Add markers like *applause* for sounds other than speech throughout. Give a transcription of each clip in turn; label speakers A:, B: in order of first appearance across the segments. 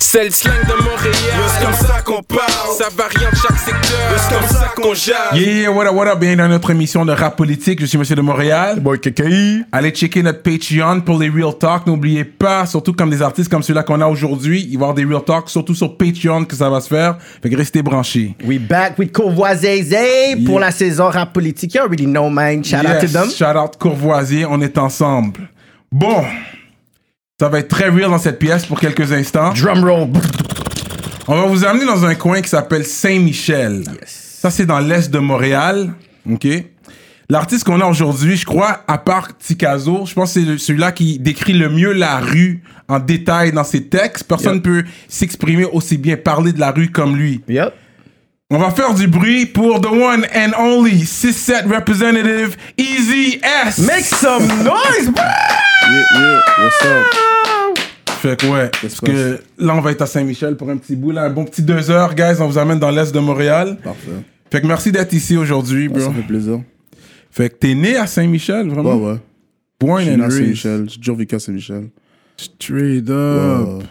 A: C'est le slang de Montréal. C'est comme ça qu'on parle. Ça varie en chaque secteur. C'est comme ça qu'on jase.
B: Yeah, what up, what up, bienvenue dans notre émission de rap politique. Je suis Monsieur de Montréal.
C: Boy KKI.
B: Allez checker notre Patreon pour les Real Talk. N'oubliez pas, surtout comme des artistes comme celui-là qu'on a aujourd'hui, il va y avoir des Real Talk, surtout sur Patreon que ça va se faire. Fait que restez branchés.
C: We back with Courvoisier pour la saison rap politique. You already know, man. Shout out to
B: Yes,
C: them.
B: Shout out Courvoisier, on est ensemble. Bon, ça va être très real dans cette pièce pour quelques instants.
C: Drum roll.
B: On va vous amener dans un coin qui s'appelle Saint-Michel. Ça, c'est dans l'est de Montréal. OK? L'artiste qu'on a aujourd'hui, je crois, à part Ticazo, je pense que c'est le- celui-là qui décrit le mieux la rue en détail dans ses textes. Personne ne peut s'exprimer aussi bien, parler de la rue comme lui.
C: Yup.
B: On va faire du bruit pour the one and only 6-7 representative Easy S.
C: Make some noise, bro.
D: Yeah, yeah, what's up?
B: Fait que ouais, parce que là, on va être à Saint-Michel pour un petit bout, là, un bon petit deux heures, guys. On vous amène dans l'est de Montréal.
D: Parfait. Ah,
B: Fait que merci d'être ici aujourd'hui, bro.
D: Ça fait plaisir.
B: Fait que t'es né à Saint-Michel,
D: Ouais,
B: vraiment.
D: ouais.
B: Born
D: Je suis né
B: and
D: à
B: raised.
D: Saint-Michel. J'ai toujours vécu à Saint-Michel.
B: Straight
D: Euh,
B: up.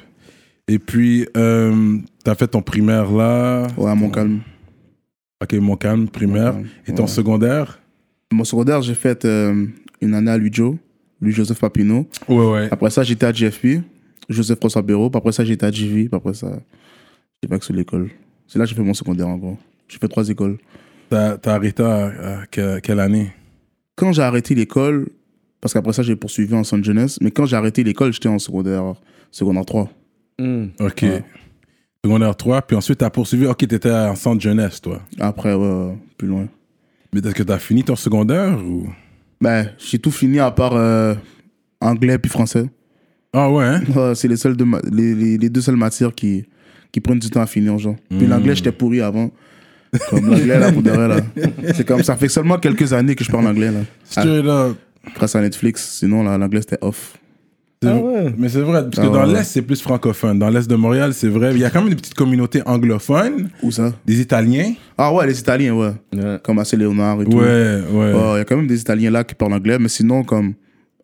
B: Et puis, euh, t'as fait ton primaire là.
D: ouais, à Montcalm.
B: Ok, Montcalm, primaire.
D: Montcalm,
B: Et ton
D: ouais.
B: secondaire
D: Mon secondaire, j'ai fait euh, une année à Lujo, Louis-Joseph Papineau.
B: Ouais, ouais.
D: Après ça, j'étais à JFP, Joseph François Béraud. Puis Après ça, j'étais à JV. Puis Après ça, j'ai back sur l'école. C'est là que j'ai fait mon secondaire, en gros. J'ai fait trois écoles.
B: T'as t'as arrêté à, à que- quelle année
D: Quand j'ai arrêté l'école, parce qu'après ça, j'ai poursuivi en centre jeunesse, mais quand j'ai arrêté l'école, j'étais en secondaire, secondaire 3.
B: Ok.
D: Ouais.
B: Secondaire 3, puis ensuite t'as poursuivi. Ok, t'étais en centre jeunesse, toi.
D: Après, ouais, ouais, plus loin.
B: Mais est-ce que t'as fini ton secondaire ou
D: Ben, j'ai tout fini à part euh, anglais puis français. *laughs*
B: Ah ouais, hein?
D: Ouais, c'est les, seules deux ma- les, les- les deux seules matières qui, qui prennent du temps à finir, genre. Puis l'anglais, j'étais pourri avant. Comme l'anglais, là, pour de vrai, là. C'est comme ça fait seulement quelques années que je parle anglais, là. Ah,
B: Straight up.
D: Grâce à Netflix. Sinon, là, l'anglais, c'était off.
B: C'est-
C: Ah ouais.
B: Mais c'est vrai, parce que
D: Ah
B: dans
D: ouais.
B: l'Est, c'est plus francophone. Dans l'Est de Montréal, c'est vrai. Il y a quand même une petite communauté anglophone,
D: Où ça
B: des Italiens.
D: Ah ouais, les Italiens, ouais.
C: Ouais.
D: Comme à Léonard et tout.
B: Ouais, ouais.
D: Bah, Il y a quand même des Italiens là qui parlent anglais, mais sinon, comme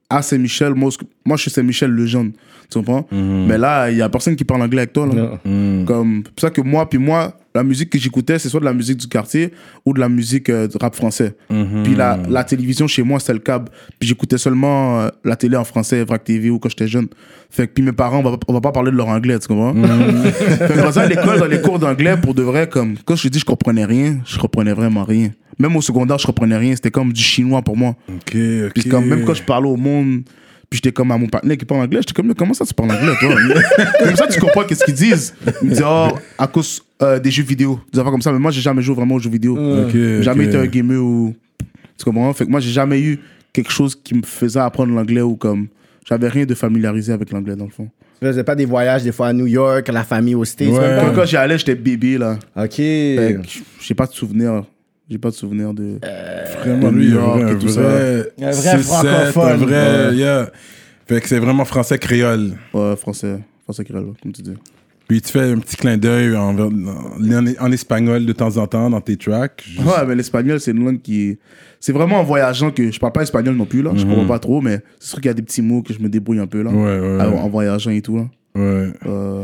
D: à Saint-Michel, moi, moi, je suis Saint-Michel légende, tu comprends Mais là, il y a personne qui parle anglais avec toi. Là. Mm.
C: Non.
D: Comme c'est pour ça que moi, puis moi, la musique que j'écoutais, c'est soit de la musique du quartier ou de la musique euh, de rap français. Puis la, la télévision chez moi, c'était le câble. Puis j'écoutais seulement euh, la télé en français, Vrac TV ou quand j'étais jeune. Fait que puis mes parents, on va, on va pas parler de leur anglais, tu comprends Fait que quand ça, à l'école, dans les cours d'anglais, pour de vrai, comme quand je te dis je comprenais rien, je comprenais vraiment rien. Même au secondaire, je comprenais rien. C'était comme du chinois pour moi.
B: Ok, ok.
D: Puis comme même quand je parlais au monde, puis j'étais comme à mon partenaire qui parle anglais, j'étais comme, comment ça tu parles anglais, toi *laughs* Comme ça, tu comprends qu'est-ce qu'ils disent. Ils me disent, oh, à cause euh, des jeux vidéo, des affaires comme ça. Mais moi, j'ai jamais joué vraiment aux jeux vidéo.
B: Ah. Ok,
D: jamais
B: ok.
D: été un gamer ou. Tu comprends Fait que moi, j'ai jamais eu quelque chose qui me faisait apprendre l'anglais ou comme. J'avais rien de familiarisé avec l'anglais, dans le fond.
C: Je faisais pas des voyages des fois à New York, à la famille aux States.
B: Ouais.
C: même
D: Quand, quand j'y allais, j'étais bébé, là.
C: pas. Ok.
D: Fait que J'ai pas de souvenir. J'ai pas de souvenir de.
B: Euh. vraiment lui, il y a
D: New York
B: un
D: et tout
B: vrai,
C: Un
B: 6-7,
C: vrai
B: Un
C: francophone.
B: vrai,
D: Ouais.
B: yeah. Fait que c'est vraiment français créole.
D: Ouais, français. Français créole, comme tu dis.
B: Puis tu fais un petit clin d'œil en, en- en espagnol de temps en temps dans tes tracks. Je-
D: Ouais, mais l'espagnol, c'est une langue qui. C'est vraiment en voyageant que. Je parle pas espagnol non plus, là. Je comprends pas trop, mais c'est sûr qu'il y a des petits mots que je me débrouille un peu, là.
B: Mhm. Ouais, ouais,
D: Ah,
B: ouais.
D: En voyageant et tout, là.
B: Ouais.
D: Euh,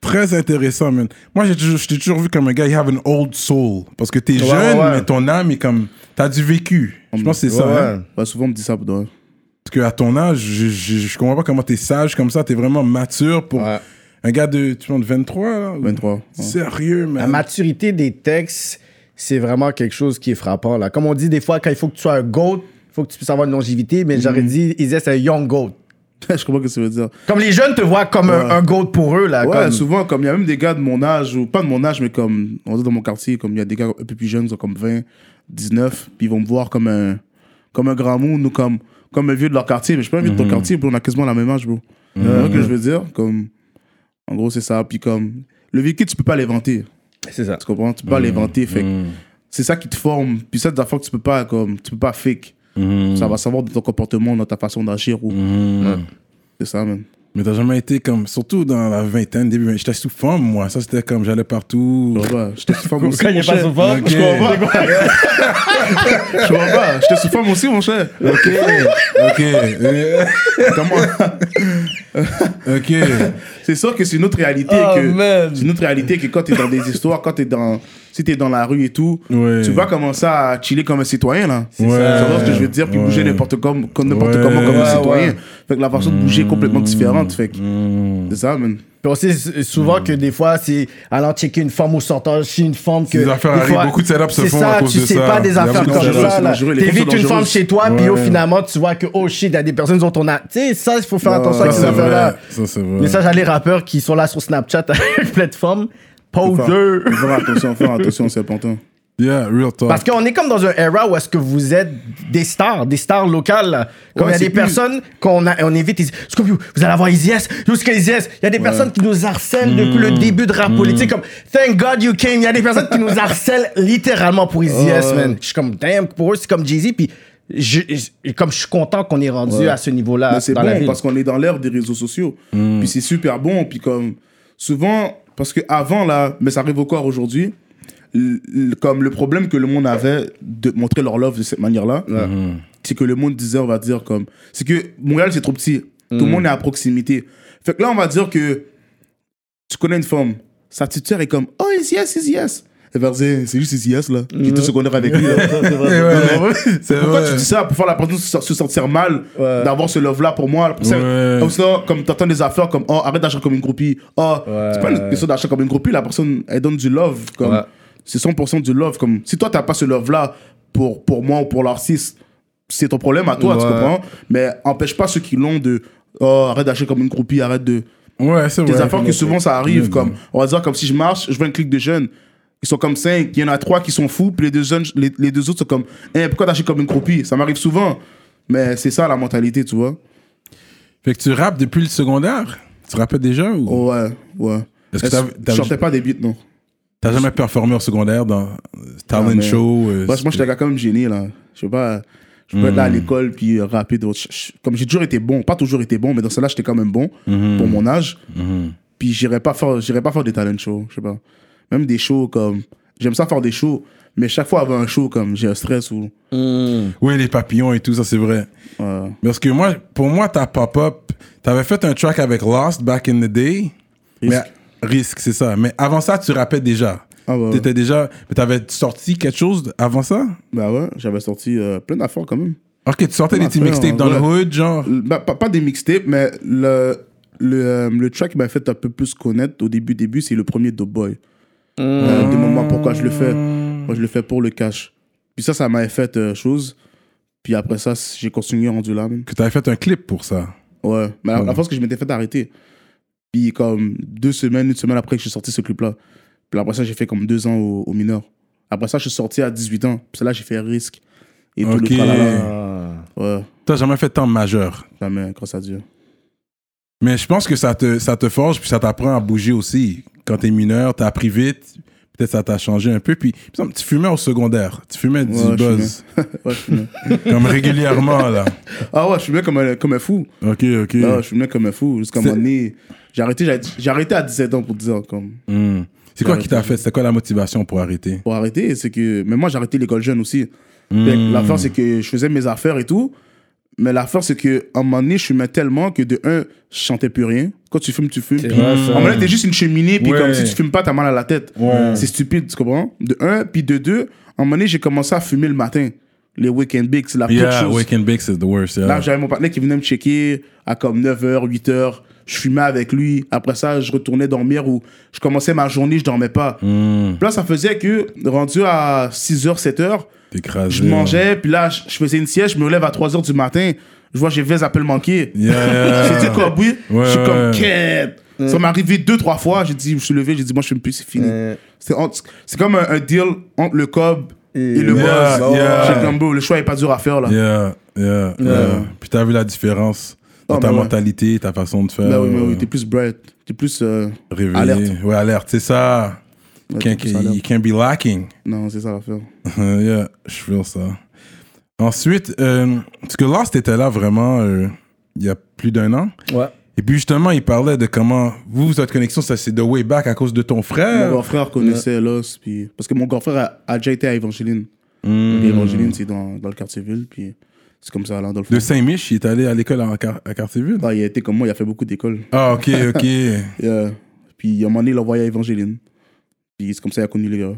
B: Très intéressant, man. Moi, j'ai toujours- je t'ai toujours vu comme un gars, you have an old soul. Parce que t'es
C: Ouais,
B: jeune,
C: ouais, ouais.
B: mais ton âme est comme. T'as du vécu. Je pense que c'est
C: Ouais,
B: ça. hein.
C: ouais.
D: Mm. ouais, souvent, on me dit ça, pour de vrai.
B: Parce qu'à ton âge, je, je, je comprends pas comment t'es sage comme ça. T'es vraiment mature pour
C: Ouais.
B: un gars de, tu penses, de 23. là, ou-
D: 23. ouais.
B: Sérieux,
C: La
B: man.
C: maturité des textes, c'est vraiment quelque chose qui est frappant. Là. Comme on dit des fois, quand il faut que tu sois un GOAT, il faut que tu puisses avoir une longévité, mais j'aurais dit, ils c'est un young GOAT.
D: *laughs* je comprends ce que ça veut dire.
C: Comme les jeunes te voient comme un,
D: Ouais.
C: un GOAT pour eux. Là,
D: Ouais,
C: Ah, comme-
D: souvent, comme il y a même des gars de mon âge, ou pas de mon âge, mais comme. On dit dans mon quartier, comme il y a des gars un peu plus jeunes, ils ont comme 20, 19, puis ils vont me voir comme un. Comme un grand moon ou comme. Comme un vieux de leur quartier. Mais je suis pas un vieux
C: Mhm.
D: de ton quartier, bro. On a quasiment la même âge, bro. Tu vois ce que je veux dire? Comme. En gros, c'est ça. Puis comme. Le vécu, tu peux pas l'inventer.
C: C'est ça.
D: Tu comprends? Tu peux pas
C: Mhm.
D: l'inventer. Fait que c'est ça qui te forme. Puis ça, des affaires que tu peux pas, comme, tu peux pas fake.
C: Mhm.
D: Ça va savoir de ton comportement, dans ta façon d'agir. Ou... Ouais. C'est ça, man.
B: Mais t'as jamais été comme. Surtout dans la vingtaine, début. vingtaine, J'étais sous forme, moi. Ça, c'était comme j'allais partout.
D: Ouais, J'étais sous forme aussi.
C: Quand il
D: mon
C: est pas
D: cher.
C: sous forme,
D: Je
B: ok.
D: comprends pas. Je comprends pas. J'étais sous forme aussi, mon cher.
B: Ok. ok.
D: Comment?
B: Euh,
D: *laughs*
B: Ok.
D: C'est sûr que c'est une autre réalité.
C: Oh, man.
D: que, c'est une autre réalité que quand t'es dans des histoires, quand t'es dans, si t'es dans la rue et tout,
B: Ouais.
D: tu vas commencer à chiller comme un citoyen, là. C'est
B: Ouais.
D: ça. Tu vois ce que je veux dire, puis
B: Ouais.
D: bouger n'importe comme, comme n'importe
B: Ouais.
D: comment comme un
B: Ouais,
D: citoyen. Fait que la façon de bouger est complètement différente. Fait que,
B: Mm.
D: c'est ça, man.
C: Puis on sait s-
B: Hmm.
C: souvent que des fois, c'est allant checker une femme ou sortant chez une femme que.
B: Ces affaires
C: des
B: arrivent,
C: fois,
B: beaucoup de setups se
C: c'est
B: font
C: ça,
B: à cause
C: tu
B: de
C: sais
B: ça. Il
C: pas
B: y
C: des
B: a
C: affaires
B: beaucoup
C: comme
B: de choses,
C: ça.
B: c'est
C: là.
D: dangereux, les femmes
C: T'évites
D: sont
C: une femme
D: dangereuses.
C: chez toi, puis
B: Ouais.
C: au finalement, tu vois que, oh shit, il y a des personnes dont on a. Tu sais, ça, il faut faire attention à
B: Ça,
C: ces
B: c'est vrai.
C: affaires-là.
B: Ça, c'est vrai.
C: Message à les rappeurs qui sont là sur Snapchat *laughs* avec plateforme.
D: Faut
C: Poser.
D: Faire, faut faire attention, faire attention, c'est important.
B: Yeah, real talk.
C: Parce qu'on est comme dans un era où est-ce que vous êtes des stars, des stars locales. là. Comme il
D: Ouais,
C: y a
D: c'est
C: des
D: plus-
C: personnes qu'on a- on évite. Ils disent, Scoop, you, vous allez avoir Easy S, you, ce que Easy S. Il y a des personnes qui nous harcèlent depuis
D: Mm.
C: le début de rap politique. Comme, thank God you came. Il y a des personnes qui
D: *laughs*
C: nous harcèlent littéralement pour Easy S, man. Je suis comme, damn, pour eux, c'est comme Jay-Z. Puis, je, je- comme je suis content qu'on est rendu à ce niveau-là
D: Mais c'est
C: dans la
D: bon
C: ville. Hmm.
D: parce qu'on est dans l'ère des réseaux sociaux. Puis c'est super bon. Puis comme souvent, parce que avant là, mais ça arrive encore aujourd'hui, l- l- comme le problème que le monde avait de montrer leur love de cette manière-là,
C: Hmm.
D: c'est que le monde disait, on va dire comme, c'est que Montréal c'est trop petit. Tout
C: Hmm.
D: le monde est à proximité. Fait que là, on va dire que tu connais une femme, sa tuteur est comme, oh it's yes, it's yes. Elle va dire, c'est juste it's yes là. J'ai
C: Hmm.
D: tout secondaire avec lui. là.
C: *laughs*
B: Eh ouais. C'est
D: Pourquoi
B: vrai.
D: tu dis ça pour faire la personne se, se sentir mal d'avoir ce love là pour moi pour ça,
B: Ouais.
D: Comme ça, comme t'entends des affaires comme oh arrête d'acheter comme une groupie. Oh, c'est pas une question d'acheter comme une groupie, la personne elle donne du love comme
C: Ouais.
D: c'est 100% du love comme si toi t'as pas ce love là pour pour moi ou pour l'artiste, c'est ton problème à toi, tu
C: Ouais.
D: comprends Mais empêche pas ceux qui l'ont de oh arrête d'acheter comme une groupie, arrête de
B: Ouais, c'est vrai.
D: des affaires que souvent ça arrive
B: Mm-hmm.
D: comme on va dire comme si je marche je vois une clique de jeunes ils sont comme cinq il y en a trois qui sont fous puis les deux jeunes les, les deux autres sont comme Eh, pourquoi t'achètes comme une croupie ça m'arrive souvent mais c'est ça la mentalité tu vois
B: Fait que tu rappes depuis le secondaire Tu rappais déjà ou
D: Oh, ouais ouais
B: Est-ce que
D: Est-ce-
B: t'avais-
D: je
B: t'avais-
D: sortais pas des beats non
B: T'as jamais performé au secondaire dans euh, Talent
D: Ah, mais-
B: Show euh, Hmm.
D: moi je- moi, j'étais un gars quand même gêné là je sais pas je peux être là à l'école puis euh, rapper d'autres Je- je- comme j'ai toujours été bon pas toujours été bon mais dans celle-là j'étais quand même bon
B: Hmm.
D: pour mon âge puis j'irais pas faire j'irais pas faire des talent shows je sais pas même des shows comme j'aime ça faire des shows mais chaque fois avant un show comme j'ai un stress ou
B: Oui, les papillons et tout, ça c'est vrai.
D: euh,
B: Parce que moi, pour moi, ta pop-up, t'avais fait un track avec Lost back in the day.
D: Risk.
B: Mais, risque, c'est ça. Mais avant ça, tu rappais déjà.
D: Ah, ouais, ouais.
B: T'étais déjà. Mais t'avais sorti quelque chose avant ça
D: bah ouais j'avais sorti euh, plein d'affaires quand même
B: Ok, tu sortais des
D: Ouais,
B: petits
D: ouais,
B: mixtapes dans le
D: ouais.
B: hood, genre.
D: L- bah, pas, pas des mixtapes mais le le, euh, le track qui m'a fait un peu plus connaître au début début c'est le premier Dope Boy
B: Ah.
D: Euh, demande-moi pourquoi je le fais moi je le fais pour le cash puis ça ça m'a fait euh, chose puis après ça c- j'ai continué rendu là même.
B: Que t'avais fait un clip pour ça.
D: ouais mais la, la force que je m'étais fait arrêter puis comme deux semaines une semaine après que je suis sorti ce clip là puis après ça j'ai fait comme deux ans au, au mineur après ça je suis sorti à 18 ans puis là j'ai fait risque et tout
B: Ok.
D: le tralala.
C: Ah.
D: ouais
B: T'as jamais fait tant majeur.
D: jamais grâce à Dieu
B: Mais je pense que ça te, ça te forge, puis ça t'apprend à bouger aussi. Quand t'es mineur, t'as appris vite. Peut-être ça t'a changé un peu. Puis, il me semble que tu fumais au secondaire. Tu fumais du
D: Ouais, je
B: buzz.
D: ouais, je suis
B: *laughs*
D: né.
B: Comme régulièrement,
D: *laughs*
B: là.
D: Ah ouais, je suis bien comme un, comme un fou.
B: OK, OK.
D: Ah, je suis bien comme un fou. Jusqu'à un
B: C'est-
D: moment donné, j'ai arrêté, j'ai- j'ai arrêté à 17 ans pour 10 ans. Comme.
B: Hmm. C'est quoi qui t'a fait C'est quoi la motivation pour arrêter
D: Pour arrêter, c'est que. Mais moi, j'ai arrêté l'école jeune aussi. Fait que
B: Hmm.
D: L'affaire, c'est que je faisais mes affaires et tout. Mais l'affaire, c'est qu'à un moment donné, je fumais tellement que de un, je chantais plus rien. Quand tu fumes, tu fumes. Puis,
C: vrai,
D: à un
C: ça.
D: moment donné, t'es juste une cheminée, puis
B: Ouais.
D: comme si tu fumes pas, t'as mal à la tête.
B: Ouais.
D: C'est stupide, tu comprends De un, puis de deux, à un moment donné, j'ai commencé à fumer le matin. Les week-end bigs, c'est la pire
B: Yeah,
D: chose.
B: wake and bake, c'est the worst. yeah.
D: Là, j'avais mon partenaire qui venait me checker à comme 9h, 8h. Je fumais avec lui. Après ça, je retournais dormir ou je commençais ma journée, je dormais pas.
B: Hmm,
D: Puis là, ça faisait que, rendu à 6h, 7h,
B: t'es écrasé.
D: je mangeais, puis là, je je faisais une sieste, je me lève à 3h du matin, je vois, j'ai 20 appels manqués. *laughs*
B: Yeah.
D: J'ai dit quoi, oui?
B: Ouais,
D: je suis
B: ouais.
D: comme, quête! Ça m'est arrivé deux, trois fois, j'ai dit, je suis levé, j'ai dit, moi, je fume plus, c'est fini. C'est entre- c'est comme un, un deal entre le cob et, le
B: Yeah,
D: buzz.
B: yeah.
D: J'ai comme, bro, le choix est pas dur à faire, là.
B: Yeah, yeah, yeah. Puis t'as vu la différence dans
D: Oh,
B: ta
D: bah ouais.
B: mentalité, ta façon de faire.
D: Bah oui, mais oui, t'es plus bright, t'es plus euh,
B: Réveillé.
D: alerte.
B: Ouais, alerte, c'est ça. Can't-
D: plus alerte.
B: you can't be lacking.
D: Non, c'est ça l'affaire.
B: Euh, yeah, je feel ça. Ensuite, euh, parce que Lost était là vraiment euh, il y a plus d'un an.
C: Ouais.
B: Et puis justement, il parlait de comment vous, votre connexion, ça c'est de way back à cause de ton
D: Mon
B: frère.
D: grand-frère connaissait Los, puis... parce que mon grand-frère a, a déjà été à Evangeline. Puis Evangeline, c'est dans, dans le quartier ville, puis C'est comme ça, là, dans le fond.
B: De Saint-Mich, il est allé à l'école à, Car- à Cartierville.
D: Ah, il a été comme moi, il a fait beaucoup d'écoles.
B: Ah, ok, ok.
D: Et, euh, puis, à un moment donné, il l'a envoyé à Evangeline. Puis, c'est comme ça, il a connu les gars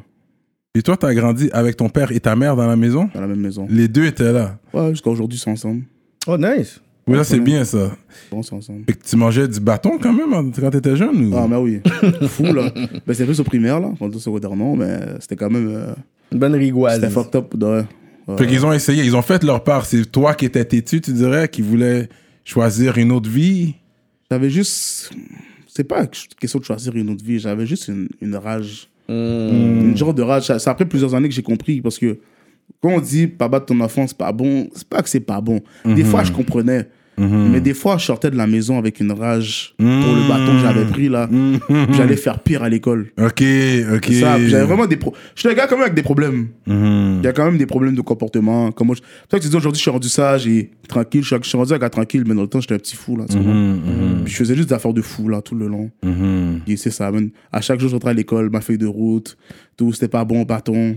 B: Et toi, t'as grandi avec ton père et ta mère dans la maison
D: dans la même maison.
B: Les deux étaient là.
D: Ouais, jusqu'à aujourd'hui, c'est ensemble.
C: Oh, nice.
B: Oui, là, c'est bien ça.
D: Bon, c'est ensemble.
B: Et que tu mangeais du bâton quand même hein, quand t'étais jeune ou...
D: Ah, mais oui. Fou, là. Ben, c'est plus au primaire, là. Quand on est au secondaire, non, mais c'était quand même. euh,
C: Une bonne rigoise.
D: c'était fucked up. Ouais. Ouais.
B: Fait qu'ils ont essayé, ils ont fait leur part. C'est toi qui étais têtu, tu dirais, qui voulais choisir une autre vie.
D: J'avais juste. C'est pas question de choisir une autre vie, j'avais juste une, une rage. Une genre de rage. Ça- C'est après plusieurs années que j'ai compris parce que quand on dit pas battre ton enfant, c'est pas bon, c'est pas que c'est pas bon. Des fois, je comprenais. Mais des fois, je sortais de la maison avec une rage pour le bâton que j'avais pris là. Puis J'allais faire pire à l'école.
B: Ok, ok.
D: C'est ça. Puis J'avais vraiment des pro... Je suis un gars quand même avec des problèmes.
B: Mm-hmm.
D: Il y a quand même des problèmes de comportement. Comment je... C'est vrai que tu dis aujourd'hui, je suis rendu sage et tranquille. Je suis- je suis rendu un gars tranquille, mais dans le temps, j'étais un petit fou. Là, tu comprends?
B: Mm-hmm,
D: Puis je faisais juste des affaires de fou là, tout le long. Et c'est ça. man. À chaque jour, je rentrais à l'école, ma feuille de route, tout, c'était pas bon, bâton.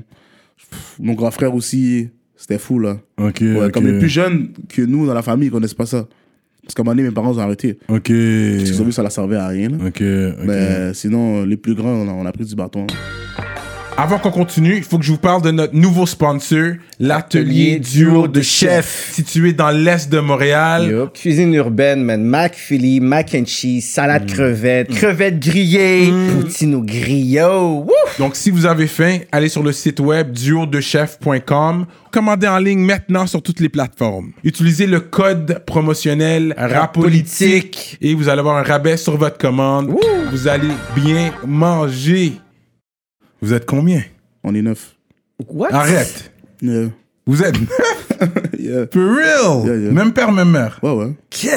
D: Pff, Mon grand frère aussi, c'était fou. là.
B: Ok,
D: Ouais,
B: ok.
D: Comme les plus jeunes que nous dans la famille, ils connaissent pas ça. Parce qu'à un moment donné, mes parents ont arrêté.
B: Ok.
D: Parce qu'ils ont vu que ça ne servait à rien. là.
B: Ok, ok.
D: Mais sinon, les plus grands, on a, on a pris du bâton.
B: Avant qu'on continue, il faut que je vous parle de notre nouveau sponsor, l'atelier Duo de Chef, situé dans l'est de Montréal.
C: Yup. Euh, Cuisine urbaine, man. McPhilly, mac and cheese, salade crevette, crevettes grillées, poutine au griot. Wouf!
B: Donc, si vous avez faim, allez sur le site web duodechef.com. Commandez en ligne maintenant sur toutes les plateformes. Utilisez le code promotionnel RAPOLITIQUE et vous allez avoir un rabais sur votre commande. Vous allez bien manger. Vous êtes combien?
D: On est neuf.
C: What?
B: Arrête.
D: Yeah.
B: Vous êtes
D: Yeah.
B: for real.
D: Yeah, yeah.
B: Même père, même mère.
D: euh, Ouais, ouais.
C: Quête!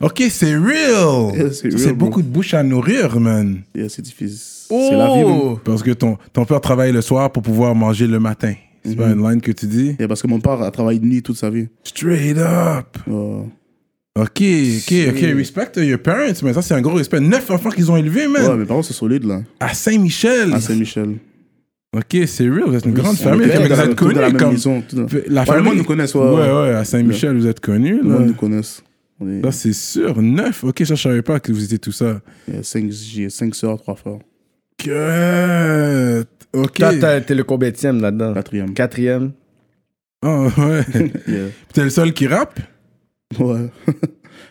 B: OK, c'est real.
D: Yeah,
B: Ça,
D: c'est
B: c'est
D: real, bro.
B: beaucoup de bouche à nourrir, man.
D: Yeah, euh, c'est difficile. C'est la vie. man.
C: Oh,
B: Parce que ton, ton père travaille le soir pour pouvoir manger le matin. C'est
D: Mm-hmm.
B: pas une line que tu dis?
D: Yeah, parce que mon père a travaillé de nuit toute sa vie.
B: Straight up.
D: Euh,
B: OK, OK, OK. Respect your parents, mais ça, c'est un gros respect. Neuf enfants qu'ils ont élevés, man.
D: Ouais, Ah, mes parents sont solides là.
B: À Saint-Michel.
D: À Saint-Michel.
B: OK, c'est real. Vous êtes une grande
D: On
B: famille.
D: était
B: Comme
D: dans
B: vous
D: la-
B: êtes
D: tous dans la
B: connus.
D: même
B: Comme...
D: maison, tout dans-
B: La
D: Ouais,
B: famille.
D: le monde nous connaît,
B: Ouais,
D: soit.
B: ouais. À Saint-Michel, vous êtes connus.
D: Le
B: là.
D: monde nous connaît. On est-
B: Là, c'est sûr. Neuf. OK, ça, je savais pas que vous étiez tout ça.
D: il y a cinq, j'ai cinq sœurs, trois frères.
B: Que... OK.
C: Toi, t'as- t'es le combattième là-dedans.
D: Quatrième.
C: Quatrième.
B: Ah, ouais.
D: Yeah. *laughs*
B: T'es le seul qui rappe?
D: Ouais. *laughs*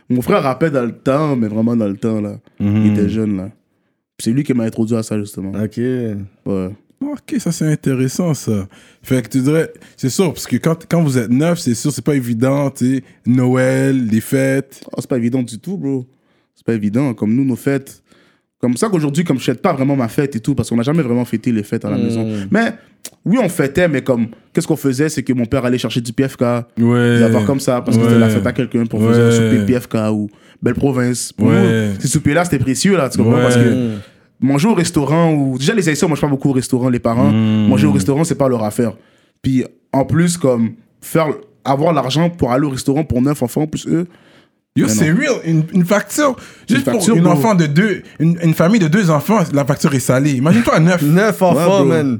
D: Mon frère rappelait dans le temps, mais vraiment dans le temps là.
B: Hmm.
D: Il était jeune là. Puis C'est lui qui m'a introduit à ça justement.
C: Ok.
D: Ouais.
B: Ah, Ok, ça c'est intéressant ça. Fait que tu dirais, c'est sûr, parce que quand, quand vous êtes neuf, c'est sûr, c'est pas évident, tu sais, Noël, les fêtes.
D: Ah, c'est pas évident du tout, bro. C'est pas évident. Comme nous, nos fêtes. Comme ça qu'aujourd'hui, comme je fête pas vraiment ma fête et tout, parce qu'on n'a jamais vraiment fêté les fêtes à la maison.
B: Hmm.
D: Mais oui, on fêtait, mais comme, qu'est-ce qu'on faisait C'est que mon père allait chercher du PFK,
B: Ouais.
D: des affaires comme ça, parce que c'était
B: Ouais.
D: la fête à quelqu'un pour
B: Ouais.
D: faire un souper PFK ou Belle Province. Pour
B: Ouais.
D: nous, ces soupers-là, c'était précieux, là, tu comprends
B: Ouais.
D: Parce que manger au restaurant, ou déjà les Haïtiens, on mange pas beaucoup au restaurant, les parents,
B: Hmm.
D: manger au restaurant, c'est pas leur affaire. Puis en plus, comme, faire, avoir l'argent pour aller au restaurant pour neuf enfants, plus eux,
B: Yo,
D: Mais
B: c'est real, une, une facture. Juste
D: facture,
B: pour une
D: bro.
B: enfant de deux, une, une famille de deux enfants, la facture est salée. Imagine-toi à neuf.
C: Neuf enfants,
D: bro.
C: man.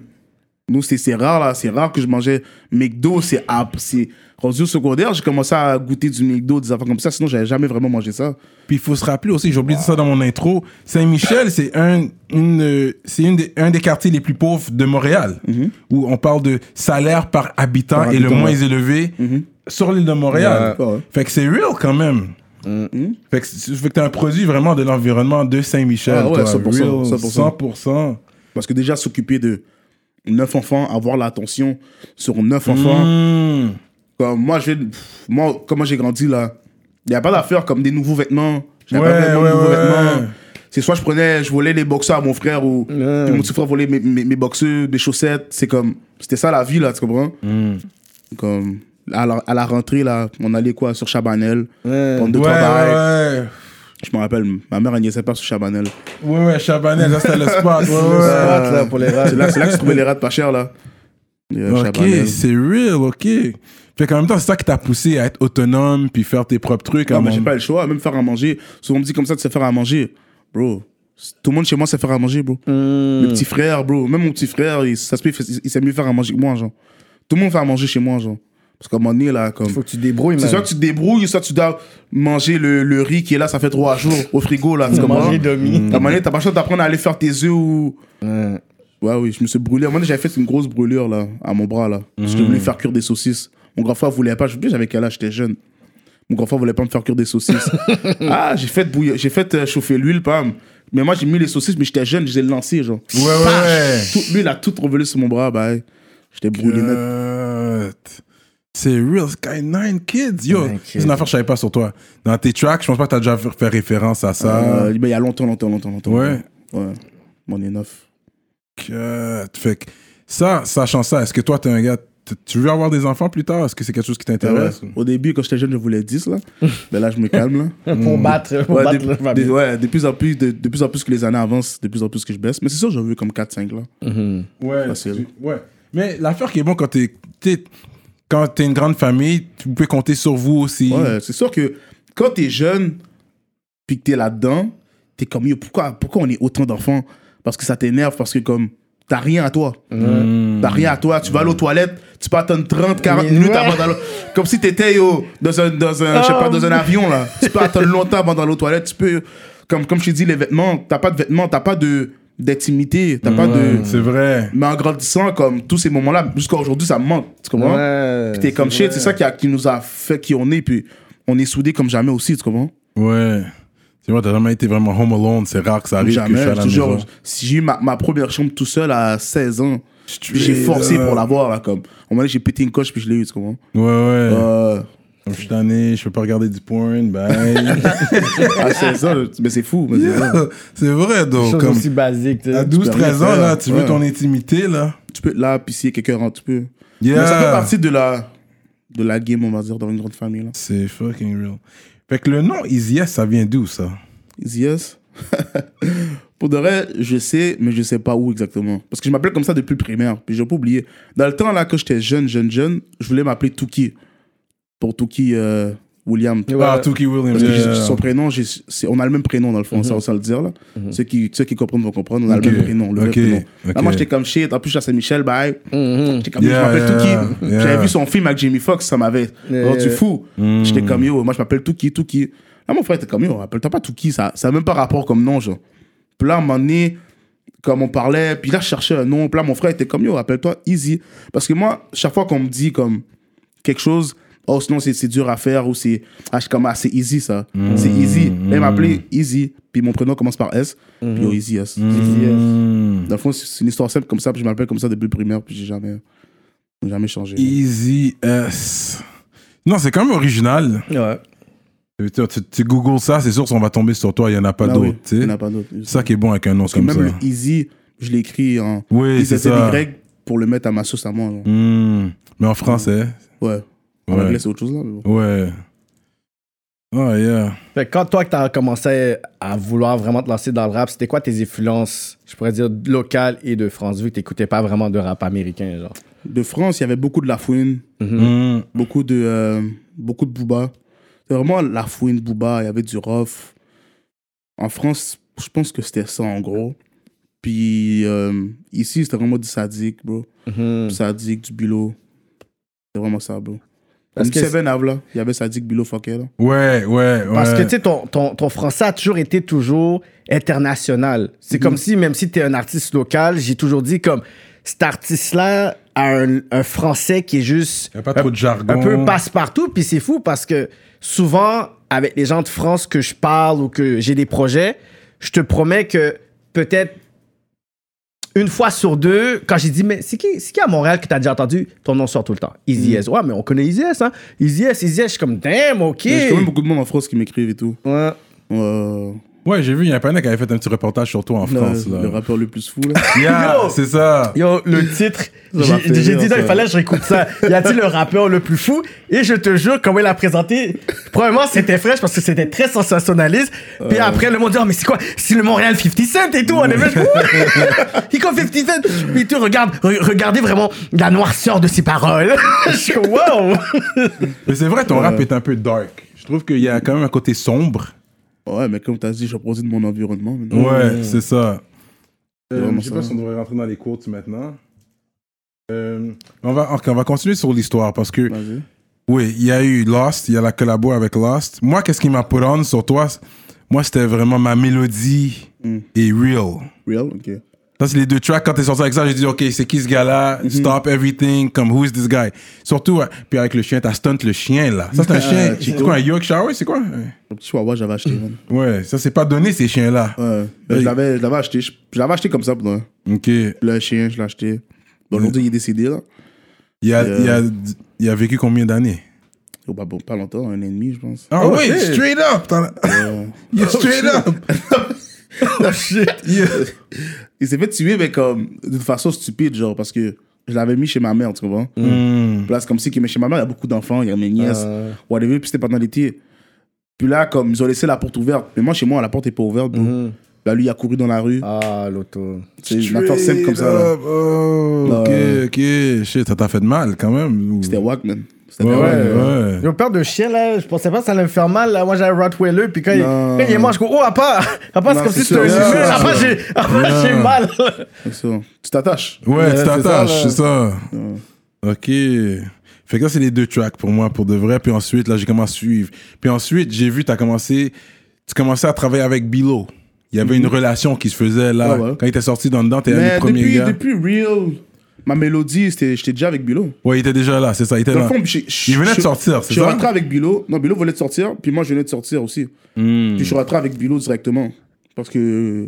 D: Nous, c'est- c'est rare, là. C'est rare que je mangeais McDo. C'est app. C'est rendu au secondaire. J'ai commencé à goûter du McDo, des affaires comme ça. Sinon, j'avais jamais vraiment mangé ça.
B: Puis il faut se rappeler aussi, j'ai oublié de ça dans mon intro, Saint-Michel, c'est un, une, euh, c'est une des, un des quartiers les plus pauvres de Montréal, où on parle de salaire par habitant
D: Mm-hmm. Par
B: et le
D: habitant,
B: moins
D: ouais. Mm-hmm.
B: élevé sur l'île de Montréal.
D: Ouais. Mm-hmm. Ouais.
B: Fait que c'est real quand même. Fait que, c'est- fait que t'es un produit vraiment de l'environnement de Saint-Michel.
D: Ah ouais,
B: toi.
D: 100%,
B: Real,
D: 100%.
B: 100%.
D: Parce que déjà, s'occuper de neuf enfants, avoir l'attention sur neuf enfants.
B: Hmm.
D: Comme moi, j'ai, pff, moi, comment j'ai grandi, là. Il n'y a pas d'affaire comme des nouveaux vêtements. J'avais
B: Ouais,
D: pas vraiment de
B: ouais,
D: nouveaux
B: ouais.
D: vêtements. C'est soit je prenais, je volais les boxeurs à mon frère ou puis mon petit frère volait mes, mes, mes boxeurs, mes chaussettes. C'est comme, c'était ça la vie, là, tu comprends?
B: Mm.
D: Comme, à la, à la rentrée, là, on allait quoi sur Chabanel,
C: Ouais.
D: prendre deux,
B: Ouais,
D: trois barrettes.
B: ouais.
D: Je me rappelle, ma mère, elle niaisait pas sur Chabanel.
B: Ouais, ouais, Chabanel, ça c'était le
D: *laughs*
B: spot. Ouais, ouais.
C: Quatre, là, pour les rats.
D: C'est là, c'est là que je trouvais les rats pas chers, là. Et, euh,
B: Ok,
D: Chabanel.
B: c'est real, ok. Fait qu'en même temps, c'est ça qui t'a poussé à être autonome puis faire tes propres trucs.
D: Non,
B: hein,
D: mais
B: mon-
D: j'ai pas le choix, même faire à manger. Souvent, on me dit comme ça de se faire à manger. Bro, c'est- tout le monde chez moi sait faire à manger, bro. Mes petits frères, bro, même mon petit frère, il, ça se peut, il fait- il sait mieux faire à manger que moi, genre. Tout le monde fait à manger chez moi, genre. Parce qu'à un moment donné, là, comme.
C: Faut que tu te débrouilles,
D: C'est
C: man.
D: soit que tu te débrouilles, soit tu dois manger le, le riz qui est là, ça fait trois jours au frigo, là. Tu comprends?
C: manger demi.
D: Mm. À un moment donné, t'as pas le choix d'apprendre à aller faire tes œufs ou. Ouais, oui, je me suis brûlé. À un moment donné, j'avais fait une grosse brûlure, là, à mon bras, là. Parce que je voulais faire cuire des saucisses. Mon grand-frère voulait pas. Je me souviens, j'avais quel âge, j'étais jeune. Mon grand-frère voulait pas me faire cuire des saucisses. ah, j'ai fait bouillir, j'ai fait euh, chauffer l'huile, pam. Mais moi, j'ai mis les saucisses, mais j'étais jeune, je les ai lancées, genre.
B: Ouais, ouais.
D: Tout, lui, il a tout revelé sur mon bras, bah, hey. j'étais brûlé net.
B: Cut. C'est Real Sky 9 Kids. Yo,
C: Nine
B: c'est une
C: Kids.
B: affaire que je savais pas sur toi. Dans tes tracks, je pense pas que t'as déjà fait fait référence à ça.
D: Euh, ben, il y a longtemps, longtemps, longtemps, longtemps.
B: Ah. Ouais.
D: Ouais. On est neuf.
B: Cut. Fait que ça, sachant ça, est-ce que toi, t'es un gars, t- tu veux avoir des enfants plus tard? Est-ce que c'est quelque chose qui
C: Ah
B: t'intéresse?
D: Ben Au début, quand j'étais jeune, je voulais 10, là. Mais là, je me calme,
C: *laughs*
D: là.
C: Pour battre, pour
D: Ouais,
C: battre
D: de,
C: la
D: de-
C: famille.
D: ouais, de plus en plus, de, de plus en plus que les années avancent, de plus en plus que je baisse. Mais c'est sûr, j'en veux comme 4-5, là.
B: Ouais,
D: Facile.
B: tu- ouais. Mais l'affaire qui est bon quand t'es, t'es- quand t'es une grande famille, tu peux compter sur vous aussi.
D: Ouais, c'est sûr que quand t'es jeune, puis que t'es là-dedans, t'es comme, yo, pourquoi, pourquoi on est autant d'enfants Parce que ça t'énerve, parce que comme, t'as rien à toi. T'as rien à toi. Tu vas aller aux toilettes, tu peux attendre 30, 40
C: Mais
D: minutes
C: ouais.
D: avant d'aller. Comme si t'étais, yo, dans un, dans un, je sais pas,
C: Oh.
D: dans un avion, là. Tu peux attendre longtemps avant d'aller aux toilettes. Tu peux, comme, comme je t'ai dit, les vêtements, t'as pas de vêtements, t'as pas de d'intimité, t'as pas de...
B: C'est vrai.
D: Mais en grandissant, comme tous ces moments-là, jusqu'à aujourd'hui, ça me manque. Tu comprends?
C: Ouais.
D: Puis t'es
B: Euh,
D: comme shit, c'est ça qui, a- qui nous a fait qui on est, puis on est soudés comme jamais aussi, tu comprends?
B: Ouais. Tu vois, t'as jamais été vraiment home alone. C'est rare que ça arrive que je
D: Jamais,
B: sois à la
D: toujours.
B: maison.
D: Si j'ai eu ma, ma première chambre tout seul à 16 ans, puis
B: l'ai,
D: j'ai forcé
B: là.
D: pour l'avoir, là, comme. Au moment donné, j'ai pété une coche, puis je l'ai eu, tu comprends?
B: Ouais, ouais.
D: Euh,
B: Comme Je suis tanné, je peux pas regarder du porn,
D: *laughs*
B: bye.
D: à
B: *laughs*
D: 16 ans, mais c'est fou. mais c'est vrai.
B: c'est vrai, donc.
C: Chose
B: Comme
C: aussi basique, tu sais.
B: à 12,
D: tu peux rien
B: 13 ans,
D: faire.
B: là, tu veux
D: Ouais.
B: ton intimité, là.
D: Tu peux, là, puis si quelqu'un rentre, tu peux.
B: Yeah.
D: Mais ça fait partie de la, de la game, on va dire, dans une grande famille, là.
B: C'est fucking real. Fait que le nom Easy S, ça vient d'où, ça?
D: Yes. *laughs* Pour de vrai, je sais, mais je sais pas où exactement. Parce que je m'appelle comme ça depuis le primaire. Puis j'ai pas oublié. Dans le temps là, quand j'étais jeune, jeune, jeune, je voulais m'appeler Tuki. Pour Tuki euh, William.
C: Ouais.
B: Ah, Tookie Williams.
D: Parce que j'ai-
B: yeah.
D: son prénom, j'ai- c'est- on a le même prénom dans le fond, ça, on sait le dire là. Ceux, qui, ceux qui comprennent vont comprendre, on a
B: Mhm. Ok.
D: le même prénom. Le vrai
B: Ok.
D: prénom. Là,
B: Ok.
D: moi j'étais comme shit, en plus je suis à Saint-Michel, bye. J'étais comme,
B: Yeah,
D: je m'appelle
B: yeah,
D: Tuki.
B: yeah.
D: J'avais vu son film avec Jamie Foxx, ça m'avait
C: Yeah,
D: rendu
C: yeah.
D: fou.
B: Mhm.
D: J'étais comme, yo, moi je m'appelle Tuki, Tuki. Là, mon frère était comme, yo, appelle-toi pas Tuki, ça n'a même pas rapport comme nom, genre. Puis là, à un moment donné, comme on parlait, puis là, je cherchais un nom. Puis là, mon frère était comme, yo, appelle-toi Easy. Parce que moi, chaque fois qu'on me dit comme quelque chose, oh, sinon c'est c'est dur à faire, ou c'est, ah, je suis comme, ah, c'est Easy ça.
B: Mm.
D: C'est Easy. Là, il m'appelait Easy. Puis mon prénom commence par S. Puis yo, Easy S.
B: Mm. Hmm.
D: Dans le fond, c'est c'est une histoire simple comme ça. Puis je m'appelle comme ça depuis le primaire. Puis j'ai jamais, jamais changé.
B: Easy S. Non, c'est quand même original.
C: Ouais.
B: Tu, tu- tu googles ça, c'est sûr, on va tomber sur toi, il y en a pas
D: Ah oui,
B: d'autres, tu
D: il
B: sais.
D: n'y en a pas d'autres.
B: C'est ça qui est bon avec un nom
D: Parce
B: comme
D: que même
B: ça.
D: le Easy, je l'ai écrit en
B: Oui, c'est ça.
D: Y pour le mettre à ma sauce à moi. genre.
B: Hmm. Mais en français,
D: Ouais. En
B: Ouais.
D: anglais, c'est autre chose là. Mais bon.
B: ouais. Oh, yeah.
C: Fait que quand toi que t'as commencé à vouloir vraiment te lancer dans le rap, c'était quoi tes influences, je pourrais dire locales et de France, vu que t'écoutais pas vraiment de rap américain, genre.
D: De France, il y avait beaucoup de La Fouine.
C: Mm-hmm.
B: Hmm.
D: beaucoup de euh, beaucoup de Booba. C'est vraiment la fouine Booba, il y avait du rough. En France, je pense que c'était ça en gros. Puis euh, ici, c'était vraiment du Sadik, bro. Du Sadik, du Bilo. C'est vraiment ça, bro.
C: Parce
D: Comme
C: que-
D: du Seven Ave, là, il y avait Sadik, Bilo, Fokker, là.
B: Ouais, ouais, ouais.
C: Parce que, tu sais, ton, ton, ton français a toujours été toujours international. C'est
B: Hmm.
C: comme si, même si t'es un artiste local, j'ai toujours dit comme, cet artiste-là a un, un français qui est juste...
B: Y a pas trop
C: un-
B: de jargon.
C: Un peu passe-partout, puis c'est fou parce que souvent, avec les gens de France que je parle ou que j'ai des projets, je te promets que peut-être une fois sur deux, quand j'ai dit, mais c'est qui, c'est qui à Montréal que t'as déjà entendu ton nom sort tout le temps? Easy
B: Hmm.
C: S. Ouais, mais on connaît Easy S, hein? Easy S, Easy S. Je suis comme, damn, ok.
D: Il y a quand même beaucoup de monde en France qui m'écrivent et tout.
C: Ouais.
D: Euh,
B: Ouais, j'ai vu, il y a un panel qui avait fait un petit reportage sur toi en France.
D: le,
B: Là.
D: le rappeur le plus fou, là.
B: Yeah,
C: Yo!
B: c'est ça.
C: Yo, le titre,
D: Ça m'a
C: j'ai
D: fait
C: j'ai
D: rire,
C: dit, non,
D: ça.
C: il fallait que je réécoute ça. Y a-t-il le rappeur le plus fou? Et je te jure, comment il a présenté, probablement c'était fraîche parce que c'était très sensationnaliste. Puis après, le monde dit, oh, mais c'est quoi? C'est le Montréal 50 Cent et tout. On est même, Ouh! il compte 50 Cent. Mais tu regardes, re- regardez vraiment la noirceur de ses paroles. je suis comme, wow!
B: Mais c'est
C: Euh.
B: vrai, ton rap est un peu dark. Je trouve qu'il y a quand même un côté sombre.
D: *laughs* Ouais, mais comme t'as dit, je produis de mon environnement.
C: Hmm.
D: maintenant.
B: Ouais, c'est ça.
D: Euh, je sais pas si on
B: devrait rentrer dans les courtes maintenant. Euh, on, va, ok, on va continuer sur l'histoire parce que,
D: Vas-y.
B: oui, il y a eu Lost, il y a la collabo avec Lost. Moi, qu'est-ce qui m'a put on sur toi c- Moi, c'était vraiment ma mélodie
D: Mm.
B: et real.
D: Real, ok.
B: Ça, c'est les deux tracks. Quand t'es sorti avec ça, j'ai dit, OK, c'est qui ce gars-là?
D: Mm-hmm.
B: Stop everything. Comme, who is this guy? Surtout, ouais, puis avec le chien, t'as stunt le chien, là. Ça, c'est
D: Ah,
B: un chien. C'est quoi, un Yorkshire? C'est quoi?
D: Le petit chihuahua, j'avais acheté. man.
B: Ouais, ça, c'est pas donné, ces chiens-là.
D: Ouais. Mais Je l'avais je l'avais acheté. Je, je l'avais acheté comme ça. pour de vrai.
B: OK. Il
D: Le chien, je l'ai acheté. Bon, Aujourd'hui, il est décédé, là.
B: a, il a, il a vécu combien d'années?
D: Oh, bah, bon, pas longtemps, un an et demi, je pense.
B: Ah oui,
C: shit.
B: straight up! t'en as- *laughs* You're straight up!
D: *laughs* Oh, shit.
B: *laughs* Yeah.
D: Il s'est fait tuer, mais comme d'une façon stupide, genre, parce que je l'avais mis chez ma mère, tu comprends?
B: Mm.
D: Puis là, c'est comme si, qu'il met chez ma mère, il y a beaucoup d'enfants, il y a mes
B: Ah,
D: nièces, whatever, puis c'était pendant l'été. Puis là, comme, ils ont laissé la porte ouverte. Mais moi, chez moi, la porte est pas ouverte. donc.
B: Mm-hmm.
D: Là, lui, il a couru dans la rue.
C: Ah, l'auto.
D: c'est une affaire simple comme ça. là.
B: Straight up. Oh, ok, ok. Shit, ça t'a fait de mal quand même. ou-
D: C'était wack, man. C'était
B: Ouais,
D: wack.
B: ouais.
C: Mon père de chien, là, je pensais pas que ça allait me faire mal. Là. Moi, j'avais Rottweiler, puis quand il,
D: Non.
C: quand il est mort, je dis, oh, à part, à part, c'est
D: Non,
C: comme
D: c'est
C: si c'était un
D: sûr,
B: c'est
C: humain.
B: sûr,
C: À part,
B: c'est
C: j'ai à part, j'ai mal.
D: C'est ça. Tu t'attaches.
B: Ouais,
C: Ouais,
B: tu
C: c'est
B: t'attaches,
C: ça,
B: c'est
C: là.
B: ça. Ok. Fait que ça, c'est les deux tracks pour moi, pour de vrai. Puis ensuite, là, j'ai commencé à suivre. Puis ensuite, j'ai vu, t'as commencé, tu commençais à travailler avec Bilo. Il y avait une relation qui se faisait là.
D: Mhm. Ah ouais.
B: Quand il était sorti dans dedans, t'es un des
D: Mais
B: premiers
D: depuis,
B: gars.
D: depuis Real, ma mélodie, c'était- j'étais déjà avec Bilo.
B: Ouais, il était déjà là, c'est ça. Il était
D: Dans
B: là.
D: le fond, j'ai-
B: il venait de
D: je-
B: sortir,
D: Je
B: c'est
D: suis
B: ça?
D: rentré avec Bilo. Non, Bilo voulait de sortir, puis moi, je venais de sortir aussi.
B: Hmm.
D: Puis je suis rentré avec Bilo directement. Parce que. euh,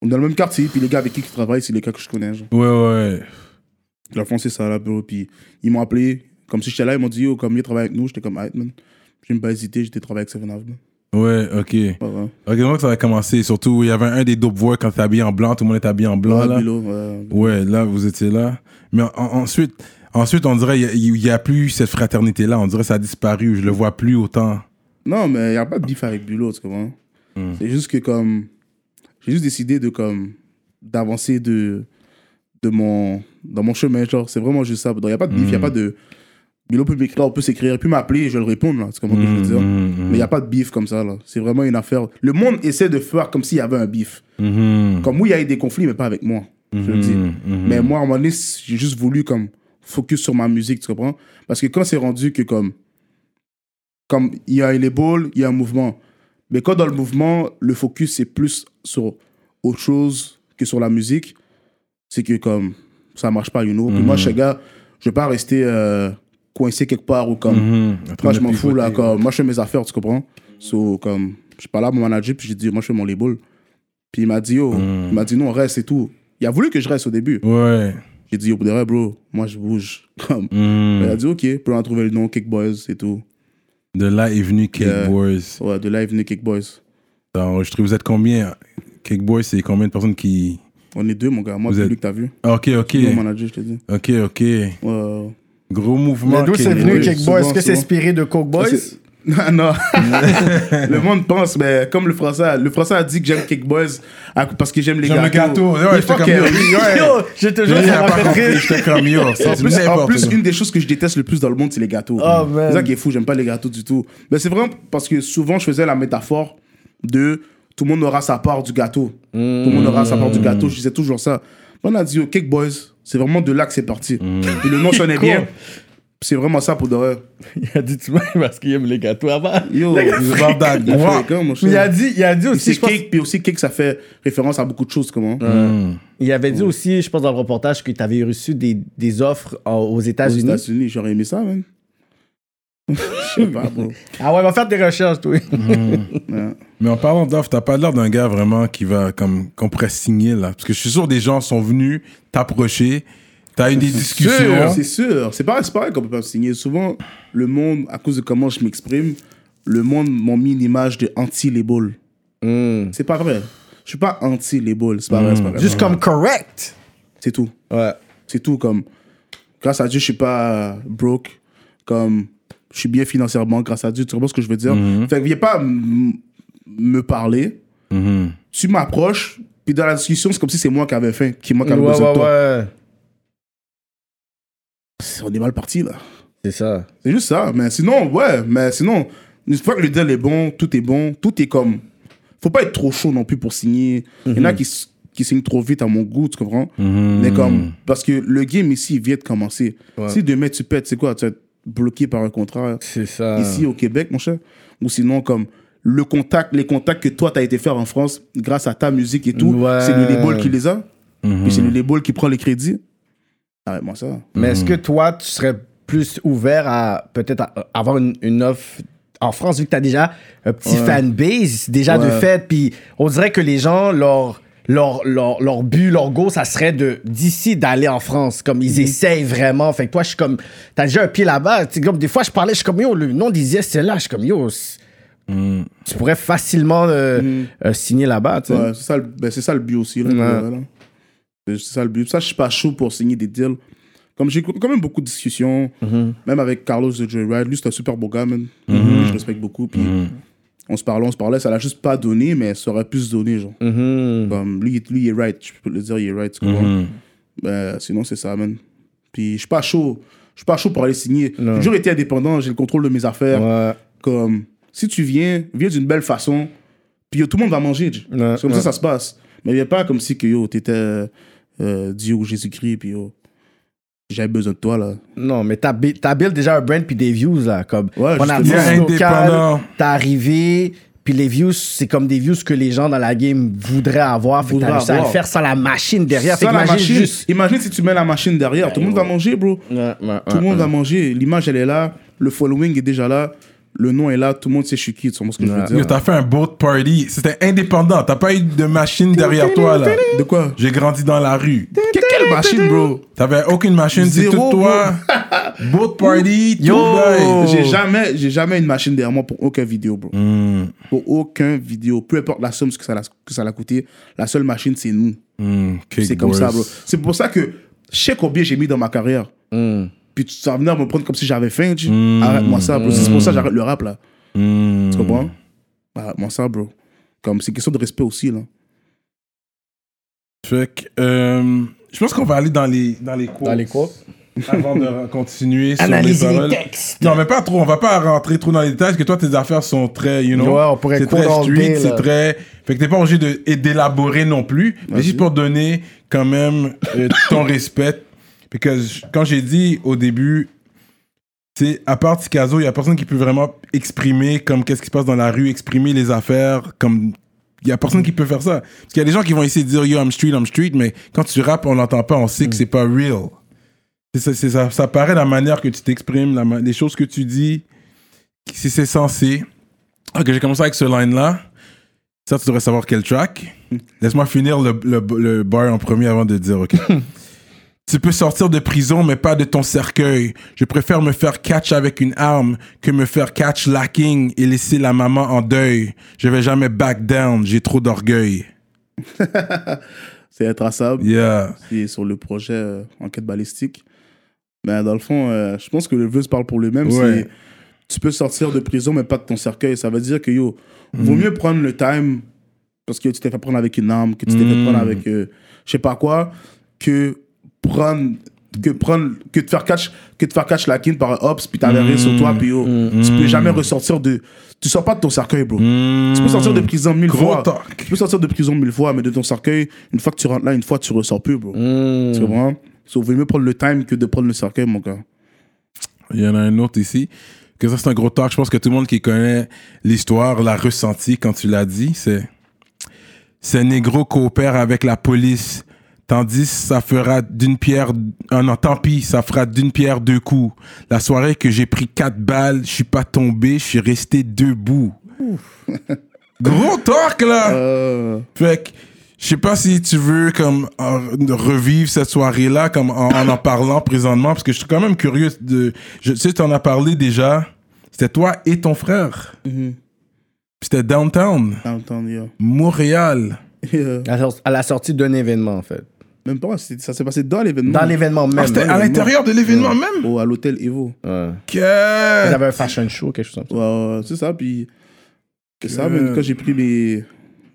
D: On est dans le même quartier, puis les gars avec qui je travaille, c'est les gars que je connais. Genre.
B: Ouais, ouais.
D: Puis, Dans le fond, c'est ça, là, bro. Puis ils m'ont appelé, comme si j'étais là, ils m'ont dit, yo, comme il travaille avec nous, j'étais comme, hype, man. J'ai même pas hésité, j'étais travaillé avec Seven Up.
B: Ouais, ok. Ok, donc ça avait commencé. Surtout, il y avait un des dope voix quand t'es habillé en blanc, tout le monde était habillé en blanc. là.
D: Bilo, ouais.
B: Ouais, là, vous étiez là. Mais en- en- ensuite, ensuite, on dirait il n'y a, plus eu cette fraternité-là. On dirait ça a disparu. Je le vois plus autant.
D: Non, mais il n'y a pas de bif avec Bulot, tu comprends? C'est juste que comme. J'ai juste décidé de comme. d'avancer de. de mon. dans mon chemin, genre. C'est vraiment juste ça. Il n'y a pas de bif, il n'y a pas de. Bulot peut m'écrire, on peut s'écrire, il peut m'appeler et je vais le répondre, là. Tu
B: Mm-hmm,
D: comprends ce que je veux dire?
B: Hmm,
D: Mais il n'y a pas de bif comme ça, là. C'est vraiment une affaire. Le monde essaie de faire comme s'il y avait un bif.
B: Mm-hmm,
D: Comme oui, il y a eu des conflits, mais pas avec moi. Je
B: Hmm.
D: le dis. Mais moi, à un moment donné, j'ai juste voulu comme. focus sur ma musique, tu comprends? Parce que quand c'est rendu que comme comme il y a les balles, il y a un mouvement. Mais quand dans le mouvement, le focus c'est plus sur autre chose que sur la musique, c'est que comme ça marche pas, you know. Puis moi, je suis un gars, je vais pas rester euh, coincé quelque part ou comme.
B: Hmm. mm-hmm.
D: Moi, je m'en fous là, comme. Moi, je fais mes affaires, tu comprends? So, comme, je suis pas là, mon manager, puis j'ai dit, moi, je fais mon label. Puis il m'a dit, oh, il m'a dit, non, reste et tout. Il a voulu que je reste au début.
B: Ouais.
D: J'ai dit, au bout de vrai, bro, moi, je bouge. *laughs* Comme.
B: Mhm.
D: Il a dit, ok, puis on a trouvé le nom Kick Boys et tout.
B: De là est venu Cake
D: Yeah.
B: Boys.
D: Ouais, de là est venu Kick Boys.
B: T'as enregistré. Vous êtes combien Cake Boys, c'est combien de personnes qui.
D: On est deux, mon gars. Moi,
B: Vous
D: c'est
B: êtes-
D: lui que t'as vu.
B: Ah, Ok, ok.
D: Mon manager, je te dis.
B: Ok, ok.
D: Ouais.
B: Gros mouvement.
C: Mais d'où
B: Cake
C: c'est venu
B: Boys.
C: Cake Boys? Est-ce
D: souvent,
C: que c'est
D: souvent.
C: inspiré de Coke Boys? *laughs*
D: C'est- Non, Ah, non. *laughs* le monde pense, mais comme le français, a- le français a dit que j'aime Kick Boys à- parce que j'aime les
B: J'aime le gâteau.
D: gâteaux.
B: Ouais,
D: Mais
B: j'étais
D: fuck
B: comme,
D: it.
B: yo,
D: *laughs* Ouais.
C: Yo, je te
B: J'ai
C: jure,
B: dit,
C: ça
B: ah,
C: m'a
B: pas
C: fait
B: compris.
C: rire.
B: J'étais comme yo.
D: En
B: C'est
D: plus, en
B: n'importe
D: plus
B: quoi.
D: une des choses que je déteste le plus dans le monde, c'est les gâteaux.
C: Oh, man.
D: c'est ça qui est fou, j'aime pas les gâteaux du tout. Mais c'est vraiment parce que souvent, je faisais la métaphore de tout le monde aura sa part du gâteau. Tout le monde aura sa part du gâteau. Je disais toujours ça. On a dit, oh, Cake Boys, c'est vraiment de là que c'est parti. Et le nom sonnait bien. C'est vraiment ça pour de vrai.
C: Il a dit, tu vois, parce qu'il aime les gâteaux avant.
D: Yo,
B: Des bardagues.
D: Il a fait
B: Wow.
D: les gars, mon cher.
C: Mais il a dit, il a dit
D: Puis
C: aussi,
D: c'est
C: je pense,
D: cake, puis aussi cake, ça fait référence à beaucoup de choses, comment
C: il avait dit aussi, je pense, dans le reportage que tu avais reçu des, des offres en- aux
D: Aux
C: États-Unis.
D: États-Unis, j'aurais aimé ça, man. *laughs* Je sais pas, bro.
C: ah ouais, va faire des recherches, *laughs* toi.
D: Ouais.
B: Mais en parlant d'offre, t'as pas l'air d'un gars vraiment qui va, comme, qu'on pourrait signer, là. Parce que je suis sûr des gens sont venus t'approcher, t'as eu des discussions.
D: C'est sûr. C'est pas, c'est pas vrai qu'on peut pas me signer. Souvent, le monde, à cause de comment je m'exprime, le monde m'a mis une image de anti-label. C'est pas vrai. Je suis pas anti-label. C'est pas vrai, c'est pas vrai.
C: Hmm. Juste comme correct.
D: C'est tout.
C: Ouais.
D: C'est tout. Comme, grâce à Dieu, je suis pas euh, broke. Comme, je suis bien financièrement, grâce à Dieu. Tu comprends ce que je veux dire?
C: Hmm.
D: Fait que viens pas m- me parler.
C: Hmm.
D: Tu m'approches, puis dans la discussion, c'est comme si c'est moi qui avais faim, qui moi qui
C: Ouais,
D: avais besoin de
C: ouais,
D: toi.
C: ouais.
D: On est mal parti, là.
C: C'est ça.
D: C'est juste ça. Mais sinon, ouais, mais sinon, une fois que le deal est bon, tout est bon, tout est comme. Faut pas être trop chaud non plus pour signer. Il y en a qui, s- qui signent trop vite à mon goût, tu comprends Mais comme, parce que le game ici il vient de commencer. Si demain tu pètes, c'est quoi Tu vas être bloqué par un contrat
C: C'est ça.
D: ici au Québec, mon cher Ou sinon, comme le contact, les contacts que toi, tu as été faire en France grâce à ta musique et tout,
C: Ouais.
D: c'est le label qui les a. Puis c'est le label qui prend les crédits. Arrête-moi ça.
C: Mais est-ce que toi, tu serais plus ouvert à peut-être à- à avoir une, une offre en France, vu que tu as déjà un petit fanbase, déjà de
D: Ouais.
C: fait, puis on dirait que les gens, leur, leur, leur, leur but, leur go, ça serait de d'ici d'aller en France. Comme
D: Hmm.
C: ils essayent vraiment. Fait que toi, je suis comme, t'as déjà un pied là-bas. Tu sais, Comme des fois, je parlais, je suis comme, yo, le nom des IS, c'est là. Je suis comme, yo, c'est-
D: Hmm.
C: tu pourrais facilement euh, euh, signer là-bas, tu sais.
D: Ouais, c'est ça, le- ben, c'est ça le but aussi. là, voilà. C'est c'est ça le but. Ça, je suis pas chaud pour signer des deals. Comme j'ai quand même beaucoup de discussions,
C: Mm-hmm.
D: même avec Carlos de Joyride. Lui, c'est un super beau gars, man. Je respecte beaucoup. Puis
C: Mm-hmm.
D: on se parlait, on se parlait. Ça l'a juste pas donné, mais ça aurait pu se donner, genre.
C: Mm-hmm.
D: Comme lui, lui, il est right. Je peux le dire, il est right. tu comprends? Ben, sinon, c'est ça, man. Puis je suis pas chaud. Je suis pas chaud pour aller signer. J'ai toujours été indépendant, j'ai le contrôle de mes affaires.
C: Ouais.
D: Comme, si tu viens, viens d'une belle façon, puis yo, tout le monde va manger. J.
C: Ouais,
D: c'est comme
C: ouais.
D: ça ça se passe. Mais il a pas comme si que yo, t'étais euh, Dieu ou Jésus-Christ, puis yo, j'avais besoin de toi, là.
C: Non, mais t'as bi- t'as build déjà un brand puis des views, là. Comme,
D: Ouais,
C: on a
D: justement.
C: un
B: Bien indépendant.
C: local, t'es arrivé, puis les views, c'est comme des views que les gens dans la game voudraient avoir. Fait que t'as
D: Voudraient
C: réussi à le
D: avoir.
C: faire sans la machine derrière. fait
D: Sans la
C: qu'imagine
D: machine,
C: juste-
D: imagine si tu mets la machine derrière, tout le monde va manger, bro. Tout le monde va manger. L'image, elle est là, le following est déjà là, le nom est là, tout le monde sait je suis qui, tu comprends ce que je veux
B: Yo,
D: dire.
B: t'as fait un boat party. C'était indépendant. T'as pas eu de machine derrière toi, là.
D: De quoi
B: J'ai grandi dans la rue.
D: Que- Quelle machine, bro
B: T'avais aucune machine, c'est tout
D: Zéro,
B: toi. boat party, tout
D: Yo,
B: guy.
D: j'ai jamais, j'ai jamais une machine derrière moi pour aucun vidéo, bro. Pour aucun vidéo, peu importe la somme que ça l'a, que ça l'a coûté, la seule machine c'est nous.
B: Mm, kick
D: c'est comme
B: boys.
D: ça, bro. C'est pour ça que je sais combien j'ai mis dans ma carrière.
C: Hmm.
D: Puis tu vas venir me prendre comme si j'avais faim, tu- Arrête-moi ça, bro. C'est pour ça que j'arrête le rap là.
B: Mm.
D: Tu comprends? Arrête-moi ça, bro. Comme c'est question de respect aussi là.
B: Fait que, euh, je pense qu'on va aller dans les, dans les cours.
C: Dans les cours.
B: Avant de continuer sur
C: Analyser
B: les
C: les
B: paroles.
C: textes.
B: Non, mais pas trop. On va pas rentrer trop dans les détails parce que toi, tes affaires sont très, you know.
C: Ouais, on pourrait
B: C'est très
C: court all
B: street,
C: day,
B: c'est
C: là.
B: très. Fait que t'es pas obligé de- et d'élaborer non plus. Mais juste pour donner quand même euh,
C: *coughs*
B: ton respect. Parce que je- quand j'ai dit au début, c'est à part Ticazo, il y a personne qui peut vraiment exprimer comme qu'est-ce qui se passe dans la rue, exprimer les affaires comme. Il y a personne qui peut faire ça. Parce qu'il y a des gens qui vont essayer de dire yo, I'm street, I'm street, mais quand tu rappes, on l'entend pas, on sait
C: Mm.
B: que c'est pas real. C'est ça, c'est ça, ça paraît la manière que tu t'exprimes, la ma- les choses que tu dis, si c'est censé. Ok, j'ai commencé avec ce line-là. Ça, tu devrais savoir quel track. Laisse-moi finir le, le, le bar en premier avant de dire,
D: *laughs*
B: ok. tu peux sortir de prison, mais pas de ton cercueil. Je préfère me faire catch avec une arme que me faire catch lacking et laisser la maman en deuil. Je vais jamais back down, j'ai trop d'orgueil.
D: C'est intraçable.
B: Yeah.
D: et sur le projet euh, Enquête Balistique. Mais dans le fond, euh, je pense que le vœu se parle pour lui-même.
B: Ouais.
D: C'est Tu peux sortir de prison, mais pas de ton cercueil. Ça veut dire que, yo, vaut
B: Mhm.
D: mieux prendre le time parce que tu t'es fait prendre avec une arme, que tu t'es fait prendre
B: Mhm.
D: avec euh, je sais pas quoi, que prendre que prendre que te faire catch que te faire catch la kin par un ops puis t'as rien sur
B: Mhm.
D: toi puis yo, tu peux jamais ressortir de tu sors pas de ton cercueil bro tu peux sortir de prison mille
B: Mhm. Gros
D: fois
B: talk.
D: tu peux sortir de prison mille fois mais de ton cercueil une fois que tu rentres là une fois tu ressors plus bro
C: Hmm.
D: tu comprends so, vaut mieux prendre le time que de prendre le cercueil mon gars
B: Il y en a un autre ici. Que ça, c'est un gros talk. Je pense que tout le monde qui connaît l'histoire l'a ressenti quand tu l'as dit. C'est. Ces négros coopèrent avec la police. Tandis, ça fera d'une pierre. Ah non, tant pis, ça fera d'une pierre deux coups. La soirée que j'ai pris quatre balles, je suis pas tombé, je suis resté debout. Gros talk, là!
D: Euh,
B: Fait que, je sais pas si tu veux comme en- revivre cette soirée-là comme en en, en parlant présentement, parce que je suis quand même curieux de... Je sais, tu en as parlé déjà. C'était toi et ton frère. Puis C'était downtown,
D: downtown, yeah.
B: Montréal.
D: *laughs* Yeah.
C: À la sor- à la sortie d'un événement, en fait.
D: même pas c'est- ça s'est passé dans l'événement
C: Dans l'événement même.
B: Ah, c'était à
C: Ouais.
B: l'intérieur de l'événement même.
D: Oh, à l'hôtel Evo
C: Ouais. Ils
B: Que...
C: avaient un fashion show, quelque chose comme ça.
D: Ouais, ouais, ouais, c'est ça. Puis, c'est ça, mais quand j'ai pris mes,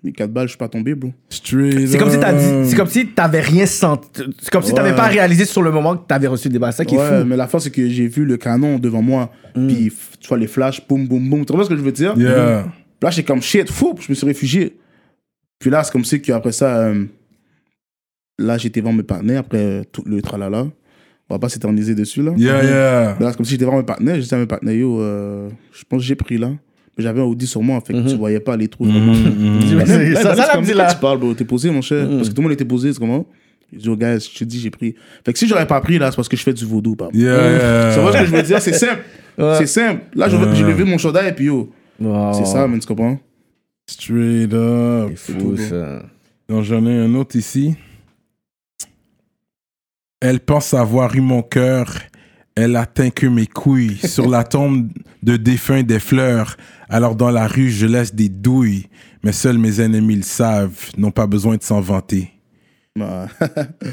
D: mes 4 balles, je suis pas tombé, bro.
C: C'est comme si t'as dit, c'est comme si t'avais rien senti, c'est comme si t'avais
D: Ouais.
C: pas réalisé sur le moment que t'avais reçu le débat. C'est ça qui est
D: Ouais,
C: fou.
D: mais la force, c'est que j'ai vu le canon devant moi. Puis, f- tu vois, les flashs, boum, boum, boum. Tu comprends ce que je veux dire?
B: Yeah.
D: Là, j'étais comme shit, fou, je me suis réfugié. Puis là, c'est comme si qu'après ça, euh, Là, j'étais devant mes partenaires après euh, tout le tralala. On va pas s'éterniser dessus, là.
B: Yeah, yeah.
D: Là, c'est comme si j'étais devant mes partenaires. Je disais à mes partenaires, yo, euh, je pense que j'ai pris là. Mais j'avais un Audi sur moi, fait que tu voyais pas les trous.
B: Mm-hmm.
D: vraiment.
B: Mhm. *laughs*
D: *laughs*
C: Ouais, c'est-
D: Là,
C: ça,
D: là,
C: ça,
D: c'est
C: la
D: comme,
C: petite,
D: là,
C: là.
D: tu parles, bro. T'es posé, mon cher. Parce que tout le monde était posé, c'est comment Je dis, oh, guys, je te dis, j'ai pris. Fait que si j'aurais pas pris, là, c'est parce que je fais du vaudou, par exemple.
B: Yeah, yeah.
D: C'est vrai ce que je veux dire, c'est simple. C'est simple. Là, je- j'ai levé mon chandail et puis yo.
C: Oh.
D: C'est ça, man, tu comprends
B: Straight up.
C: Fou, ça.
B: Donc j'en ai un autre ici. Elle pense avoir eu mon cœur. Elle atteint que mes *laughs* couilles. Sur la tombe de défunt des fleurs. Alors dans la rue, je laisse des douilles. Mais seuls mes ennemis le savent. N'ont pas besoin de s'en vanter.
D: Bah,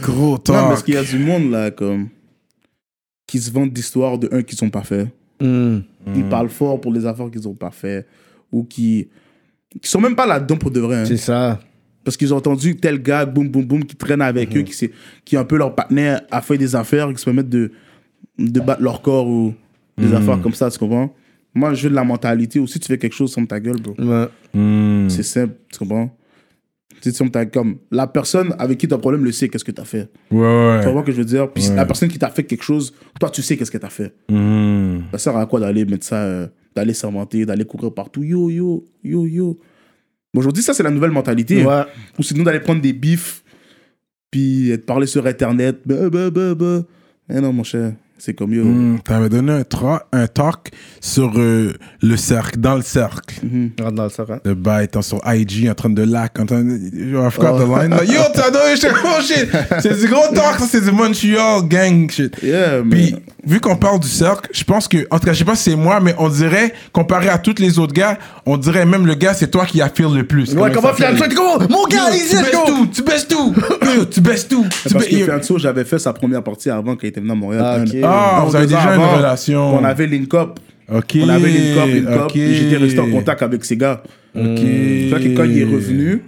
B: Gros
D: Non,
B: talk.
D: parce qu'il y a du monde, là, comme. qui se vendent d'histoires de un qui sont pas faits.
C: Hum.
D: Ils parlent fort pour les affaires qu'ils ont pas fait. Ou qui. qui sont même pas là-dedans pour de vrai. hein.
C: C'est ça.
D: Parce qu'ils ont entendu tel gars, boum, boum, boum, qui traîne avec eux, qui, s'est- qui est un peu leur partenaire à faire des affaires, qui se permettent de, de battre leur corps ou des affaires comme ça, tu comprends? Moi, je veux de la mentalité aussi, tu fais quelque chose, sans ta gueule, bro.
C: Ouais.
B: Hmm.
D: C'est simple, tu comprends? Tu sais, somme ta- comme la personne avec qui tu as problème le sait, qu'est-ce que tu as fait.
B: Ouais,
D: Tu
B: ouais.
D: vois ce que je veux dire? Puis la personne qui t'a fait quelque chose, toi, tu sais qu'est-ce que tu as fait.
B: Hmm.
D: Ça sert à quoi d'aller mettre ça, euh, d'aller s'inventer, d'aller courir partout, yo, yo, yo, yo. Mais Aujourd'hui, ça, c'est la nouvelle mentalité.
C: Ouais.
D: Ou sinon d'aller prendre des bifs, puis être parlé sur Internet. Bah, bah, bah, bah. Eh non, mon cher, c'est comme yo.
B: Hmm. T'avais donné un, tra- un talk sur euh, le cercle, dans le cercle.
C: Rentre dans le sac, hein.
B: Le bail étant sur IG en train de lac, en train de. Yo, I forgot
D: Oh.
B: the line. Like, Yo, t'as donné, je oh shit. C'est du gros talk, ça, c'est du Montreal gang shit.
D: Yeah,
B: Puis,
D: mais
B: vu qu'on parle du cercle, je pense que, en tout cas, je sais pas si c'est moi, mais on dirait, comparé à tous les autres gars, on dirait même le gars, c'est toi qui affile le plus.
C: Ouais, comment
B: il
C: faire le
B: s'appelle?
C: truc? Comment? Mon gars,
B: Yo,
C: allez-y,
B: Tu
C: let's
B: baisses
C: go!
B: tout, tu baisses tout. Yo, Tu baisses
D: *laughs*
B: tout. Tu
D: parce
B: baisses-
D: que
B: Yo.
D: Fianso, j'avais fait sa première partie avant qu'il était venu à Montréal.
C: Ah,
D: Un-
C: ok.
B: Ah,
D: un
B: vous
D: ou
B: avez
D: deux ans
B: déjà une
D: avant,
B: relation.
D: On avait Link Up.
B: Ok.
D: On avait Link Up, Link Up.
B: ok.
D: et J'étais resté en contact avec ces gars.
B: Ok.
D: C'est vrai que quand il est revenu,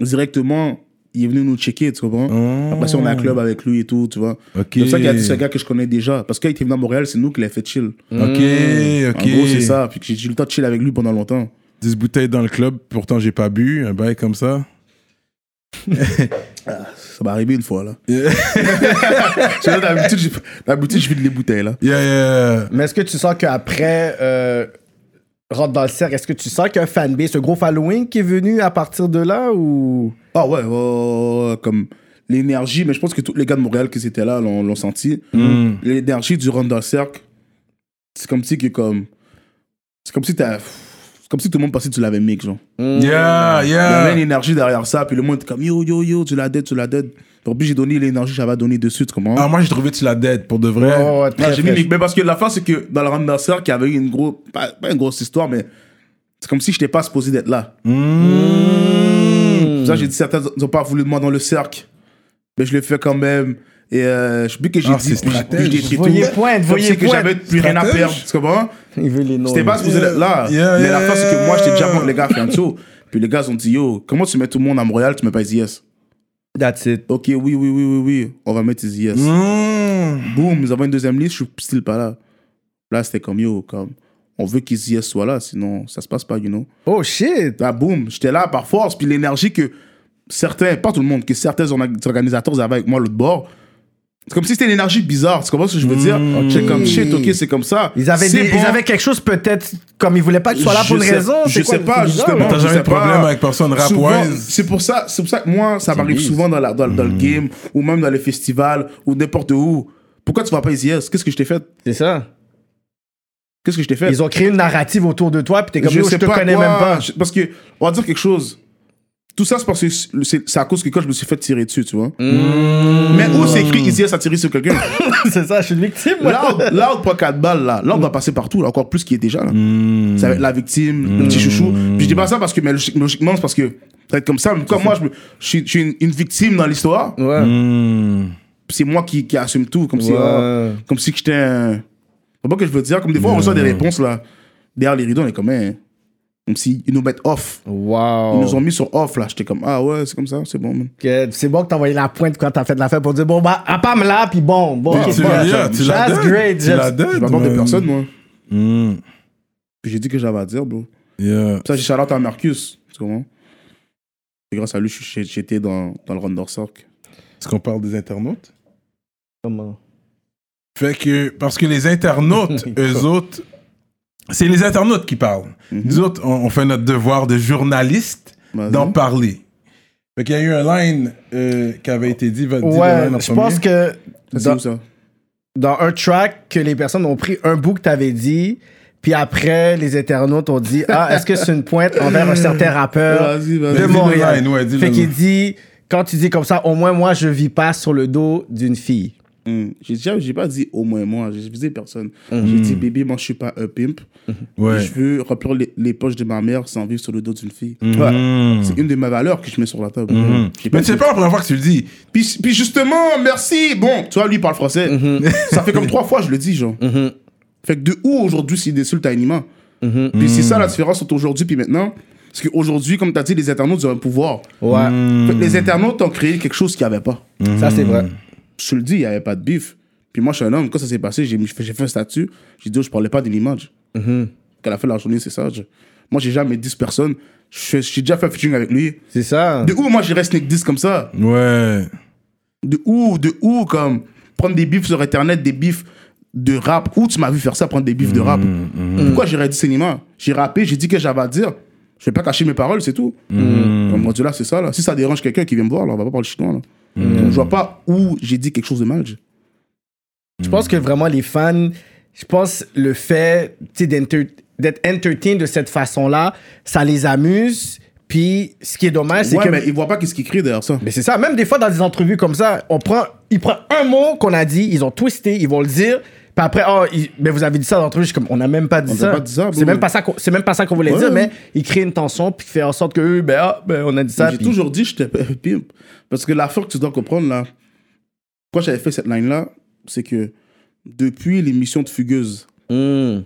D: directement, il est venu nous checker, tu comprends? Après ça, on a un club avec lui et tout, tu vois.
B: Ah. Ok.
D: C'est pour ça qu'il y a dit, c'est un gars que je connais déjà. Parce qu'il était venu à Montréal, c'est nous qui l'a fait chill.
B: Ok, ok.
D: En gros, c'est ça. Puis que j'ai eu le temps de chill avec lui pendant longtemps.
B: 10 bouteilles dans le club, pourtant j'ai pas bu, un bail comme ça.
D: Ça m'est arrivé une fois, là. *laughs* Parce que là, D'habitude, j'ai- d'habitude, je vide les bouteilles, là.
B: Yeah, yeah.
C: Mais est-ce que tu sens qu'après euh, rentre dans le cercle, est-ce que tu sens qu'il y a un fanbase, un gros following qui est venu à partir de là ou.
D: Ah ouais, ouais, ouais, ouais, ouais, comme l'énergie, mais je pense que tous les gars de Montréal qui étaient là l'ont l'ont senti.
B: Mm.
D: L'énergie du rentre dans le cercle, c'est comme si que comme. C'est comme si t'as. C'est comme si tout le monde pensait que tu l'avais mix, genre.
B: Yeah,
D: Il y avait une
B: yeah.
D: énergie derrière ça, puis le monde était comme yo, yo, yo, tu la dead, tu la dead. Puis puis j'ai donné l'énergie que j'avais à donner dessus, tu comprends?
B: Ah, moi, j'ai trouvé tu la dead, pour de vrai.
C: Oh, Ouais, ouais, ouais,
D: Ah,
C: très
D: j'ai mis
C: fraîche.
D: les- Mais parce que la fin, c'est que dans le rentre dans le cercle, il y avait eu une grosse. Pas, pas une grosse histoire, mais c'est comme si je n'étais pas supposé d'être là.
B: Mm.
D: Pour Ça, j'ai dit certains n'ont pas voulu de moi dans le cercle, mais je l'ai fait quand même. Et euh, je sais plus que j'ai
B: Ah,
D: dit,
B: c'est
D: puis j'ai- puis je l'ai
B: stratège.
D: écrit
C: Voyez
D: tout.
C: pointe,
D: Comme
C: voyez
D: si que
C: pointe.
D: j'avais plus rien à
B: Stratège.
D: perdre, tu comprends
C: Il veut les noms.
D: J'étais pas
C: lui.
D: supposé être là.
B: Yeah,
D: mais
B: yeah,
D: la fin, c'est
B: yeah,
D: que moi, j'étais déjà
B: yeah.
D: avec les gars Fianso. Puis les gars ont dit, yo, comment tu mets tout le monde à Montréal, tu mets pas yes
C: That's it.
D: Ok, oui, oui, oui, oui, oui, on va mettre yes
B: Mm.
D: Boum, nous avons une deuxième liste, je suis still pas là. Là, c'était comme, yo, comme, on veut qu'Izzy soit là, sinon ça se passe pas, you know.
C: Oh shit!
D: Là, boum, j'étais là par force. Puis l'énergie que certains, pas tout le monde, que certains orga- organisateurs avaient avec moi l'autre bord. C'est comme si c'était une énergie bizarre. Tu comprends ce que je veux dire? J'étais comme shit, ok, c'est comme ça.
C: Hmm. Ils avaient,
D: C'est
C: des-
D: bon.
C: ils avaient quelque chose peut-être, comme ils voulaient pas que tu sois là
D: Je
C: pour une
D: sais-
C: raison.
D: je
C: c'est quoi,
D: sais
C: le
D: pas,
C: truc bizarre,
D: justement.
B: T'as
D: Je
B: jamais
D: sais
B: de problème
D: pas.
B: avec personne
D: Souvent,
B: rap-wise. Hmm.
D: C'est pour ça, c'est pour ça que moi, ça m'arrive souvent dans, la- dans- dans le game, ou même dans les festivals, ou n'importe où. Pourquoi tu vas pas ici? Qu'est-ce que je t'ai fait?
C: C'est ça.
D: Qu'est-ce que je t'ai fait?
C: Ils ont créé une narrative autour de toi, puis t'es comme,
D: je
C: yo, je
D: sais
C: te
D: pas
C: connais
D: quoi.
C: même pas. *laughs*
D: Je- Parce que, on va dire quelque chose. Tout ça, c'est parce que c'est c'est à cause que quand je me suis fait tirer dessus, tu vois.
C: Hmm.
D: Mais où c'est écrit Isias a tiré sur
C: *laughs*
D: quelqu'un
C: c'est ça, je suis une victime, moi.
D: Là, on- là, on prend 4 balles, là. Là, on doit passer partout, là, encore plus qu'il est déjà, là.
C: Hmm.
D: Ça va être la victime, le petit chouchou. Puis je dis pas ça parce que, mais logique- logiquement, c'est parce que ça va être comme ça. Mais comme moi, je, me- je suis, je suis une, une victime dans l'histoire,
C: Ouais.
B: Mm.
D: c'est moi qui, qui assume tout, comme si,
C: Ouais.
D: ah, comme si que j'étais un. C'est pas que je veux dire, comme des fois, on reçoit des réponses, là. Derrière les rideaux, on est comme, hein, comme s'ils nous mettent off. Ils nous ont
B: Oh.
C: Wow.
D: mis sur off là. J'étais comme ah ouais, c'est comme ça, c'est bon. man.
C: Que- C'est bon que t'as envoyé la pointe quand t'as fait de l'affaire pour dire, bon, bah, à pas me là, puis bon, bon.
D: Ah,
C: ok,
B: Tu
D: ouais,
B: l'as-
C: bon.
B: yeah, tu la
C: That's
B: dead.
C: great,
B: Tu la
C: just-
B: dead,
D: Je m'aborde de
B: man.
D: personne moi.
B: Mm.
D: Puis j'ai dit que j'avais à dire, bro.
B: Yeah.
D: Ça, j'ai charlotte à Marcus. Tu comprends Et grâce à lui, je suis- j'étais dans, dans le Rondor Circle.
B: Est-ce qu'on parle des internautes?
C: Comment
B: Fait que, parce que les internautes, eux autres, c'est les internautes qui parlent. Nous autres, on, on fait notre devoir de journaliste
D: Vas-y.
B: d'en parler. Fait qu'il y a eu un line euh, qui avait été dit. va- dis le
C: Ouais,
B: line en
C: je pense
B: premier.
C: que
D: C'est
C: dans,
D: où ça
C: dans un track que les personnes ont pris un bout que t'avais dit, puis après les internautes ont dit ah est-ce que c'est une pointe envers un certain rappeur
D: Vas-y, vas-y.
C: de
B: Dis-le
C: Montréal.
B: line, ouais, dis-le
C: fait qu'il
B: line.
C: dit quand tu dis comme ça, au moins moi je vis pas sur le dos d'une fille.
D: Hmm. J'ai déjà- j'ai pas dit au moins moi, j'ai dit personne. J'ai dit bébé, moi je suis pas un pimp.
B: Hmm. Ouais.
D: Je veux remplir les, les poches de ma mère sans vivre sur le dos d'une fille.
B: Mhm.
D: C'est une de mes valeurs que je mets sur la table. J'ai
B: Hmm. Mais c'est
D: dit-
B: pas la première fois que tu le dis.
D: Puis, puis justement, merci. Bon, tu vois, lui il parle français. *laughs* Ça fait comme trois fois, je le dis, genre. Fait que de où aujourd'hui s'il insulte à Anima Puis c'est ça la différence entre aujourd'hui puis maintenant. Parce qu'aujourd'hui, comme tu as dit, les internautes ont un pouvoir.
C: Ouais,
B: Mm.
D: Fait que les internautes ont créé quelque chose qu'il n'y avait pas.
C: ça c'est vrai.
D: Je te le dis, il n'y avait pas de bif. Puis moi, je suis un homme. Quand ça s'est passé, j'ai mis- j'ai fait un statut. J'ai dit, oh, je parlais pas de l'image. Qu'à la fin de la journée, c'est ça. je- Moi, j'ai jamais 10 personnes. Je- J'ai déjà fait un featuring avec lui.
C: C'est ça.
D: De où moi, j'irais sneak 10 comme ça
B: Ouais.
D: de où, de où, comme prendre des bifs sur internet, des bifs de rap. Où tu m'as vu faire ça, prendre des bifs de
C: Mm,
D: rap Pourquoi j'irais du cinéma J'ai rappé, j'ai dit que j'avais à dire. Je vais pas cacher mes paroles, c'est tout.
C: Mm.
D: Comme rendu là, c'est ça. Là. Si ça dérange quelqu'un qui vient me voir, là, on va pas parler chinois. Là.
C: Mm.
D: Donc, je vois pas où j'ai dit quelque chose de mal. je-
C: Je pense que vraiment les fans, je pense le fait tu sais, d'enter- d'être entertain de cette façon-là, ça les amuse. Puis ce qui est dommage, c'est
D: Ouais,
C: que
D: mais ils voient pas qu'est-ce qu'ils crient derrière ça.
C: Mais c'est ça, même des fois dans des entrevues comme ça, on prend, ils prennent un mot qu'on a dit, ils ont twisté, ils vont le dire, puis après, oh, ils- mais vous avez dit ça dans l'entrevue, je suis comme, on n'a même pas dit
D: On
C: ça.
D: n'a pas dit ça,
C: c'est
D: bon.
C: même pas ça, qu'on- c'est même pas ça qu'on voulait
D: Ouais.
C: dire, mais ils créent une tension, puis fait en sorte que, eux, ben, ah, ben, on a dit ça.
D: J'ai
C: puis-
D: toujours dit, j'étais pas un *laughs* pimp. Parce que l'affaire que tu dois comprendre, là, pourquoi j'avais fait cette line-là, c'est que depuis l'émission de Fugueuse,
C: Hmm.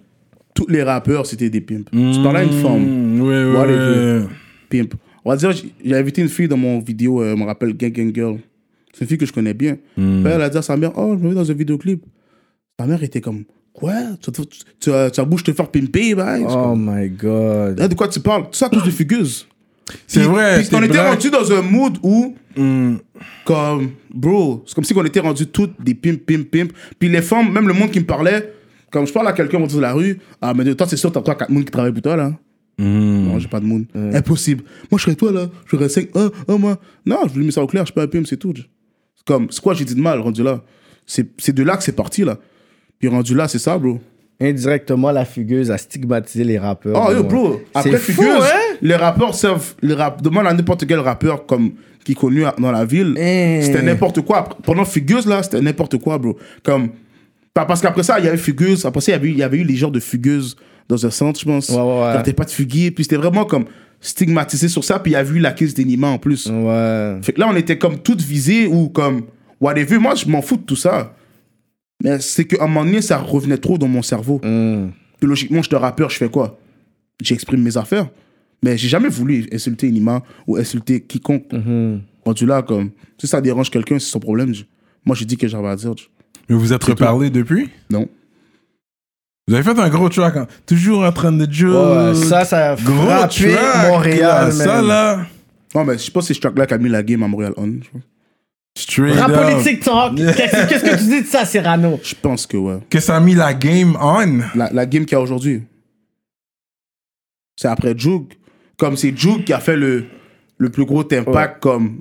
D: tous les rappeurs, c'était des pimps. Tu parlais à une femme.
C: Mm.
B: Mmh, Ouais, ouais,
D: Whatever.
B: ouais.
D: pimp. On va dire, j'ai- j'ai invité une fille dans mon vidéo, euh, je me rappelle Gang Gang Girl. C'est une fille que je connais bien. Puis Elle a dit à sa mère, oh, je me mets dans un vidéoclip. Sa mère était comme, quoi Tu, tu, tu, tu as- tu as bouche te faire pimper, bah
C: Oh my god.
D: De quoi tu parles Tout ça à cause de fugueuse.
B: C'est
D: Puis-
B: vrai.
D: Puis on
B: t'es
D: était
B: black.
D: rendu dans un mood où,
B: Mmh.
D: comme, bro, c'est comme si on était rendu toutes des pimp, pimp, pimp. Puis les femmes, même le monde qui me parlait, comme je parle à quelqu'un au bout de la rue, ah, mais de toi, c'est sûr, t'as toi, quatre monde qui travaillent pour toi, là.
B: Hmm.
D: Non, j'ai pas de moon. Impossible. Moi, je serais toi, là. Je serais 5. Oh, oh, moi. Non, je lui mets ça au clair. Je suis pas un pim, c'est tout. C'est Comme, c'est quoi j'ai dit de mal, rendu là C'est c'est de là que c'est parti, là. Puis rendu là, c'est ça, bro.
C: Indirectement, la fugueuse a stigmatisé les rappeurs.
D: Oh, yo,
C: Ouais.
D: bro. Après,
C: C'est fou,
D: Fugueuse,
C: hein?
D: les rappeurs servent. Les rap... Demande à n'importe quel rappeur comme, qui est connu à- dans la ville.
C: Eh.
D: C'était n'importe quoi. Après- Pendant Fugueuse, là, c'était n'importe quoi, bro. Comme. pas- Parce qu'après ça, il y avait Fugueuse. Après ça, il y avait, eu- il y avait eu les gens de Fugueuse dans un centre, je pense.
C: Ouais, ouais, ouais.
D: Quand t'es pas de fuguier. Puis c'était vraiment comme stigmatisé sur ça. Puis il y a eu la crise d'Enima en plus.
C: Ouais.
D: Fait que là, on était comme toutes visées ou comme whatever. Moi, je m'en fous de tout ça. Mais c'est qu'à un moment donné, ça revenait trop dans mon cerveau.
C: Hmm.
D: Puis logiquement, je te rappeur, je fais quoi J'exprime mes affaires. Mais j'ai jamais voulu insulter Inima ou insulter quiconque.
C: Euh,
D: Rendu là, comme, si ça dérange quelqu'un, c'est son problème. je- Moi, j'ai dit que j'avais à dire. je-
B: Mais vous êtes reparlé depuis
D: Non.
B: Vous avez fait un gros track. hein. Toujours en train de jouer.
C: Ouais, ça, ça a
B: Gros
C: frappé
B: track,
C: Montréal,
B: là, Ça,
C: man.
B: là.
D: Non, mais je pense que c'est ce track-là qui a mis la game à Montréal on. je pense.
B: Straight
C: Rap
B: up.
C: politique talk. Qu'est-ce qu'est-ce que tu dis de ça, Cyrano?
D: Je pense que, ouais.
B: Que ça a mis la game on.
D: la, la game qu'il y a aujourd'hui. C'est après Jug. Comme c'est Jug qui a fait le, le plus gros impact, comme.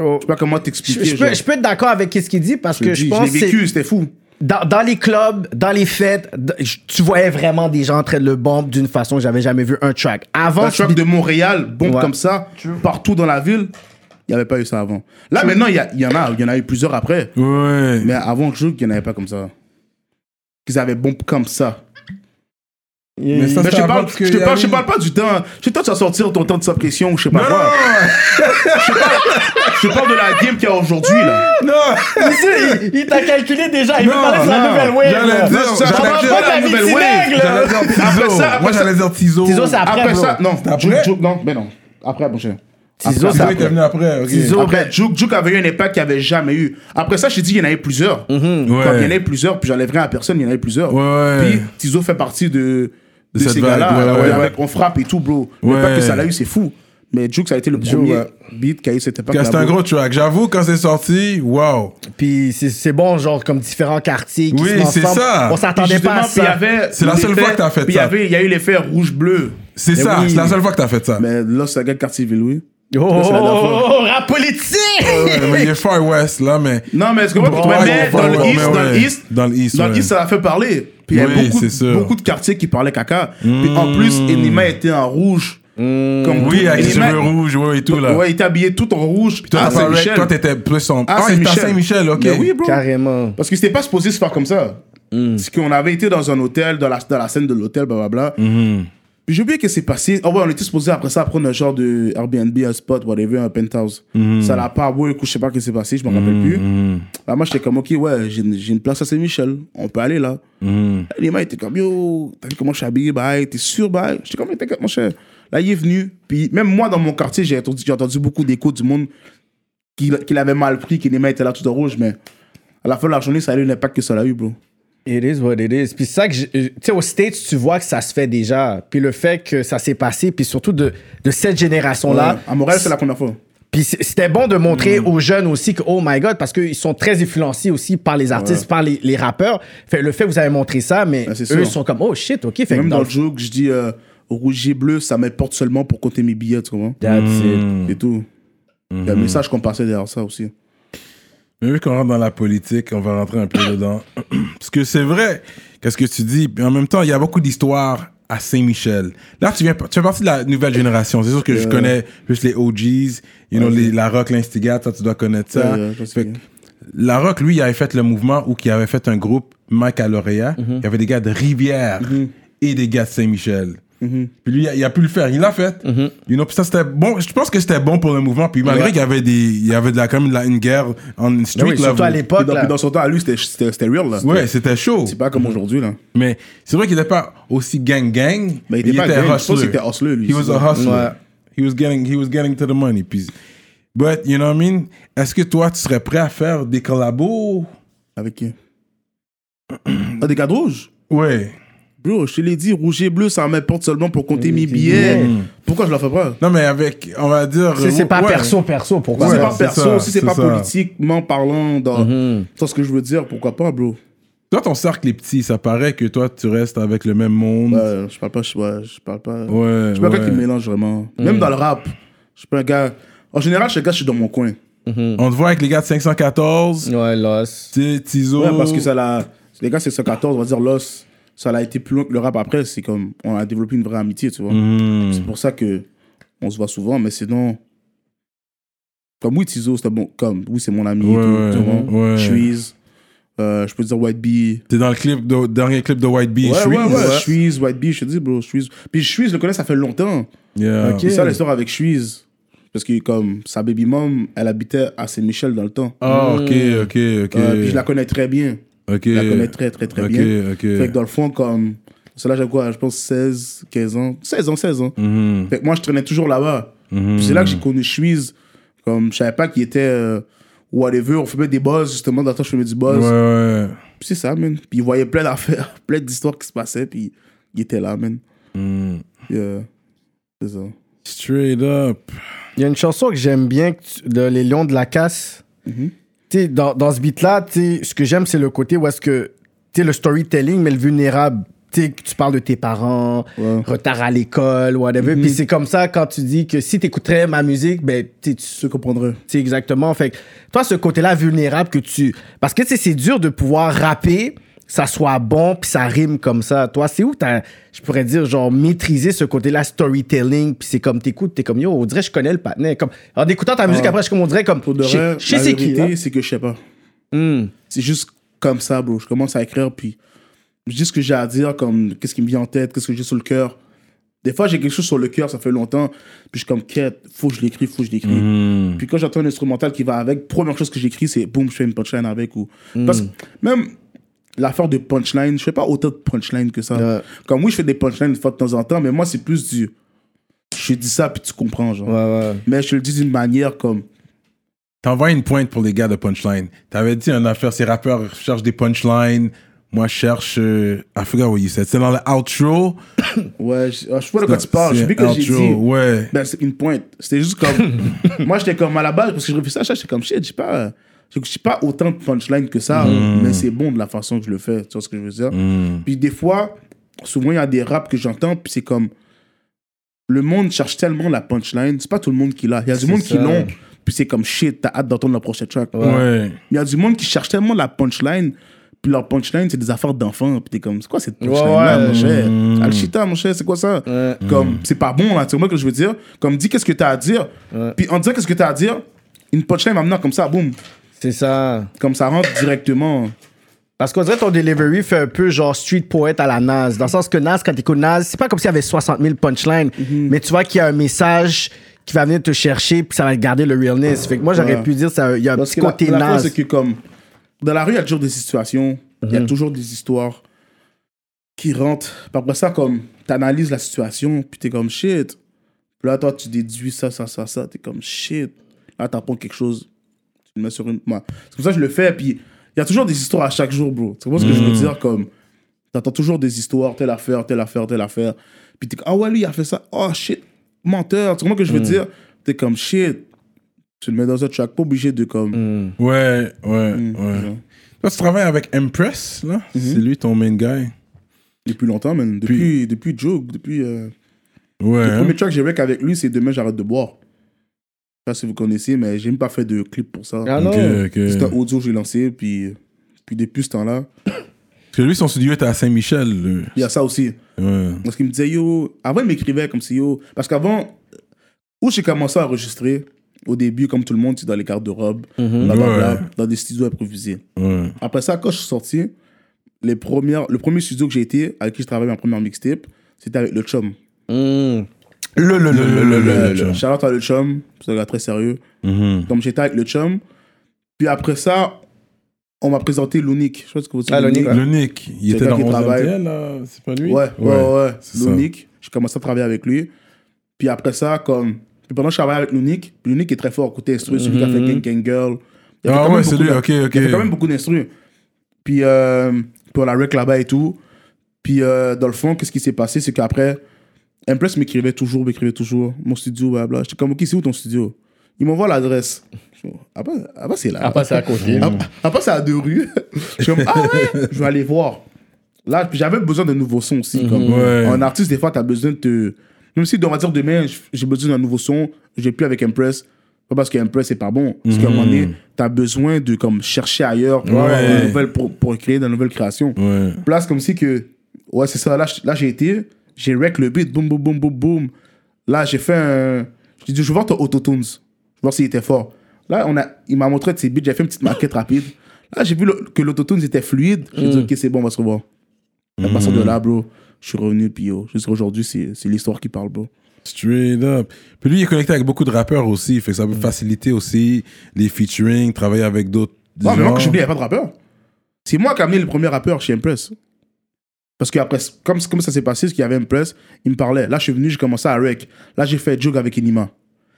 C: Oh.
D: Je sais pas comment
C: Je,
D: t'expliquer.
C: je peux,
D: genre.
C: je peux être d'accord avec ce qu'il dit parce
D: Je
C: que
D: le
C: je
D: dis,
C: pense
D: l'ai
C: que c'est-
D: vécu, c'était fou.
C: dans, dans les clubs, dans les fêtes, d- j- tu voyais vraiment des gens en train de le bombe d'une façon que j'avais jamais vu un track. Avant,
D: Un track
C: tu-
D: de Montréal, bombe
C: Ouais.
D: comme ça, partout dans la ville, il n'y avait pas eu ça avant. Là, maintenant, il y, a- il y en a, il y en a eu plusieurs après.
B: Ouais.
D: Mais avant Jug, il n'y en avait pas comme ça. Qu'ils avaient bombe comme ça.
B: Mais ça, c'est
D: Mais je te
B: avant
D: parle,
B: parce que
D: je te
B: y a
D: parle, je
B: eu-
D: te parle pas du temps. hein. Je sais, toi, tu vas sortir ton temps de suppression, je sais pas
B: Non,
D: quoi. Je te parle de la game qu'il y a aujourd'hui, là.
B: non, non.
C: il, il t'a calculé déjà, il veut
B: Non,
C: parler de la
B: non,
C: nouvelle wave.
B: j'allais
C: là.
B: dire,
C: Non,
B: j'allais
C: ça parle
B: dire
C: pas de
D: la
C: la
D: nouvelle
C: nouvelle
B: J'allais dire
D: wave. Après
B: Tizo.
D: ça, après
B: Moi, j'allais dire Tizo.
C: Tizo, c'est après,
D: Après,
C: bro.
D: ça, non.
B: Après?
D: Juke, Juke, non, mais non. Après, bon, je-
C: Tizo,
D: après,
C: c'est
B: Tizo
D: après.
B: était venu après. ok.
C: Tizo.
D: Après, Juke, Juke avait eu un impact qu'il n'y avait jamais eu. Après ça, je t'ai dit, il y en avait plusieurs.
B: Mhm. Ouais.
D: Comme il y en avait plusieurs, puis j'enlèverai à personne, il y en avait plusieurs.
B: Ouais, ouais.
D: Puis Tizo fait partie de, de,
B: cette
D: ces
B: vague,
D: gars-là.
B: ouais,
D: Alors,
B: ouais,
D: avec-
B: ouais.
D: On frappe et tout, bro.
B: Ouais.
D: L'impact que ça a eu, c'est fou. Mais Juke, ça a été le
C: Juke,
D: premier
C: ouais.
D: beat qui a eu cette époque.
B: C'est un gros track. J'avoue, quand c'est sorti, wow.
C: Puis c'est- c'est bon, genre, comme différents quartiers qui
B: Oui,
C: se mettent
B: c'est
C: ensemble.
B: ça.
C: On s'attendait pas
E: Justement,
C: à
E: puis il y
C: ça.
E: avait
B: C'est la seule
E: l'effet-
B: fois que t'as fait
E: puis
B: ça.
E: il y avait- Il y a eu l'effet rouge-bleu.
B: C'est
D: Mais
B: ça,
D: oui.
B: c'est la seule fois que t'as fait ça. Mais,
D: Mais là, c'est la gueule quartier ville
C: Oh, oh,
D: c'est la dernière
C: oh,
D: fois.
C: oh, rap politique!
B: mais il est Far West, là, mais.
D: Non, mais est-ce que vous
B: Bon,
D: comprenez?
B: ouais,
D: dans,
B: ouais,
D: le
B: ouais,
D: East,
B: ouais,
D: dans le
B: ouais.
D: East,
B: Dans le East,
D: dans
B: ouais.
D: East, ça a fait parler. Puis il y a
B: Oui,
D: beaucoup,
B: c'est sûr. Mm.
D: beaucoup de quartiers qui parlaient caca. Puis en plus, Enima était en rouge. Comme
B: Oui,
D: tout-
B: avec les
D: Enima-
B: cheveux rouges, ouais, et tout, là.
D: Ouais, il était habillé tout en rouge.
B: Toi,
D: ah,
B: t'as
D: c'est
B: pas-
D: Michel.
B: Toi, t'étais plus sombre.
D: Ah,
B: il était à
D: Michel.
B: Saint-Michel, ok.
D: Mais oui, bro.
C: Carrément.
D: Parce que c'était pas supposé se faire comme ça. C'est qu'on avait été dans un hôtel, dans la, dans la scène de l'hôtel, blablabla. Puis j'ai oublié que c'est passé. Ah ouais, on était supposé après ça prendre un genre de Airbnb, un spot, whatever, un penthouse. Ça n'a pas work ou je sais pas ce qui s'est passé, je m'en rappelle plus. Là, moi, j'étais comme, ok, ouais, j'ai une- j'ai une place à Saint-Michel, on peut aller là. Et Les mecs étaient comme, yo, t'as vu comment je suis habillé, bye, t'es sûr, bye. J'étais comme, Mais t'inquiète, mon cher. Là, il est venu. Puis même moi, dans mon quartier, j'ai entendu, j'ai entendu beaucoup d'échos du monde qu'il qu'il avait mal pris, que les mains étaient là tout en rouge, mais à la fin de la journée, ça a eu l'impact que ça a eu, bro.
C: It is what it is. Puis c'est ça que, j'ai- tu sais, aux States, tu vois que ça se fait déjà. Puis le fait que ça s'est passé, puis surtout de, de cette génération-là.
D: Ouais. à Montréal, c'est la Mm. première fois.
C: Puis c- c'était bon de montrer aux jeunes aussi que, oh my God, parce qu'ils sont très influencés aussi par les artistes, par les, les rappeurs. Fait le fait que vous avez montré ça, mais
D: Ben, c'est
C: eux
D: sûr.
C: sont comme, oh shit, ok. Fait que
D: Même
C: dans
D: dans le joke, je dis euh, rouge et bleu, ça m'importe seulement pour compter mes billets, tu comprends? Mm.
C: That's it. Mm-hmm.
D: Et tout. Il y a un message qu'on passait derrière ça aussi.
B: Mais vu qu'on rentre dans la politique, on va rentrer un peu dedans. *clears throat* Parce que c'est vrai, qu'est-ce que tu dis. Puis en même temps, il y a beaucoup d'histoires à Saint-Michel. Là, tu, viens, tu fais partie de la nouvelle génération. C'est sûr que je connais juste les OGs, you know, les- la rock, l'instigate, ça, tu dois connaître ça.
D: Ouais, ouais, je sais
B: Fait
D: bien.
B: que la rock, lui, il avait fait le mouvement où il avait fait un groupe, Mike à Lauréat.
D: Mhm.
B: Il y avait des gars de Rivière et des gars de Saint-Michel.
D: Mhm.
B: Puis lui, il a, il a pu le faire. Il l'a fait. You know, puis ça, c'était bon. Je pense que c'était bon pour le mouvement. Puis malgré qu'il y avait, des, il y avait de la, quand même de la- une guerre en street
D: Ben
C: oui, surtout
B: level.
C: à l'époque.
D: Puis dans,
C: là.
D: puis dans son temps, à lui, c'était- c'était c'était real, là.
B: Ouais, c'était chaud.
D: C'est pas comme
C: Mm-hmm.
D: aujourd'hui, là.
B: Mais c'est vrai qu'il n'était pas aussi gang gang.
D: Mais Ben, il était pas gang, je pense
B: hustler.
D: qu'il était hustler, lui,
B: He was
D: c'est
B: a
D: ça.
B: hustler.
D: Ouais.
B: He was getting, he was getting to the money. Puis, but you know what I mean. Est-ce que toi tu serais prêt à faire des collabos?
D: Avec qui Ah, des cadres rouges
B: Ouais.
D: Bro, je te l'ai dit, rouge et bleu, ça m'importe seulement pour compter
C: Mm-hmm.
D: mes billets. Pourquoi je leur fais pas
B: Non mais avec, on va dire.
C: Tu sais, C'est pas
B: ouais.
C: perso, perso, pourquoi?
D: Si c'est
B: Ouais,
D: pas
B: c'est
D: perso,
B: ça,
D: si c'est
B: c'est
D: pas
B: ça.
D: politiquement parlant, dans
C: Mm-hmm.
D: dans ce que je veux dire, pourquoi pas, bro
B: Toi ton cercle est petit, ça paraît que toi tu restes avec le même monde.
D: Ouais, je parle pas, je, ouais, je parle pas.
B: Ouais,
D: je suis pas un
B: ouais.
D: gars qui mélange vraiment. Même dans le rap, je suis pas un gars. En général, je suis un gars, je suis dans mon coin.
B: On te voit avec les gars de 514,
C: Mm. Ouais, los.
B: tu sais, Tizo.
D: Ouais, parce que ça l'a. Les gars, c'est 114, on va dire l'os. Ça l'a été plus loin que le rap après. C'est comme. On a développé une vraie amitié, tu vois.
B: Mm.
D: C'est pour ça que. On se voit souvent, mais sinon. Comme oui, Tizo, c'est bon. Comme oui, c'est mon ami.
B: Ouais,
D: et
B: ouais,
D: tout, tu vois.
B: ouais.
D: Shreeze, euh, je peux dire White Bee.
B: T'es dans le clip, de, dernier clip de White Bee. et
D: Ouais,
B: Shreeze.
D: ouais, ouais. Shreeze, White Bee, je te dis, bro, Shreeze. Puis Shreeze, je le connais, ça fait longtemps.
B: Yeah.
D: C'est ça l'histoire avec Suisse. Parce que comme sa baby mom, elle habitait à Saint-Michel dans le temps.
B: Ah
C: Mm.
B: ok ok ok.
D: Euh, puis je la connais très bien.
B: Ok.
D: Je la connais très très très
B: Ok,
D: bien.
B: ok.
D: Fait que dans le fond, comme... Cela, j'avais quoi, je pense 16, 15 ans. 16 ans, 16
B: Mm.
D: ans.
B: Mm-hmm,
D: Fait que moi, je traînais toujours là-bas. Puis C'est là que j'ai connu Suisse. Comme, je savais pas qu'il était... euh, whatever, on fumait des buzz, justement. Dans le temps, je fumais du buzz.
B: Ouais ouais.
D: Puis c'est ça, man. Puis il voyait plein d'affaires, *laughs* plein d'histoires qui se passaient. Puis il était là, man.
B: Mm.
D: Puis, euh, c'est ça.
B: Straight up.
C: Il y a une chanson que j'aime bien que tu- de Les Lions de la Casse. Tu sais, dans, dans ce beat-là, tu sais, ce que j'aime, c'est le côté où est-ce que tu sais, le storytelling, mais le vulnérable. Tu sais, que tu parles de tes parents,
D: Ouais. Mhm.
C: retard à l'école, whatever. Puis c'est comme ça, quand tu dis que si tu écouterais ma musique, ben, tu sais, tu
D: Je comprendrais.
C: c'est exactement. Fait que toi, ce côté-là vulnérable que tu. Parce que tu sais, c'est dur de pouvoir rapper, ça soit bon, puis ça rime comme ça. Toi, c'est où t'as, je pourrais dire, genre, maîtriser ce côté-là, storytelling, puis c'est comme t'écoutes, t'es comme yo, on dirait, que je connais le patinet. Comme, en écoutant ta musique, après, je suis comme on dirait, comme.
D: Ah. Pour de
C: je sais-
D: vrai,
C: je sais
D: la
C: c'est qui.
D: vérité,
C: là.
D: c'est que je sais pas.
C: Hmm.
D: C'est juste comme ça, bro. Je commence à écrire, puis je dis ce que j'ai à dire, comme qu'est-ce qui me vient en tête, qu'est-ce que j'ai sur le cœur. Des fois, j'ai quelque chose sur le cœur, ça fait longtemps, puis je suis comme, quête, faut que je l'écris, faut que je l'écris.
B: Hmm.
D: Puis quand j'entends un instrumental qui va avec, première chose que j'écris, c'est boum, je fais une punchline avec. Ou...
B: Hmm.
D: Parce que même l'affaire de punchline, je fais pas autant de punchline que ça. Comme oui, je fais des punchlines une fois de temps en temps, mais moi, c'est plus du. Je dis ça, puis tu comprends, genre. Mais je le dis d'une manière comme.
B: T'envoies une pointe pour les gars de punchline. T'avais dit un affaire, ces rappeurs cherchent des punchlines Moi, je cherche. euh, I forgot what you said. C'est dans le outro.
D: Ouais, je, ah, je sais pas de quoi tu parles. Je
B: C'est
D: sais plus que j'ai
B: outro,
D: dit.
B: Ouais.
D: Ben, c'est une pointe. C'était juste comme. moi, j'étais comme à la base, parce que je réfléchissais à ça, j'étais comme shit, j'ai pas. euh, j'ai- J'ai pas autant de punchline que ça, mais c'est bon de la façon que je le fais, tu vois ce que je veux
B: Mm.
D: dire. Puis des fois, souvent, il y a des raps que j'entends, puis c'est comme. Le monde cherche tellement la punchline, c'est pas tout le monde qui l'a. Il y a du monde qui
C: ça.
D: l'ont, puis c'est comme shit, t'as hâte d'entendre la prochaine track.
B: Ouais.
D: Il y a du monde qui cherche tellement la punchline, puis leur punchline, c'est des affaires d'enfants. Puis t'es comme, c'est quoi cette punchline-là,
C: Ouais, ouais.
D: mon cher Alchita, mon cher, c'est quoi ça Comme, c'est pas bon, là, tu vois ce que je veux dire Comme, dis qu'est-ce que t'as à dire. Puis en disant qu'est-ce que t'as à dire, une punchline va venir comme ça, boum.
C: C'est ça.
D: Comme ça rentre directement.
C: Parce qu'on dirait ton delivery fait un peu genre street poète à la Nas. Dans le sens que Nas, quand t'écoutes Nas, c'est pas comme s'il y avait 60 000 punchlines, mais tu vois qu'il y a un message qui va venir te chercher, puis ça va garder le realness. Fait que moi, j'aurais
D: Ouais.
C: pu dire ça, il y a un
D: Parce
C: petit
D: que la,
C: côté
D: la
C: Nas.
D: chose, c'est que comme, dans la rue, il y a toujours des situations, il y a toujours des histoires qui rentrent. Par après ça, comme, t'analyses la situation, puis t'es comme, shit. Puis là, toi, tu déduis ça, ça, ça, ça. T'es comme, shit. Là, t'apprends quelque chose. Tu le mets sur une... Ouais. C'est comme ça que je le fais, puis il y a toujours des histoires à chaque jour, bro. Tu vois ce que je veux dire? Comme, t'entends toujours des histoires, telle affaire, telle affaire, telle affaire. Puis t'es comme, ah ouais, lui, il a fait ça. Oh, shit, menteur. Tu comprends ce que je veux dire? T'es comme, shit. Tu le mets dans un track, pas obligé de comme...
B: Ouais, ouais, ouais.
D: genre.
B: Toi, tu travailles avec Empress, là C'est lui ton main guy.
D: Depuis longtemps, man. Depuis, depuis Joke, depuis. euh,
B: Ouais.
D: Le
B: hein?
D: premier track que j'ai fait avec lui, c'est Demain, j'arrête de boire. Je sais pas si vous connaissez, mais j'ai même pas fait de clip pour ça.
C: Ah non.
B: Ok, ok.
D: C'est un audio que j'ai lancé, puis, puis depuis ce temps-là,
B: Parce que lui, son studio était à Saint-Michel. le-
D: il y a ça aussi.
B: Ouais.
D: Parce qu'il me disait, yo, avant, il m'écrivait comme si, yo. Parce qu'avant, où j'ai commencé à enregistrer, au début, comme tout le monde, c'est dans les garde-robes,
C: Mhm.
D: blablabla,
B: Ouais.
D: dans des studios improvisés.
B: Ouais.
D: Après ça, quand je suis sorti, les premières, le premier studio que j'ai été, avec qui je travaillais ma première mixtape, c'était avec le chum.
C: Mm.
B: Le, le, le, le, le, le, le.
D: Shout-out à le chum, c'est un gars très sérieux.
B: Mhm.
D: Comme j'étais avec le chum. Puis après ça, on m'a présenté l'unique. Je sais pas ce que vous dites.
C: Ah, l'Unique,
B: Le Nick, il
D: C'est
B: était
D: le gars
B: dans
D: qui
B: 11
D: travaille.
B: e là, c'est pas lui
D: Ouais, ouais, ouais.
B: c'est ça.
D: L'unique. J'ai commencé à travailler avec lui. Puis après ça, comme. Puis pendant que je travaillais avec l'unique, puis l'unique est très fort côté instru, celui qui a fait Gang Gang Girl. Il y avait
B: Mhm. Ah
D: quand même
B: ouais, c'est
D: beaucoup
B: lui,
D: de-
B: ok, ok.
D: Il y avait quand même beaucoup d'instru. Puis, euh, puis on la rec là-bas et tout. Puis euh, dans le fond, qu'est-ce qui s'est passé C'est qu'après, Impress m'écrivait toujours, m'écrivait toujours. Mon studio, blablabla. J'étais comme, ok, c'est où ton studio Il m'envoie l'adresse. Je dis, Ah bah, ah bah, c'est là.
E: À passer à
B: Mmh.
E: côté.
D: Ah, ah, pas ça à deux rues. *laughs* Je suis comme, ah ouais, je vais aller voir. Là, puis j'avais besoin d'un nouveau son aussi. Comme,
B: Mmh. Ouais.
D: Un artiste, des fois, t'as besoin de te. Même si, on va dire, demain, j- j'ai besoin d'un nouveau son, j'ai plus avec Impress. Pas parce que Impress, c'est pas bon. Parce qu'à un moment donné, t'as besoin de comme, chercher ailleurs pour, avoir
B: Mmh. Ouais.
D: une nouvelle- pour, pour créer de nouvelles créations.
B: Ouais.
D: Place comme si que. Ouais, c'est ça. Là, j- là j'ai été, j'ai rec le beat, boum, boum, boum, boum, boum. Là, j'ai fait un. J'ai dit, je vais voir ton autotunes. Je vais voir s'il était fort. Là, on a, il m'a montré de ses beats, j'ai fait une petite maquette rapide. Là, j'ai vu le- que l'autotunes était fluide. J'ai dit, ok, c'est bon, on va se revoir. À partir de là, bro, je suis revenu, puis yo, jusqu'à aujourd'hui, c'est c'est l'histoire qui parle, bro.
B: Straight up. Puis lui, il est connecté avec beaucoup de rappeurs aussi, fait que ça
D: Mm.
B: peut faciliter aussi les featuring, travailler avec d'autres
D: Non, mais moi,
B: gens.
D: quand je suis venu, il n'y avait pas de rappeur. C'est moi qui ai amené le premier rappeur chez Impress. Parce que après, comme, comme ça s'est passé, c'est qu'il y avait Impress, il me parlait. Là, je suis venu, j'ai commencé à rec. Là, j'ai fait Jog avec Inima.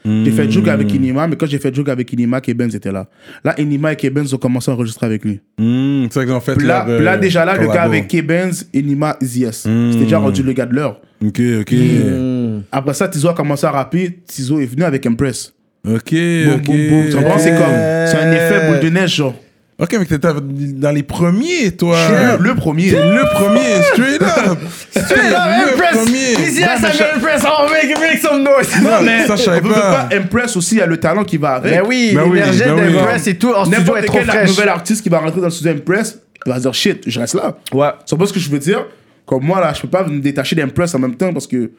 D: J'ai fait Jog
B: Hmm.
D: avec Inima, mais quand j'ai fait Jog avec Inima, Kebenz était là. Là, Inima et Kebenz ont commencé à enregistrer avec lui.
B: Hmm, c'est ça qu'ils ont fait
D: Puis là,
B: leur,
D: puis là,
B: euh,
D: déjà là, le
B: collabo. Hmm.
D: gars avec Kebenz, Inima, Zies. C'était déjà rendu le gars de l'heure.
B: Ok, ok.
D: Mm. Après ça, Tizo a commencé à rapper. Tizo est venu avec Impress.
B: Ok,
D: Boum,
B: ok.
D: boum, boum. Tu comprends? C'est comme. C'est un effet boule de neige, genre.
B: Ok, mais t'étais dans les premiers, toi.
D: Je suis le- le premier.
B: Le premier, straight
D: *laughs*
B: up. Straight up, le premier.
C: Easy as I'm impressed, oh, make, make some noise.
B: Non, mais Ah, ça, je savais
D: On peut
B: pas.
D: pas Impress aussi, il y a le talent qui va avec.
C: Ben oui,
B: Ben oui,
C: l'énergie
B: ben oui.
C: d'Impress et tout, en studio est
D: N'importe
C: trop
D: quel
C: fraîche.
D: nouvel artiste qui va rentrer dans le studio Impress, il va se dire shit, je reste là.
C: Ouais.
D: C'est pas ce que je veux dire. Comme moi, là, je peux pas me détacher d'Impress en même temps parce que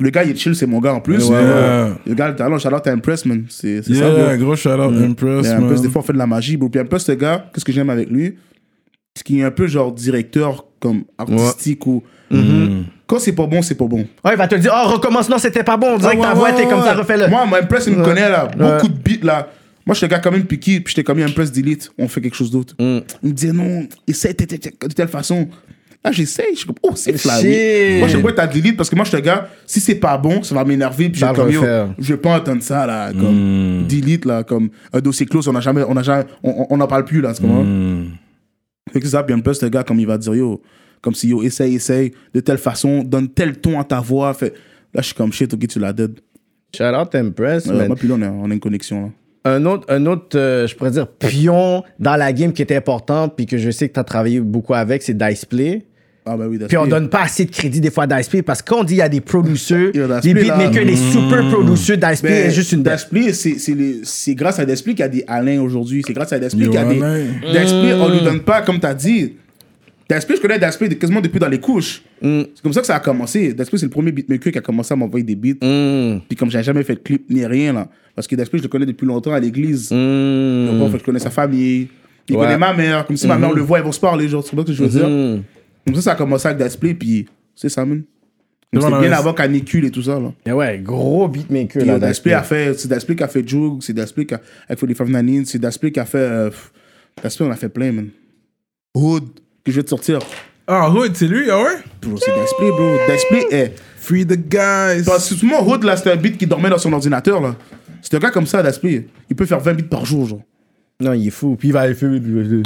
D: le gars, il est chill, c'est mon gars en plus.
B: Ouais.
D: Mais, euh, Le gars, le talent, shout out à Impress, man. C'est c'est ça,
B: Yeah,
D: bro.
B: gros shout-out, Impress,
D: Et
B: man.
D: Impress, des fois, on fait de la magie, bro. Puis Impress, ce gars, qu'est-ce que j'aime avec lui C'est qu'il est un peu genre directeur, comme artistique ou.
B: Mm-hmm.
D: Quand c'est pas bon, c'est pas bon.
C: Ouais, il va te dire, oh, recommence, non, c'était pas bon. On dirait
D: Ah,
C: que ta voix était comme ça, refais-le.
D: Moi, moi, Impress, il me
C: Ouais.
D: connaît là.
C: Ouais.
D: Beaucoup de beats là. Moi, je suis le gars quand même piqué, puis j'étais comme Impress Delete, on fait quelque chose d'autre.
C: Mm.
D: Il me disait non, essaye de, de- de- de telle façon. Là, j'essaye, je suis comme, oh, c'est flavé.
C: Shit.
D: Moi, je sais pas, t'as delete parce que moi, je suis le gars, si c'est pas bon, ça va m'énerver, puis je
C: Ça
D: suis comme,
C: va
D: yo,
C: faire.
D: je vais pas entendre ça là, comme delete là, comme un dossier close, on a jamais, on a jamais, on, on- on en parle plus là, c'est comment Fait que ça, puis un peu, c'est le gars, comme il va dire, yo, comme si, yo, essaye, essaye, de telle façon, donne tel ton à ta voix. Fait, là, je suis comme shit, ok, tu la dead.
C: Shout out Impress,
D: Euh,
C: man.
D: moi, puis là, on a, on a une connexion, là.
C: un autre, un autre euh, je pourrais dire, pion dans la game qui était important, puis que je sais que tu as travaillé beaucoup avec, c'est Diceplay.
D: Ah, bah oui, that's
C: Puis on
D: it.
C: donne pas assez de crédit des fois à Diceplay parce qu'on dit il y a des producers,
D: Yo, Diceplay,
C: des beatmakers,
D: là, mm.
C: les super producers. Diceplay
D: Ben,
C: est juste une bête.
D: Desplis, c'est- c'est les- c'est grâce à Desplis qu'il y a des Alain aujourd'hui. C'est grâce à Desplis
B: Yo,
D: qu'il y a des.
B: Alain.
D: Desplis, on lui donne pas, comme tu as dit. Desplis, je connais Desplis de- quasiment depuis dans les couches. C'est comme ça que ça a commencé. Desplis, c'est le premier beatmaker qui a commencé à m'envoyer des beats. Puis comme j'ai jamais fait de clip ni rien, là. Parce que Desplis, je le connais depuis longtemps à l'église. Donc, bon, fait que je connais sa famille. Il
C: Ouais.
D: connaît ma mère. Comme si ma mère le voit, ils vont se parler. Genre, c'est pas ce que je veux dire. Comme ça, ça a commencé avec Desplis, puis c'est ça, man. Donc,
B: bon,
D: C'était
B: non,
D: bien
B: mais-
D: avant canicule et tout ça, là.
C: Mais ouais, gros beatmaker.
D: Puis,
C: Là,
D: euh, Daspli
C: Diceplay.
D: a fait, c'est Daspli qui a fait Jug, c'est Daspli qui a, a fait les 599, c'est Daspli qui a fait. Euh, pff, Daspli, on a fait plein, man. Hood, que je vais te sortir.
B: Ah, Hood, c'est lui, ah ouais?
D: Bro, c'est Daspli, bro. Daspli est.
B: Free the guys.
D: Parce que souvent, Hood, là, c'était un beat qui dormait dans son ordinateur, là. C'est un gars comme ça, Daspli. Il peut faire 20 beats par jour, genre.
C: Non, il est fou. Puis il va faire.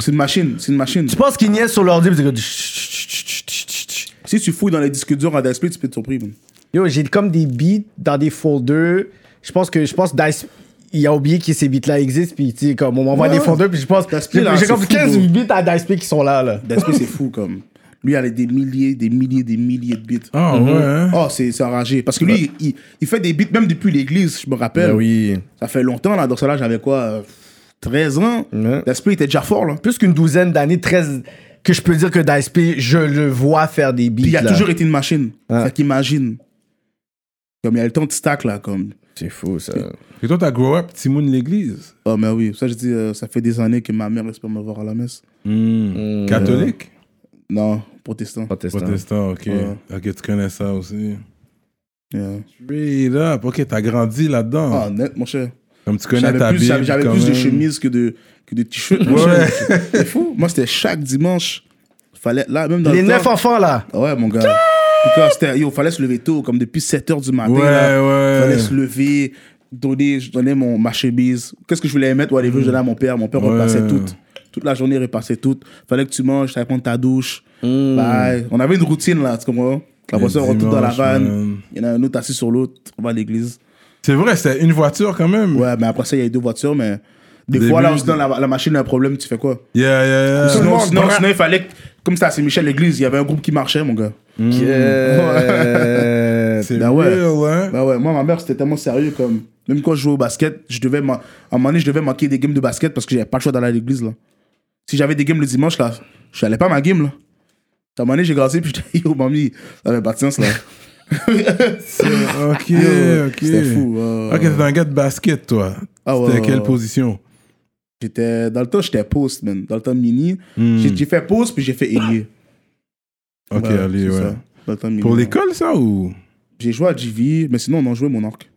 D: C'est une machine, c'est une machine.
C: Tu penses qu'il niaise sur l'ordi, puis c'est comme, Chut, chut, chut, chut, chut, chut, chut.
D: Si tu fouilles dans les disques durs à Daspli, tu peux être surpris, man.
C: Yo, j'ai comme des beats dans des folders. Je pense que je pense Dice il a oublié que ces beats-là existent puis tu sais comme on m'envoie
D: Ouais,
C: des
D: ouais.
C: folders puis je pense
D: Dice Play,
C: j'ai
D: là,
C: j'ai
D: c'est
C: comme
D: fou,
C: 15
D: bro.
C: beats à Dice Play qui sont là là.
D: Daspli, c'est fou, comme. Lui, il a des milliers, des milliers, des milliers de beats.
B: Ah ouais, hein?
D: Oh, c'est c'est enragé. Parce que lui, il, il- il fait des beats même depuis l'église, je me
B: Ben
D: rappelle.
C: Ben oui.
D: Ça fait longtemps, là. Donc, ça, là, j'avais quoi euh, 13 ans.
C: Ouais.
D: L'esprit était déjà fort, là.
C: Plus qu'une douzaine d'années 13 que je peux dire que Dice Play, je le vois faire des beats
D: Puis il a
C: là.
D: toujours été une machine.
B: Ah.
C: Ouais.
D: Fait qu'imagine. Comme il y a le temps de stack, là. Comme.
C: C'est fou ça.
B: Et toi, t'as grow up, Timoun l'église.
D: Oh, mais oui. Ça, je dis, euh, ça fait des années que ma mère espère me voir à la messe.
B: Mm.
D: Mm.
B: Catholique?
D: Non, protestant.
C: Protestant.
B: Protestant, ok.
D: Ouais.
B: Ok, tu connais ça aussi.
D: Yeah.
B: Straight up, ok, t'as grandi là-dedans.
D: Ah, net, mon cher.
B: Comme tu connais
D: J'avais
B: ta
D: plus,
B: Bible.
D: j'avais- j'avais
B: quand
D: plus de
B: même.
D: chemises que de, que de t-shirts. mon
B: Ouais.
D: cher. C'est fou. Moi, c'était chaque dimanche. Fallait, être là, même dans
C: Les
D: le
C: neuf
D: temps.
C: enfants là.
D: Ouais, mon gars. Putain, c'était, yo, fallait se lever tôt, comme depuis 7 h du matin.
B: Ouais,
D: là.
B: ouais.
D: Fallait se lever, donner, je donnais mon, ma chemise. Qu'est-ce que je voulais mettre? Whatever, je donnais à mon père. Mon père
B: Mm. Ouais.
D: repassait toutes. Toute la journée, il repassait toutes. Fallait que tu manges, t'allais prendre ta douche.
B: Mm.
D: Bye. On avait une routine, là, tu comprends? La
B: Les
D: personne retourne dans la
B: dimanches,
D: vanne.
B: man.
D: Il y en a un autre assis sur l'autre. On va à l'église.
B: C'est vrai, c'était une voiture quand même.
D: Ouais, mais après ça, il y a eu deux voitures, mais des
B: Début,
D: fois, là, on se
B: c'est-
D: donne la, la machine a un problème, tu fais quoi?
B: Yeah, yeah, hein. yeah.
D: Sinon, sinon, sinon, il fallait, que- comme c'était à Saint-Michel, l'église, il y avait un groupe qui marchait, mon gars. *laughs*
C: Yeah.
B: C'est
D: Ben ouais.
B: real, hein?
D: Bah ouais, moi, ma mère, c'était tellement sérieux, comme. Même quand je jouais au basket, je devais. man- À un moment donné, je devais manquer des games de basket parce que j'avais pas le choix d'aller à l'église, là. Si j'avais des games le dimanche, là, je n'allais pas à ma game, là. À un moment donné, j'ai grassé, puis j'étais, *laughs* yo, mamie, t'avais pas de sens, là.
B: Ok,
D: Yo,
B: ok.
D: C'était fou. euh,
B: Ok, t'es un gars de basket, toi.
D: Ah ouais,
B: C'était
D: ouais,
B: quelle
D: ouais.
B: position?
D: J'étais. Dans le temps, j'étais post, man. Dans le temps mini.
B: Hmm.
D: J'ai j'ai fait post, puis j'ai fait ailier.
B: Ok,
D: Ouais,
B: allez,
D: bah,
B: ouais.
D: c'est ça, Dans le temps mini.
B: Pour l'école, ça ou?
D: J'ai joué à JV, mais sinon, on en jouait mon arc.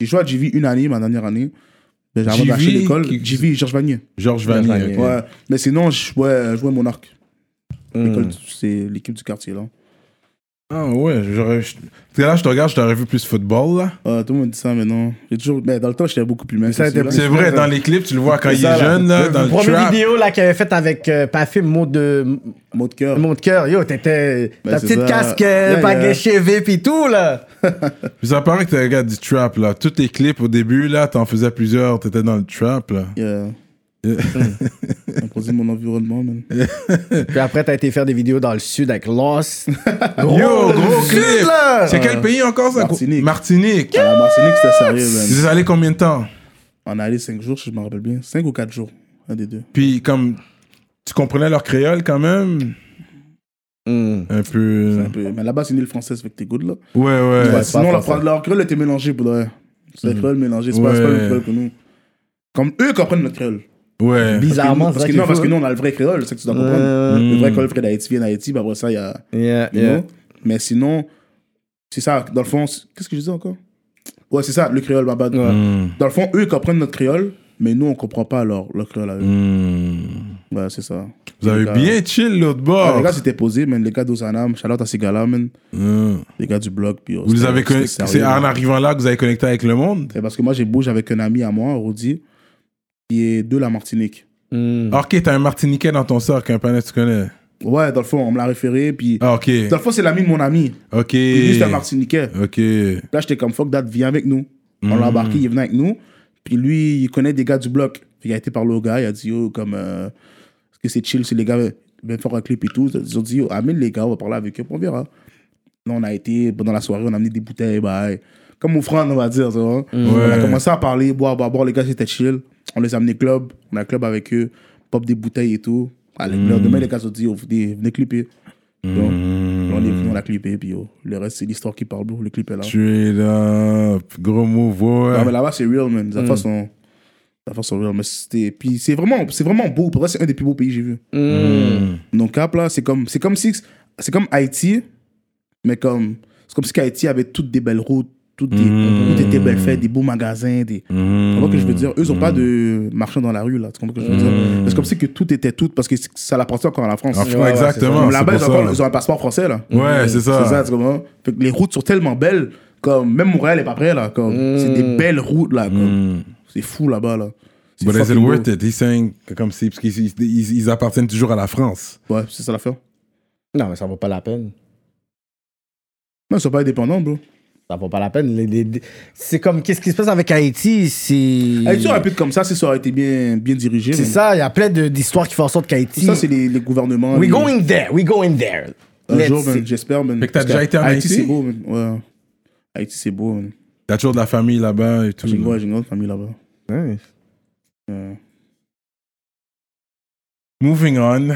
D: J'ai joué à JV une année, ma dernière année. Ben, Avant d'acheter
B: JV,
D: l'école,
B: qui-
D: JV, Georges Vanier.
B: Georges Vanier.
C: Vanier.
B: ok.
D: Ouais, mais sinon, je jouais, je jouais Monarch. L'école,
C: Mm.
D: c'est l'équipe du quartier, là.
B: Ah ouais, j'aurais. je- Parce que là, je te regarde, je t'aurais vu plus football, là.
D: Ah, tout le monde dit ça maintenant. J'ai toujours... Mais dans le temps, j'étais beaucoup plus mince.
C: ça a
D: aussi,
C: été
D: là.
B: C'est vrai, dans les clips, tu le vois quand
D: C'est
B: il
D: ça,
B: est
D: là.
B: jeune, là, dans le
C: Première
B: trap.
C: vidéo là qu'il avait faite avec euh, Pafim, mot de
D: Mot de cœur.
C: Mon cœur, yo, t'étais.
D: Ben,
C: ta
D: c'est
C: petite
D: ça.
C: casque,
D: Yeah,
C: pagaie
D: yeah.
C: cheveux pis tout, là.
B: Puis ça paraît que t'es un gars du trap, là. Tous tes clips au début, là, t'en faisais plusieurs, t'étais dans le trap, là.
D: Yeah. *laughs* Imposer mon
C: *laughs*
D: environnement, man.
C: Puis après, t'as été faire des vidéos dans le sud avec *laughs* Lost.
D: Ah
C: Gros,
B: Yo, gros
C: le
B: clip!
C: sud, là.
B: C'est quel pays encore, ça?
D: Martinique.
B: Martinique.
D: Ah, À la Martinique, c'était sérieux, man.
B: Vous êtes allé combien de temps?
D: On est allé 5 jours, si je me rappelle bien. 5 ou 4 jours. Un des deux.
B: Puis comme tu comprenais leur créole quand même,
C: Hmm.
B: un
D: C'est
B: peu. euh,
D: un peu- Mais là-bas, c'est une île française, fait que t'es good, là.
B: Ouais, ouais.
D: Ouais,
C: c'est pas
D: sinon, la
C: français. Hmm.
D: leur créole était mélangée, pour de vrai. C'est la créole mélangée. C'est pas
B: Ouais.
D: c'est pas le créole que nous. Comme eux comprennent notre créole.
B: Ouais.
C: Bizarrement,
D: parce que,
C: c'est
D: nous,
C: vrai
D: parce que
C: qu'il
D: nous,
C: faut-
D: on a le vrai créole, c'est ça que tu dois comprendre.
C: Euh,
D: Le
B: Hmm.
D: vrai créole, frère d'Haïti, vient d'Haïti, bah après ça, il y a.
C: Yeah,
D: you
C: yeah.
D: know. Mais sinon, c'est ça, dans le fond, c'est- qu'est-ce que je disais encore Ouais, c'est ça, le créole, ma bad.
B: Mm.
D: Dans le fond, eux ils comprennent notre créole, mais nous, on comprend pas leur, leur créole à eux.
B: Mm.
D: Ouais, c'est ça.
B: Vous avez
D: Les gars-
B: bien chill l'autre
D: Ouais,
B: bord.
D: Ah, les gars, c'était posé, mais les gars d'Ozanam, Charlotte à ces gars-là, man,
B: Mm.
D: les gars du blog. Puis, oh,
B: Vous les
D: c'était-
B: avez
D: c'était
B: connecté.
D: sérieux,
B: C'est
D: man.
B: en arrivant là que vous avez connecté avec le monde.
D: C'est parce que moi, j'ai bouge avec un ami à moi, Rodi, qui est de la Martinique.
B: Ah, Ok, t'as un Martiniquais dans ton sort qu'un panel tu connais.
D: Ouais, dans le fond, on me l'a référé. Puis,
B: Ah, ok.
D: dans le fond, c'est l'ami de mon ami.
B: Ok.
D: Puis lui, c'était un Martiniquais.
B: Ok.
D: Là, j'étais comme fuck, date, viens avec nous. On l'a embarqué, il venait avec nous. Puis lui, il connaît des gars du bloc. Il a été parler aux gars, il a dit yo, comme, euh, est-ce que c'est chill si les gars viennent faire un clip et tout. Ils ont dit yo, amène les gars, on va parler avec eux, puis on verra. Là, on a été, pendant la soirée, on a amené des bouteilles, bah, hey. comme offrande, on va dire. tu vois. On a commencé à parler, boire, boire, boire, les gars, c'était chill. On les a amenés club, on a club avec eux, pop des bouteilles et tout. Allez, le lendemain, les gars ont dit yo, venez, venez clipper. Donc, là, on est venu, on a clippé, puis yo, le reste, c'est l'histoire qui parle, bro. le clip est là.
B: Straight up. Gros move,
D: Non, mais
B: ouais.
D: là-bas, c'est real, man. Les affaires sont. Les affaires sont real. Mais c'était. Puis c'est vraiment, c'est vraiment beau. Pour vrai, c'est un des plus beaux pays que j'ai vu. Mm. Donc, Cap, là, c'est comme, c'est comme si. C'est comme Haïti, mais comme. C'est comme si Haïti avait toutes des belles routes, toutes des. Tout était belle fait, des beaux magasins, des.
B: Mhm.
D: Tu comprends ce que je veux dire? Eux, ils ont pas
B: Hmm.
D: de marchands dans la rue, là. Tu comprends ce que je veux dire? C'est comme si que tout était tout, parce que c'est- ça l'appartient encore à la France.
B: En France, exactement.
D: Comme
B: c'est
D: Là-bas,
B: pour
D: ils, ont
B: ça,
D: encore-
B: là.
D: ils ont un passeport français, là. Hmm.
B: Ouais, c'est ça.
D: C'est ça, tu comprends? Fait que les routes sont tellement belles, comme même Montréal est pas prêt, là. Comme, C'est des belles routes, là. Comme. C'est fou là-bas, là. C'est
B: Hmm. But is it
D: fucking
B: worth
D: beau.
B: it? He's saying que comme si, parce qu'ils ils- ils appartiennent toujours à la France.
D: Ouais, c'est ça l'affaire.
C: Non, mais ça vaut pas la peine.
D: Non, ils sont pas indépendants, bro.
B: Hmm.
C: Ça vaut pas la peine. Les- les- les- C'est comme, qu'est-ce qui se passe avec Haïti? C'est.
D: Haïti aurait pu être comme ça si ça aurait été bien, bien dirigé.
C: C'est
D: mais
C: ça, il y a plein de- d'histoires qui font en sorte qu'Haïti.
D: Ça, c'est les, les gouvernements.
C: We
D: les-
C: going there, we going there.
D: Un
C: Let's
D: jour,
C: see.
D: man, j'espère, man.
B: Fait que t'as
D: Parce
B: déjà été en Haïti?
D: c'est beau, man. Ouais. Haïti, c'est beau, man.
B: T'as toujours de la famille là-bas et tout.
D: J'ai une ouais, j'ai une grande famille là-bas. Ouais.
B: Moving on.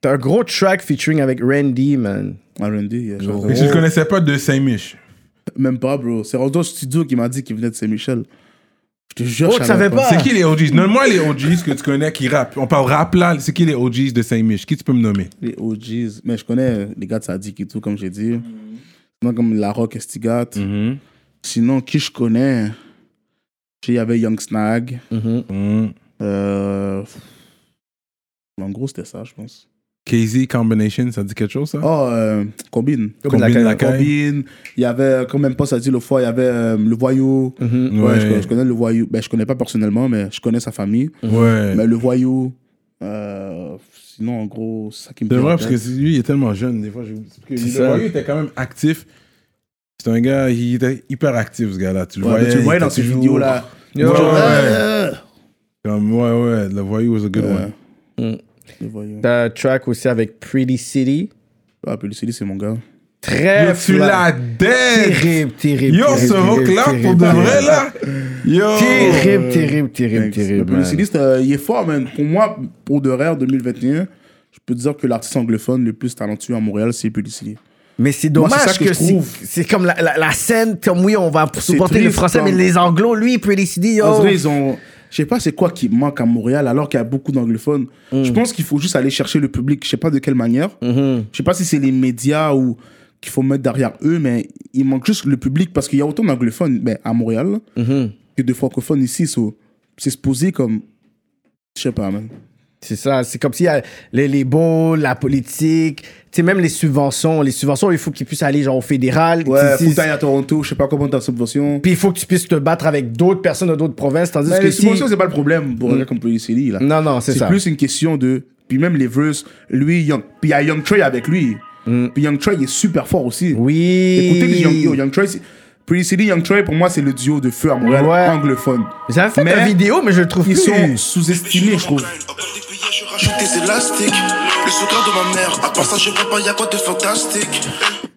C: T'as un gros track featuring avec Randy, man.
D: R&D, yeah, shout out.
B: Et je le connaissais pas de Saint-Mich.
D: Même pas, bro. C'est Rondo Studio qui m'a dit qu'il venait de Saint-Michel. Je te jure,
C: Oh,
D: je
C: tu
D: savais
C: savais pas?
B: C'est qui les OGs Nomme-moi les OGs que tu connais qui rappent. On parle rap là. C'est qui les OGs de Saint-Mich Qui tu peux me nommer
D: Les OGs. Mais je connais euh, les gars de Sadik et tout, comme j'ai dit. Sinon, comme La Rock Estigat. Sinon, qui je connais Tu sais, Il y avait Young Snag. Mm.
B: Mhm.
D: Euh, En gros, c'était ça, je pense.
B: KZ Combination, ça dit quelque chose ça
D: Oh, euh, Combine.
B: Combine la Combine la Caille.
D: Combine. Il y avait, euh, quand même pas ça dit le foie, il y avait euh, le voyou. Ouais,
B: Ouais.
D: Je, connais, je connais le voyou. Ben, je connais pas personnellement, mais je connais sa famille.
B: Ouais.
D: Mais le voyou. euh, sinon, en gros, c'est ça qui me
B: C'est
D: vient
B: vrai
D: en
B: parce que
D: tête.
B: c'est- lui il est tellement jeune. Des fois, je... parce que
C: ça.
B: le voyou était quand même actif. C'est un gars, il était hyper actif ce gars-là. Tu le
D: Ouais,
B: voyais,
D: mais tu le voyais
B: il
D: dans
B: était
D: ces
B: toujours-
D: vidéos-là.
B: Ouais, ouais.
D: Euh,
B: Comme, ouais, ouais. Le voyou was a good
D: Ouais.
B: one.
D: Le voyou.
C: T'as un track aussi avec Pretty City.
D: Ah, puis Lucille, c'est mon gars.
C: Très
B: Yo, tu
C: flat.
B: l'as dead!
C: Euh, Terrible, terrible.
B: Yo,
C: terrible,
B: ce
C: terrible,
B: hook-là,
C: terrible,
B: pour de
C: terrible.
B: vrai, là! Yo!
C: Terrible, terrible, terrible,
D: Le
C: terrible. man.
D: Lucille, c'est, euh, il est fort, man. Pour moi, pour de rare 2021, je peux dire que l'artiste anglophone le plus talentueux à Montréal, c'est Lucille.
C: Mais c'est
D: Moi, c'est
C: dommage
D: ça que
C: que,
D: je
C: c'est-
D: trouve.
C: c'est comme la, la, la scène, comme oui, on va supporter les
D: triste, hein.
C: Français,
D: comme-
C: mais les Anglos, lui, Pretty City,
D: En
C: yo.
D: vrai, ils ont. Je sais pas c'est quoi qui manque à Montréal alors qu'il y a beaucoup d'anglophones. Je pense qu'il faut juste aller chercher le public, je sais pas de quelle manière. Je sais pas si c'est les médias ou qu'il faut mettre derrière eux, mais il manque juste le public parce qu'il y a autant d'anglophones ben, à Montréal que de francophones ici. so, c'est se poser comme. Je sais pas, man.
C: C'est ça, c'est comme s'il y a les, les baux, la politique, tu sais, même les subventions. Les subventions, il faut qu'ils puissent aller genre au fédéral.
D: Ouais,
C: Si- si-
D: faut que t'ailles à Toronto, je sais pas comment ta subvention.
C: Puis il faut que tu puisses te battre avec d'autres personnes de d'autres provinces, tandis
D: Mais
C: que
D: les
C: si-
D: subventions, c'est pas le problème pour un gars comme Police là.
C: Non, non, c'est ça.
D: C'est plus une question de. Puis même les verses, lui, Young. Puis il y a Young Trey avec lui. Puis Young Trey, il est super fort aussi.
C: Mm. Oui.
D: Écoutez les Young, yo, Young Trey. c'est- Pretty City, Young Trey, pour moi, c'est le duo de feu à Montréal
C: Ouais.
D: anglophone.
C: J'avais fait
D: Mais
C: la vidéo, mais je le trouve
D: Ils sont
C: plus.
D: sous-estimés, je trouve.
F: Encore des billets, je rajoute des élastiques. Le soutien de ma mère, à part ça, je vois pas, y'a quoi de fantastique.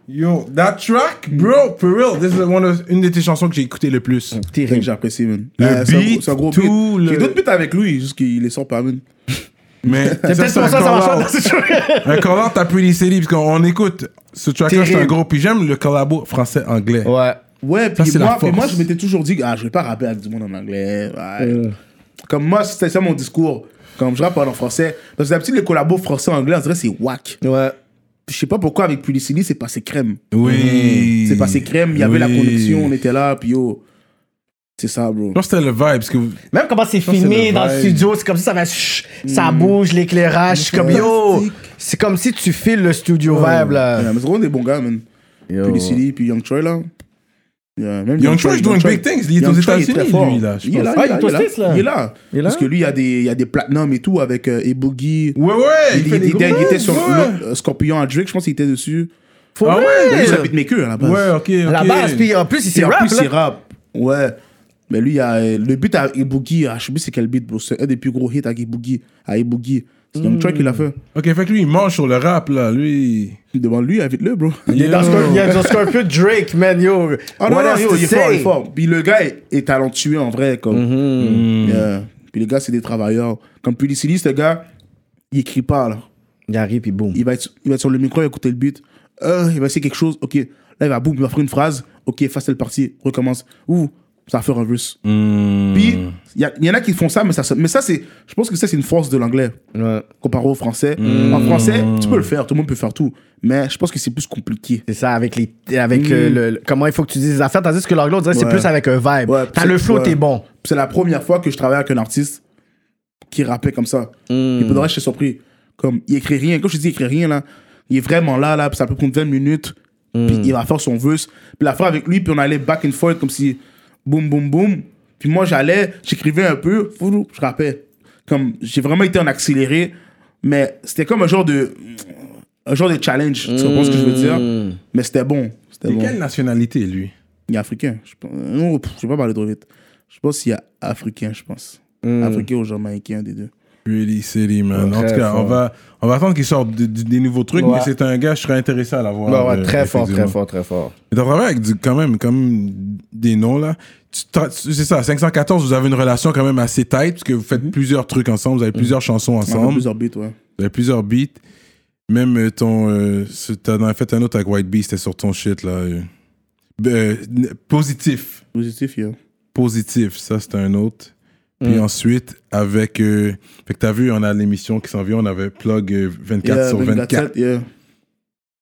B: Yo, that track, bro, for real, this is one of- une des tes chansons que j'ai écouté le plus.
D: C'est ça que j'apprécie, man.
B: Le
D: Euh, c'est un gros-
B: beat,
D: c'est un gros
B: tout
D: beat.
B: le-
D: J'ai d'autres beats avec lui, juste qu'il les sort pas, man.
B: Mais
C: C'est peut-être pour ça que ça marche pas dans ce jeu.
B: Un call-out à Pretty City, parce qu'on écoute ce track-là, c'est un
C: Terrible.
B: gros. Puis j'aime le collabo français-anglais.
C: Ouais.
D: Ouais, puis
B: c'est la
D: moi, puis
B: force.
D: moi, je m'étais toujours dit, ah, je vais pas rapper avec du monde en anglais. ouais.
C: Mm.
D: Comme moi, c'était ça mon discours. Comme je rappe en français. Parce que d'habitude, les collabos français-anglais, on dirait c'est whack.
C: Ouais.
D: Puis Je sais pas pourquoi, avec Pulicini, c'est passé crème.
B: Oui.
D: C'est passé crème, il y avait la
B: Oui.
D: connexion, on était là, puis yo. C'est ça, bro.
B: Je pense que c'était le vibe, parce que
C: Même comment c'est
B: c'est
C: filmé
B: le
C: dans le
B: vibe.
C: studio, c'est comme si ça va. chut, Ça
D: Hmm.
C: bouge, l'éclairage. C'est comme yo. C'est comme si tu files le studio vibe, là.
D: Ouais, mais c'est vraiment des bons gars, man. Puis les CD, puis Young Troy, là. Yeah, même
B: Young Troy is doing
D: Troy-
B: big things. Il est
D: Young
B: aux
D: Troy
B: États-Unis,
D: très fort.
B: lui, là, je
D: Il est
B: pense.
D: là,
C: Ah,
D: il est
C: il est
D: là,
C: toasté, là.
D: il est là.
C: Il est là.
D: Parce que lui, il y a des, il y a des platinums et tout avec euh, et Boogie.
B: Ouais, ouais, il,
D: il,
B: fait
D: il
B: des
D: était, il
B: gros-
D: était sur
B: ouais.
D: le- euh, Scorpion à Drake, je pense qu'il était dessus.
B: Ah
D: Lui,
B: ouais?
D: ça mes queues à la base.
B: Ouais, ok, ok.
C: À la base, puis en plus, il
D: Et
C: s'est
D: en
C: rap,
D: plus,
C: là.
D: il rap. Ouais. Mais lui, il y a, euh, le but à Ibuki, ah, je sais plus c'est quel beat, bro. C'est un des plus gros hits avec Ibuki. À Ibuki. C'est Young Troy qui
C: Hmm.
D: l'a fait.
B: Ok, fait que lui, il mange sur le rap, là, lui.
D: Devant lui, invite-le,
C: *laughs*
D: bro.
C: Il est dans
B: Yo.
C: Scorp- il est dans Scorpio Drake, man, yo.
D: Ah non,
C: What
D: non,
C: else
D: yo,
C: to
D: il est fort,
C: say?
D: il est fort. Puis le gars est, est talentueux en vrai. Comme,
C: Mm-hmm.
D: Yeah. Puis les gars, c'est des travailleurs. Comme Pulisilis, le gars, il écrit pas. Là.
C: Il arrive, puis boum.
D: Il, va être, il va être sur le micro, il va écouter le beat. Euh, il va essayer quelque chose. Ok, là, il va boum, il va faire une phrase. Ok, face telle partie, recommence. Ouh, ça va faire un verse. Puis, il y, a- il y en a qui font ça, mais ça, se- mais ça c'est, je pense que ça, c'est une force de l'anglais.
C: Ouais.
D: Comparé au français. En français, tu peux le faire, tout le monde peut faire tout. Mais je pense que c'est plus compliqué.
C: C'est ça, avec, les, avec euh, le, le- comment il faut que tu dises les affaires, tandis que l'anglais, on dirait que c'est
D: Hmm. Ouais.
C: plus avec un vibe.
D: Ouais,
C: T'as
D: c'est-
C: le flow,
D: ouais.
C: t'es bon.
D: C'est la première fois que je travaille avec un artiste qui rappait comme ça. Et pour le reste, je suis surpris. Comme, il écrit rien. Quand je te dis il écrit rien, là, il est vraiment là, là, puis ça peut prendre 20 minutes. Puis il va faire son verse. Puis la fois avec lui, puis on allait back and forth comme si boum, boum, boum. Puis moi, j'allais, j'écrivais un peu, foulou, je rappais. Comme, j'ai vraiment été en accéléré, mais c'était comme un genre de. Un genre de challenge, tu comprends ce que je veux dire? Mais c'était bon. C'était
B: Et
D: bon.
B: quelle nationalité, lui?
D: Il est africain. Je pense- Non, pff, je vais pas parler trop vite. Je pense qu'il y a africain, je pense.
B: Hmm.
D: Africain ou jamaïcain, un des deux.
B: Pretty City, man. en
C: Très
B: tout cas, on
C: fort.
B: va, on va attendre qu'il sorte de- de- des nouveaux trucs,
C: Ouais.
B: mais c'est un gars, je serais intéressé à
D: Ah
B: l'avoir.
C: Ouais, ouais,
B: euh,
C: très fort, très
B: effectivement.
C: fort, très fort.
B: Mais t'as travaillé avec du, quand même, quand même des noms, là. Tu tra- tu- C'est ça, 514, vous avez une relation quand même assez tight, parce que vous
C: Mhm.
B: faites plusieurs trucs ensemble, vous avez plusieurs chansons
D: On a
B: ensemble,
D: plusieurs beats, ouais.
B: vous avez plusieurs beats. Même euh, ton. Euh, ce- T'en as fait un autre avec White Bee, c'était sur ton shit, là. euh. Euh, n- positif.
D: Positif, yeah.
B: Positif, ça c'est un autre.
C: Mm.
B: Puis ensuite, avec. euh, fait que t'as vu, on a l'émission qui s'en vient, on avait plug euh, 24
D: Yeah,
B: sur 24.
D: 7, yeah.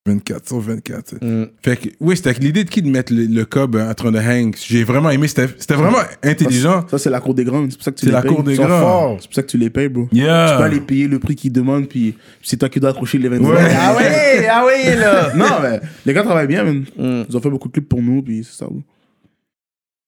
B: 24 sur 24.
C: Mm.
B: Fait que, oui, c'était l'idée de qui de mettre le, le cob euh, en train de hang. J'ai vraiment aimé, c'était c'était vraiment
C: Mm.
B: intelligent.
D: Ça, c'est la cour des grands. C'est pour ça que tu
B: C'est
D: les
B: la
D: payes.
B: cour des
D: Ils sont
B: grands.
D: forts. C'est pour ça que tu les payes, bro. Tu
B: Yeah.
D: peux pas les payer le prix qu'ils demandent, puis c'est toi qui dois accrocher les 25.
B: Ouais.
C: Ah ouais, ah ouais, là.
D: non, mais les gars travaillent bien, man.
B: Hmm.
D: Ils ont fait beaucoup de clips pour nous, puis c'est ça, bro.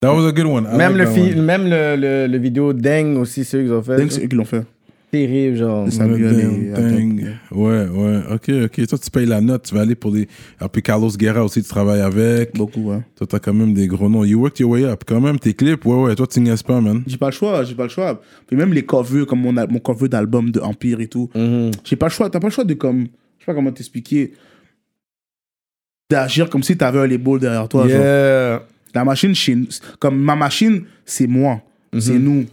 B: That was a good one.
D: Oh
B: I like
C: Même, le,
B: that
C: fi-
B: one.
C: même le, le, le vidéo Deng aussi, ceux qu'ils ont fait.
D: Dingue, c'est eux qui l'ont fait.
C: terrible, genre.
D: Samuel
B: Le
D: et-
B: ding, ding. Ouais, ouais. Ok, ok. Toi, tu payes la note, tu vas aller pour des. Alors, puis Carlos Guerra aussi, tu travailles avec.
D: Beaucoup, ouais.
B: Toi, t'as quand même des gros noms. You worked your way up. Quand même, tes clips, ouais, ouais. Toi, tu niaises pas, man.
D: J'ai pas le choix, j'ai pas le choix. Puis même les covers, comme mon, al- mon cover d'album de Empire et tout.
C: Mhm.
D: J'ai pas le choix, t'as pas le choix de comme. Je sais pas comment t'expliquer. D'agir comme si t'avais un label derrière toi. genre.
C: Yeah.
D: La machine, chez nous- comme ma machine, c'est moi,
C: Mhm.
D: c'est nous.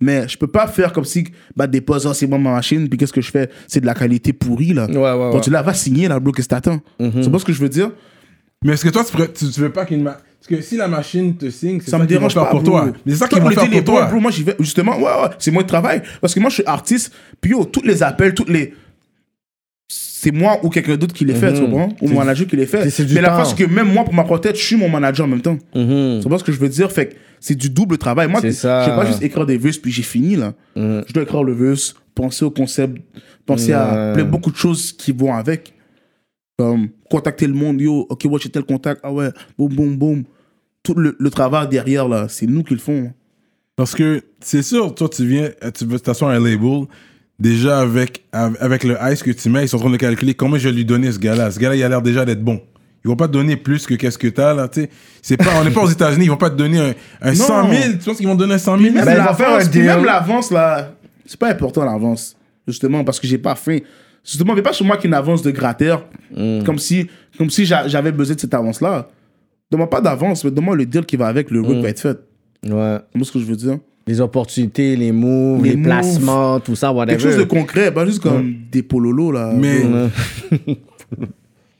D: Mais je peux pas faire comme si, bah, des postes, Ah, c'est moi ma machine, puis qu'est-ce que je fais C'est de la qualité pourrie, là.
C: Ouais, ouais, Mhm.
D: Quand
C: ouais.
D: tu l'as, va signer, là, bro, qu'est-ce que t'attends C'est pas ce que je veux dire
B: Mais est-ce que toi, tu, pourrais- tu, tu veux pas qu'une. ma- Parce que si la machine te signe, c'est
D: ça
B: ça,
D: me
B: qu'ils vont
D: dérange
B: faire
D: pas
B: pour
D: bro.
B: toi. Mais c'est ça
D: Toi,
B: qu'ils vont
D: les
B: faire pour
D: téléphones,
B: toi.
D: bro, moi j'y vais justement ouais ouais c'est moi de travail parce que moi je suis artiste puis yo toutes les appels toutes les c'est moi ou quelqu'un d'autre qui les fait tu comprends ou mon manager qui les fait
C: c'est- c'est du
D: mais la
C: temps.
D: face que même moi pour ma propre tête je suis mon manager en même temps tu comprends ce que je veux dire fait que c'est du double travail moi
C: C'est
D: je
C: ça.
D: sais pas juste écrire des verses puis j'ai fini là
C: Mm.
D: je dois écrire le verse penser au concept penser à plein- beaucoup de choses qui vont avec comme contacter le monde yo ok ouais j'ai tel contact ah ouais boum boum boum tout le, le travail derrière là, c'est nous qui le font.
B: Parce que c'est sûr, toi, tu viens, euh, tu veux t'asseoir à un label. Déjà, avec, av- avec le ice que tu mets, ils sont en train de calculer combien je vais lui donner ce gars-là. Ce gars-là, il a l'air déjà d'être bon. Ils vont pas te donner plus que qu'est-ce que t'as là, tu sais. C'est pas, on n'est pas aux États-Unis, ils vont pas te donner un, un 100 000. Tu penses qu'ils vont te donner un 100 000?
D: Même
C: Ben, ils vont
D: l'avance,
C: faire un
D: puis
C: deal.
D: même l'avance là, c'est pas important l'avance, justement parce que j'ai pas faim. Justement, mais pas sur moi qu'une avance de gratteur,
C: Mm.
D: comme si, comme si j'a- j'avais besoin de cette avance là. Demande pas d'avance, mais demande le deal qui va avec le
C: Mm.
D: work va être fait.
C: Ouais.
D: C'est ce que je veux dire.
C: Les opportunités, les moves, les,
D: Les moves.
C: placements, tout ça, whatever.
D: Quelque chose de concret, pas juste comme des pololos là.
B: Mais *laughs*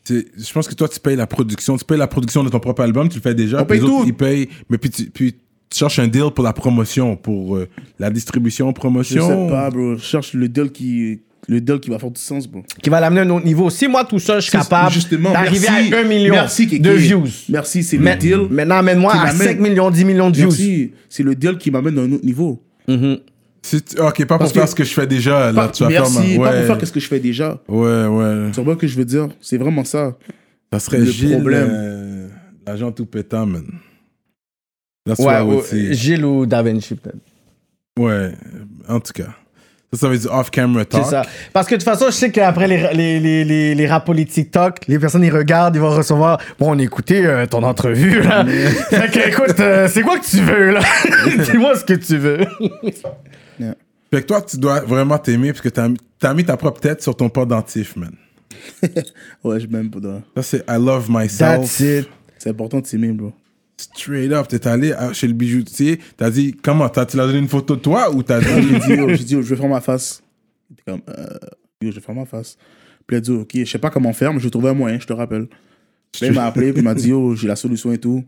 B: C'est- je pense que toi, tu payes la production. Tu payes la production de ton propre album, tu le fais déjà.
D: On
B: puis
D: paye
B: les autres,
D: tout.
B: Ils payent, mais puis tu, puis tu cherches un deal pour la promotion, pour euh, la distribution,
D: je
B: promotion.
D: sais pas, bro. Je cherche le deal qui, le deal qui va faire du sens, bro.
C: Qui va l'amener à un autre niveau. Si moi, tout seul, je suis capable
D: Justement,
C: d'arriver
D: merci.
C: à 1 million
D: Merci, Kéké.
C: de views.
D: Merci, c'est
C: Mais-
D: le deal.
C: Maintenant, amène-moi
D: Qui
C: à
D: m'amène.
C: 5 millions, 10 millions de views.
D: Merci, c'est le deal qui m'amène à un autre niveau.
B: C'est- ok, pas pour
D: Parce que-
B: faire ce que je fais déjà. Là,
D: Pas-
B: tu vas faire
D: merci,
B: ma-
D: pas pour
B: ouais.
D: faire qu'est-ce que je fais déjà.
B: Ouais, ouais.
D: Tu vois ce que je veux dire C'est vraiment ça.
B: Ça serait
D: Le
B: Gilles,
D: problème.
B: euh, l'agent tout pétant, man. That's what
C: Ouais,
B: I
D: oh,
B: would
C: ou-
B: say.
C: Gilles ou Da Vinci, peut-être.
B: Ouais, en tout cas. Ça, ça veut dire off-camera talk.
C: C'est ça. Parce que de toute façon, je sais qu'après les, les, les, les, les rap politiques talk, les personnes, ils regardent, ils vont recevoir. Bon, on a écouté euh, ton entrevue, *laughs* là. fait que, écoute, euh, c'est quoi que tu veux, *laughs* là? Dis-moi ce que tu veux.
B: Fait que toi, tu dois vraiment t'aimer parce que t'as as mis ta propre tête sur ton port dentif, man.
D: Ouais, je m'aime pour toi.
B: Ça, c'est I love myself.
D: C'est important de s'aimer, bro.
B: Straight up, t'es allé à- chez le bijoutier, t'as dit, comment, t'as, tu l'as donné une photo de toi ou t'as
D: *laughs*
B: dit,
D: J'ai dit, oh, j'ai dit, oh, je vais faire ma face. Il était comme, euh, yo, je vais faire ma face. Puis il a dit, ok, je sais pas comment faire, mais je vais trouver un moyen, je te rappelle. Puis il m'a appelé, puis il m'a dit, oh, j'ai la solution et tout.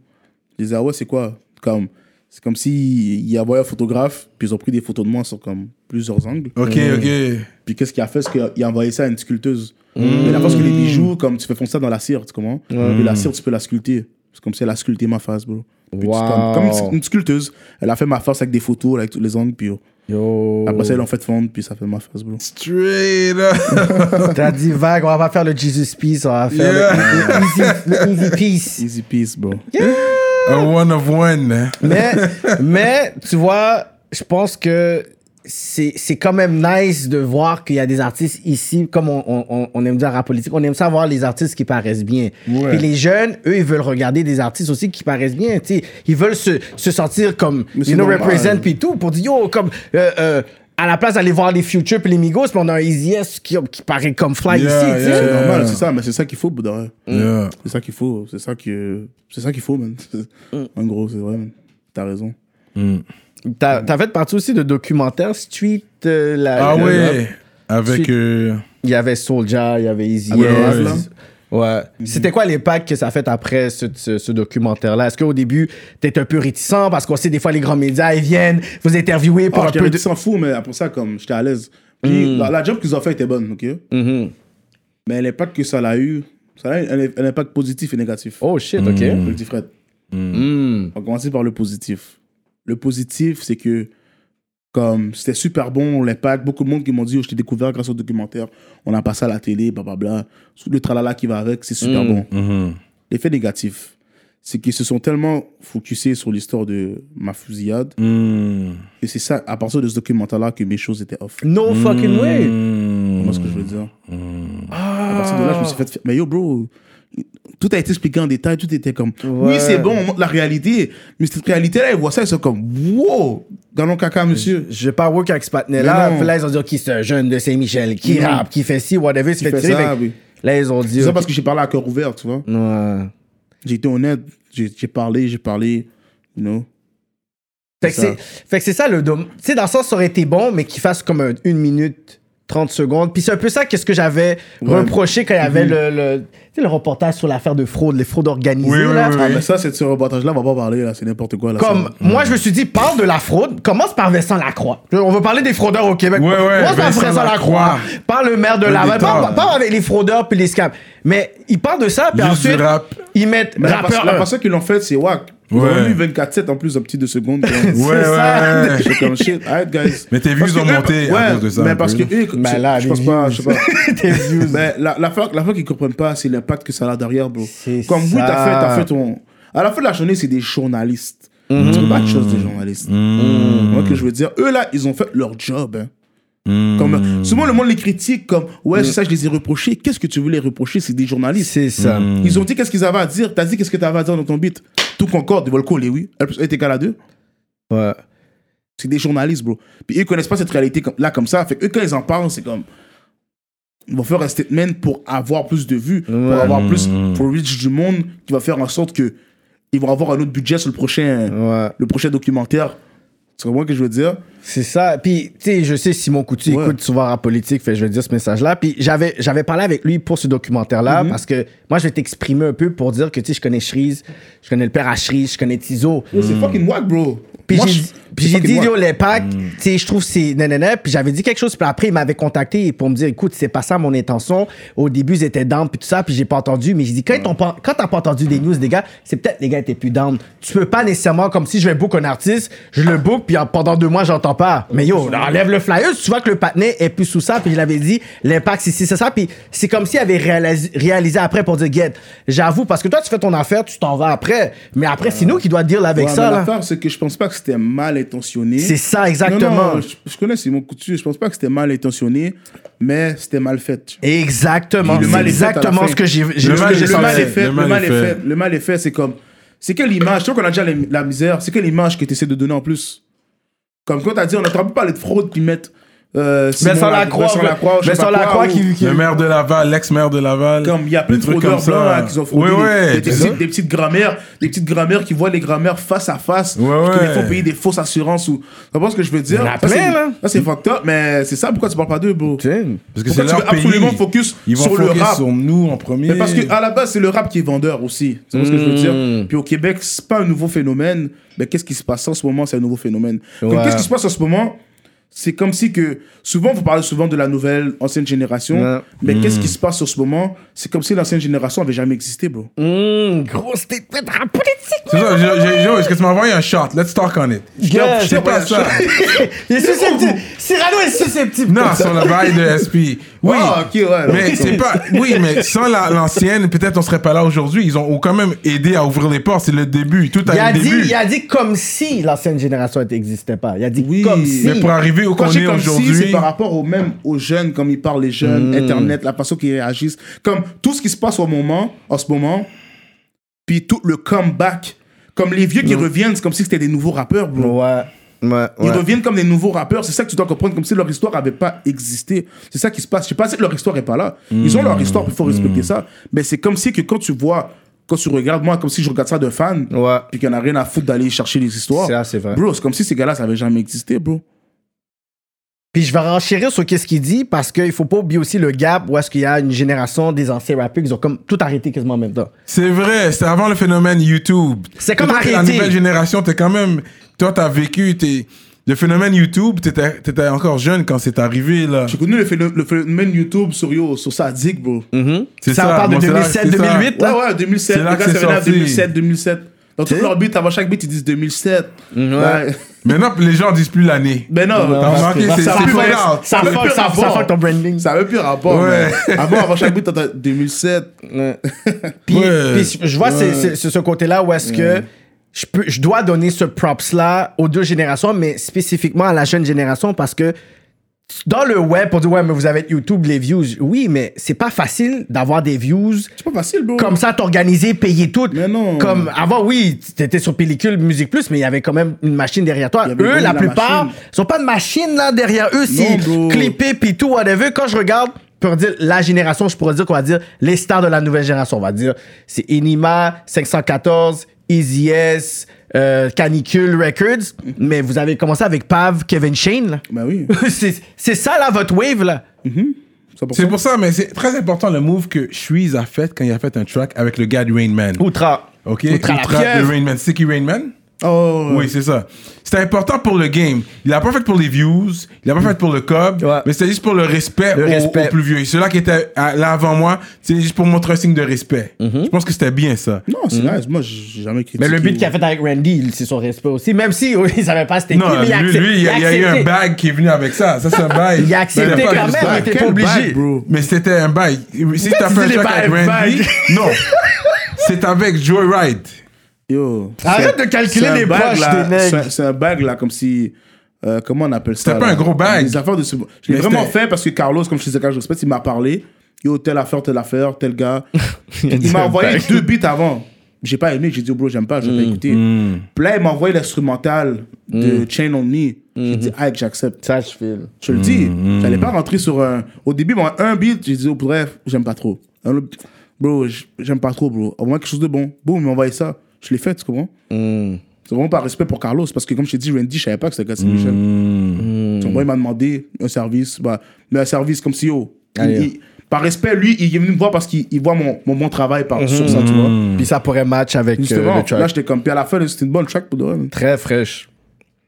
D: Je disais, ah ouais, c'est quoi comme, C'est comme si il y avait un photographe, puis ils ont pris des photos de moi sur comme plusieurs angles. Euh,
B: ok, ok.
D: Puis qu'est-ce qu'il a fait C'est qu'il a envoyé ça à une sculpteuse. Mais la parce que les bijoux, comme tu fais fondre ça dans la cire, tu comprends Puis la cire, tu peux la sculpter. C'est comme si elle a sculpté ma face, bro. Puis tu-
C: Wow.
D: Comme, comme une- une sculpteuse. Elle a fait ma face avec des photos, avec tous les angles, puis oh.
C: Yo.
D: Après ça, ils l'ont fait fondre, puis ça fait ma face, bro.
B: Straight up. *laughs*
C: T'as
D: *laughs*
C: dit vague, on va pas faire le Jesus Peace, on va faire
B: Yeah.
C: *laughs* le, le easy, le Easy Peace.
D: Easy peace, bro.
B: A one of
D: Mm.
B: one.
C: Mais, mais tu vois, je pense que c'est c'est quand même nice de voir qu'il y a des artistes ici, comme on, on- on, on aime dire rap politique, on aime ça voir les artistes qui paraissent bien.
B: Ouais.
C: Puis les jeunes, eux, ils veulent regarder des artistes aussi qui paraissent bien. tu sais. Ils veulent se, se sentir comme,
D: c'est
C: you know,
D: normal.
C: represent puis tout, pour dire, yo, comme... euh, euh, à la place d'aller voir les Future puis les Migos, puis on a un Easy S qui, qui paraît comme Fly
B: Yeah,
C: ici. tu sais.
B: yeah.
D: C'est normal, Euh, c'est ça, mais c'est ça qu'il faut, Bouddha.
B: Yeah.
D: C'est ça qu'il faut, c'est ça que. C'est ça qu'il faut, man. *laughs* En gros, c'est vrai, man. T'as raison.
C: T'as t'as fait partie aussi de documentaires Street. euh, la,
B: Ah
C: la-
B: ouais. Avec.
C: Suite.
B: euh,
C: Il y avait Soulja, il y avait Easy.
D: Avec
C: S.
D: Raz, là.
C: Ouais. C'était quoi l'impact que ça a fait après ce, ce- ce documentaire-là? Est-ce qu'au début, t'étais un peu réticent parce qu'on sait des fois les grands médias, ils viennent vous interviewer pour
D: Ah,
C: un
D: j'étais
C: peu de.
D: réticent s'en fou, mais après ça, comme, j'étais à l'aise. Puis la, la job qu'ils ont fait était bonne, ok Mais l'impact que ça a eu, ça a eu un, un impact positif et négatif.
C: Oh shit, ok.
D: Je le dis, Fred. On va commencer par le positif. Le positif, c'est que comme c'était super bon, l'impact, beaucoup de monde qui m'ont dit, oh, je t'ai découvert grâce au documentaire, on a passé à la télé, blablabla, tout le tralala qui va avec, c'est super bon.
B: Mhm.
D: L'effet négatif, c'est qu'ils se sont tellement focusés sur l'histoire de ma fusillade,
B: hmm,
D: et c'est ça, à partir de ce documentaire-là, que mes choses étaient off.
C: No fucking way.
B: hmm.
D: Moi, ce que je veux dire. À partir de là, je me suis fait. Mais yo, bro, tout a été expliqué en détail, tout était comme. Oui, c'est bon, on montre la réalité. Mais cette réalité-là, ils voient ça, ils sont comme. Wow! Galon caca, monsieur.
C: Je vais pas work avec ce
D: Mais
C: patinet-là.
D: non.
C: Puis Là, ils ont dit, OK, c'est un jeune de Saint-Michel qui
D: Mm.
C: rappe, qui fait ci, whatever, il se fait
D: fait
C: tirer.
D: ça,
C: Fait que
D: oui.
C: Là, ils ont dit.
D: C'est ça
C: ok.
D: parce que j'ai parlé à cœur ouvert, tu vois.
C: Ouais.
D: J'ai été honnête, j'ai j'ai parlé, j'ai parlé. You know.
C: Fait que
D: C'est
C: c'est- fait que c'est ça le dom. Tu sais, dans le sens, ça aurait été bon, mais qu'il fasse comme un- une minute 30 secondes. Puis c'est un peu ça qu'est-ce que j'avais
D: Ouais.
C: reproché quand il y avait le, le, tu sais, le reportage sur l'affaire de fraude, les fraudes organisées.
B: Mm-hmm. Oui, oui,
C: là.
B: oui,
D: Ah,
B: oui.
D: mais ça, c'est ce reportage-là, on va pas parler, là, c'est n'importe quoi. Là,
C: Comme,
D: ça.
B: Mm.
C: moi, je me suis dit, parle de la fraude, commence par Vincent Lacroix. On veut parler des fraudeurs au Québec.
B: Ouais, ouais,
C: commence par
B: Vincent
C: Vincent Lacroix.
B: Lacroix.
C: Parle le maire de
B: Le
C: Laval.
B: détard.
C: Parle, parle avec les fraudeurs puis les scams. Mais ils parlent de ça, puis
B: Juste
C: ensuite,
B: du rap.
C: ils mettent
D: Mais la,
C: rappeur
D: pers- la
C: un.
D: personne qui l'ont fait, c'est wack. Ils
B: Ouais.
D: ont eu 24-7 en plus, un petit deux secondes. comme-
B: *laughs* Ouais, ouais,
C: ça.
B: ouais.
D: J'étais comme shit, alright guys.
B: Mais tes vues
D: Parce que
B: ont
D: eux-
B: monté à cause de ça, un
D: Mais parce
B: peu.
D: que eux,
C: Mais là,
D: je
C: les
D: pense pas, je
C: views.
D: sais
C: *laughs*
D: pas.
B: *laughs*
D: Mais la, la fois, la fois qu'ils comprennent pas, c'est l'impact que ça a derrière, bro.
C: C'est
D: Comme vous,
C: ça.
D: t'as fait, t'as fait ton. À la fin de la journée, c'est des journalistes.
C: Mhm.
D: Tu peux pas de choses des journalistes. Moi, que je veux dire, eux là, ils ont fait leur job. hein.
C: Mhm.
D: Comme, souvent, le monde les critique comme Ouais, c'est ça, je les ai reprochés. Qu'est-ce que tu veux les reprocher C'est des journalistes.
C: C'est ça.
B: Mm.
D: Ils ont dit qu'est-ce qu'ils avaient à dire. T'as dit qu'est-ce que t'avais à dire dans ton beat. Tout concorde, ils veulent coller, oui. Elle est égale à deux.
C: Ouais.
D: C'est des journalistes, bro. Puis eux connaissent pas cette réalité comme, là comme ça. Fait que eux, quand ils en parlent, c'est comme. Ils vont faire un statement pour avoir plus de vues, pour avoir plus.
C: Mm.
D: pour reach du monde, qui va faire en sorte que. Ils vont avoir un autre budget sur le prochain.
C: Ouais.
D: Le prochain documentaire. Tu comprends ce que je veux dire?
C: C'est ça. Puis, tu sais, je sais, Simon Coutu
D: Ouais.
C: écoute souvent en politique, fait, je vais dire ce message-là. Puis, j'avais, j'avais parlé avec lui pour ce documentaire-là, parce que moi, je vais t'exprimer un peu pour dire que, tu sais, je connais Shreeze, je connais le père à Shreeze, je connais Tizo.
D: C'est fucking whack, bro.
C: Mm. Puis,
D: Moi,
C: j'ai,
D: je-
C: puis
D: c'est
C: j'ai
D: fucking
C: dit,
D: whack.
C: yo, l'impact, tu sais, je trouve c'est nanana. Puis, j'avais dit quelque chose, puis après, il m'avait contacté pour me dire, écoute, c'est pas ça mon intention. Au début, ils étaient down, puis tout ça, puis j'ai pas entendu. Mais j'ai dit, quand, ils t'ont pas- quand t'as pas entendu des news, des gars, c'est peut-être les gars étaient plus down. Tu peux pas nécessairement, comme si je vais book un artiste, je le book, puis en- pendant deux mois, j'entends comprends pas. Mais yo, enlève le flyer, tu vois que le patinet est plus sous ça, puis il avait dit l'impact ici, c'est ça, puis c'est comme s'il avait réalis- réalisé après pour dire guette. J'avoue, parce que toi, tu fais ton affaire, tu t'en vas après. Mais après, c'est nous qui doit deal avec
D: Ouais,
C: ça.
D: mais
C: là.
D: L'affaire, c'est que je pense pas que c'était mal intentionné.
C: C'est ça, exactement.
D: Non, non, je, je connais Simon Coutu, je pense pas que c'était mal intentionné, mais c'était mal fait.
C: Exactement.
D: Puis le
C: C'est
D: mal est fait à la
C: exactement
D: fin.
C: ce que j'ai j'ai-
B: Le
C: ce
B: mal
C: que j'ai
B: est
D: Le
B: fait.
D: mal
C: senti.
D: est fait, le mal est fait, le mal est fait, c'est comme. C'est quelle image, toi qu'on a déjà les- la misère, c'est quelle image que tu essaies de donner en plus Comme quand t'as dit, on n'entend plus parler de fraude puis mettre. Euh, Simon
C: sans la
D: Lagro-
C: croix,
D: sans la croix, je
C: mais
D: sais pas
C: sans la
D: quoi,
C: croix
D: ou-
C: qui- qui-
B: Le maire de Laval, l'ex-maire de Laval.
D: Comme il y a plein
B: des
D: de
B: trucs
D: fraudeurs
B: comme ça.
D: blancs là, qui ont
B: Ouais,
D: fraudé des-
B: ouais.
D: des, des petites, des petites grammaires, des petites grammaires qui voient les grammaires face à face,
B: Ouais,
D: parce
B: ouais.
D: qu'il faut payer des fausses assurances ou. Tu vois ce que je veux dire
C: Il y en a
D: Ça, c'est-
C: plein, là.
D: Ça c'est fucked up, mais c'est ça. Pourquoi tu parles pas d'eux, bro
B: Parce que
D: Pourquoi
B: c'est
D: tu
B: leur
D: veux
B: pays.
D: absolument focus
B: Ils vont
D: sur le
B: focus
D: rap
B: sur nous en premier.
D: mais parce que ah, à la base, c'est le rap qui est vendeur aussi. C'est ce que je veux
C: Hmm.
D: dire. Puis au Québec, c'est pas un nouveau phénomène. Mais qu'est-ce qui se passe en ce moment C'est un nouveau phénomène. Comme
C: Ouais.
D: Qu'est-ce qui se passe en ce moment C'est comme si que souvent vous parlez souvent de la nouvelle ancienne génération.
C: Ouais. Hmm.
D: Mais qu'est-ce qui se passe en ce moment C'est comme si l'ancienne génération avait jamais existé, bro.
C: Mmh, gros, c'était très très politique.
B: C'est ça, j'ai- j'ai- yo, est-ce que tu m'as envoyé un shot? Let's talk on it.
C: Yeah,
B: Je sais
C: j'ai
B: pas
D: pas
B: ça.
C: *laughs* Il est susceptible. Cyrano est susceptible.
B: Non, sur le bail de SP. Oui.
D: Ah, ok, ouais.
B: Mais c'est pas. Oui, mais sans la- l'ancienne, peut-être on serait pas là aujourd'hui. Ils ont quand même aidé à ouvrir les portes. C'est le début. Tout a
C: Il a,
B: un
C: dit,
B: début.
C: il a dit comme si l'ancienne génération n'existait pas. Il a dit
D: Oui,
C: comme si.
B: Mais pour arriver où
D: Quand
B: qu'on
D: je dis
B: est
D: comme si, c'est
B: aujourd'hui.
D: par rapport aux même aux jeunes, comme ils parlent les jeunes,
C: Hmm.
D: Internet, la façon qu'ils réagissent, comme tout ce qui se passe au moment, en ce moment, puis tout le comeback, comme les vieux qui reviennent, c'est comme si c'était des nouveaux rappeurs,
C: Hmm.
D: bro.
C: Ouais. Ouais,
D: Ils
C: ouais.
D: reviennent comme des nouveaux rappeurs, c'est ça que tu dois comprendre, comme si leur histoire n'avait pas existé. C'est ça qui se passe. Je sais pas si leur histoire est pas là. Ils ont leur
C: Hmm.
D: histoire, il faut respecter ça. Mais c'est comme si que quand tu vois, quand tu regardes, moi, comme si je regarde ça de fan,
C: Ouais.
D: puis qu'il n'y en a rien à foutre d'aller chercher les histoires.
C: Ça, c'est vrai.
D: Bro, c'est comme si ces gars-là, ça n'avait jamais existé, bro.
C: Puis je vais renchérir sur qu'est-ce qu'il dit parce qu'il faut pas oublier aussi le gap où est-ce qu'il y a une génération des anciens rappeurs qui ont comme tout arrêté quasiment en même temps.
B: C'est vrai, c'est avant le phénomène YouTube.
C: C'est comme
B: Toi, t'es La
C: arrêter.
B: nouvelle génération, t'es quand même. Toi, t'as vécu. t'es- Le phénomène YouTube, t'étais t'étais encore jeune quand c'est arrivé, là.
D: J'ai connu le phélomène, le phénomène YouTube sur Yo, sur Sadik, bro.
B: C'est
C: Ça, on parle de
B: Bon, c'est là-
C: 2007,
B: c'est ça.
C: 2008.
D: Ouais, ouais, 2007.
B: Mhm. C'est
D: Les
B: là
D: gars,
B: que
D: ça
B: c'est
D: venait à
B: sorti.
D: 2007, 2007. Dans tous leurs beats, avant chaque beat, ils disent 2007.
B: Mhm.
D: Ouais.
B: Maintenant, les gens disent plus l'année.
D: Mais non,
B: T'as
D: ça-
B: remarqué,
D: ça-
B: c'est
D: ça-
B: c'est
D: ça-
B: pas grave.
D: ça-
C: Ça
D: le
C: fuck-
D: pire
C: ça-
D: rapport.
C: ça fuck ton branding.
D: Ça avait plus rapport.
B: Ouais.
D: mais Avant, avant chaque beat, t'entends 2007.
C: Puis,
B: Ouais. Mm.
C: puis je- je vois c'est- c'est- c'est ce côté-là où est-ce que je, peux, je dois donner ce props-là aux deux générations, mais spécifiquement à la jeune génération parce que dans le web, on dit ouais, mais vous avez YouTube, les views. Oui, mais c'est pas facile d'avoir des views
D: C'est pas facile, bro.
C: comme ça, t'organiser, payer tout.
D: Mm. Mais non.
C: Comme avant, oui, t'étais sur pellicule, musique plus, mais il y avait quand même une machine derrière toi.
D: Il y avait
C: Eux,
D: même
C: la,
D: la
C: plupart,
D: machine.
C: ils ont pas de machine là derrière eux, si
D: bro.
C: clippé puis tout whatever. Quand je regarde, pour dire la génération, je pourrais dire qu'on va dire les stars de la nouvelle génération, on va dire c'est Enima, 514, Easy S, euh, Canicule Records. Mais vous avez commencé avec Pav, Kevin Shane. là.
D: Bah oui.
C: *laughs* c'est c'est ça là votre wave là.
B: C'est pour ça, mais c'est très important le move que Shuiz a fait quand il a fait un track avec le gars de Rain Man.
C: Outra.
B: Ok?
C: Outra la
B: de
C: pièce.
B: Rain Man. C'est qui Rain Man?
D: Oh,
B: Oui, c'est ça. C'était important pour le game. Il l'a pas fait pour les views, il l'a pas fait pour le cob,
C: Ouais.
B: mais c'était juste pour le respect,
C: Le
B: aux-
C: respect.
B: aux plus vieux. Et ceux-là qui étaient à- là avant moi, c'est juste pour montrer un signe de respect.
C: Mhm.
B: Je pense que c'était bien ça.
D: Non, c'est nice. Moi, j'ai jamais critiqué.
C: Mais le beat qu'il a
D: Mm.
C: fait avec Randy, il- c'est son respect aussi. Même si oui, il savait pas c'était
B: Non,
C: qui, mais il a
B: lui,
C: accep-
B: lui, il y a, il y a eu un
C: accepté.
B: bag qui est venu avec ça. Ça, c'est un bail.
C: Il a accepté
B: C'était pas
C: quand
B: juste
C: même,
B: un
C: il
B: bail.
C: était pas obligé.
D: bro.
B: Mais c'était un bail. Si t'as
D: tu
B: fait un
D: dis les
B: track avec
D: bails,
B: Randy,
D: bails.
B: non. C'est avec Joyride.
D: Yo.
C: Arrête
D: C'est-
C: de calculer
D: c'est un
C: les
D: bag,
C: poches
D: là.
C: des nègres.
D: C'est un- C'est un bag, là, comme si. euh, comment on appelle ça
B: C'était pas
D: là?
B: un gros bag.
D: Les affaires de ce- Je l'ai
B: Mais
D: vraiment
B: c'était-
D: fait parce que Carlos, comme je disais, quand je respecte, il m'a parlé. Yo, telle affaire, telle affaire, tel gars. il m'a envoyé deux beats avant. J'ai pas aimé, j'ai dit, bro, j'aime pas, je vais pas écouter. Puis là, il m'a envoyé l'instrumental de Chain on Me. J'ai dit, ah, j'accepte.
C: Ça, je file.
D: Je le dis,
C: Mm,
D: j'allais pas rentrer sur un. Au début, moi, un beat, j'ai dit, oh, bref, j'aime pas trop. Un autre- Bro, j- j'aime pas trop, bro. Au moins quelque chose de bon. Boum, il m'a envoyé ça. Je l'ai fait, tu comprends?
C: Mm.
D: C'est vraiment par respect pour Carlos, parce que comme je t'ai dit, Randy, je savais pas que c'était Gassi Michel.
C: Mm.
D: Tu comprends? Il m'a demandé un service, bah, mais un service comme si, oh. il-
C: Allez.
D: il- par respect, lui, il est venu me voir parce qu'il il voit mon, mon bon travail par, sur ça, tu vois.
C: Puis ça pourrait match avec euh,
D: Justement,
C: Mm. le track.
D: là, j'étais comme. Puis à la fin, c'était une bonne track pour de vrai, man.
C: Très fraîche.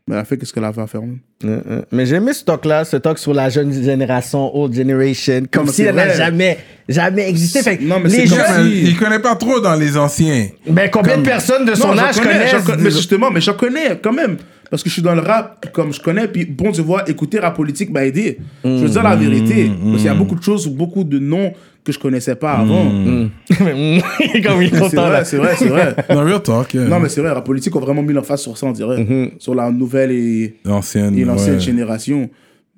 D: Mais à la fin, qu'est-ce qu'elle avait à faire, man?
C: Euh, euh, Mais j'ai aimé ce talk-là, ce talk sur la jeune génération, old generation, comme
D: mais
C: si
D: c'est
C: elle n'a
D: vrai.
C: jamais, jamais existé. Fait que
D: Non,
C: les
D: mais c'est comme
B: Ouais,
C: jeunes,
B: mais
D: si-
B: Il connaît pas trop dans les anciens.
C: ben combien de personnes de son
D: Non, j'en
C: âge
D: connais,
C: connaissent
D: j'en con- Mais justement, mais j'en connais quand même. Parce parce que je suis dans le rap, comme je connais, puis bon Dieu voit, écouter rap politique m'a aidé. je veux dire la vérité, parce qu'il y a beaucoup de choses, beaucoup de noms que je connaissais pas avant.
C: *laughs* Comme il est
D: C'est
C: content, là.
D: vrai, c'est vrai, c'est vrai.
B: Non, real talk. euh,
D: Non, mais c'est vrai, rap politique ont vraiment mis leur face sur ça, on dirait.
C: Mm-hmm.
D: Sur la nouvelle et,
B: L'ancienne.
D: et l'ancienne
B: ouais.
D: génération.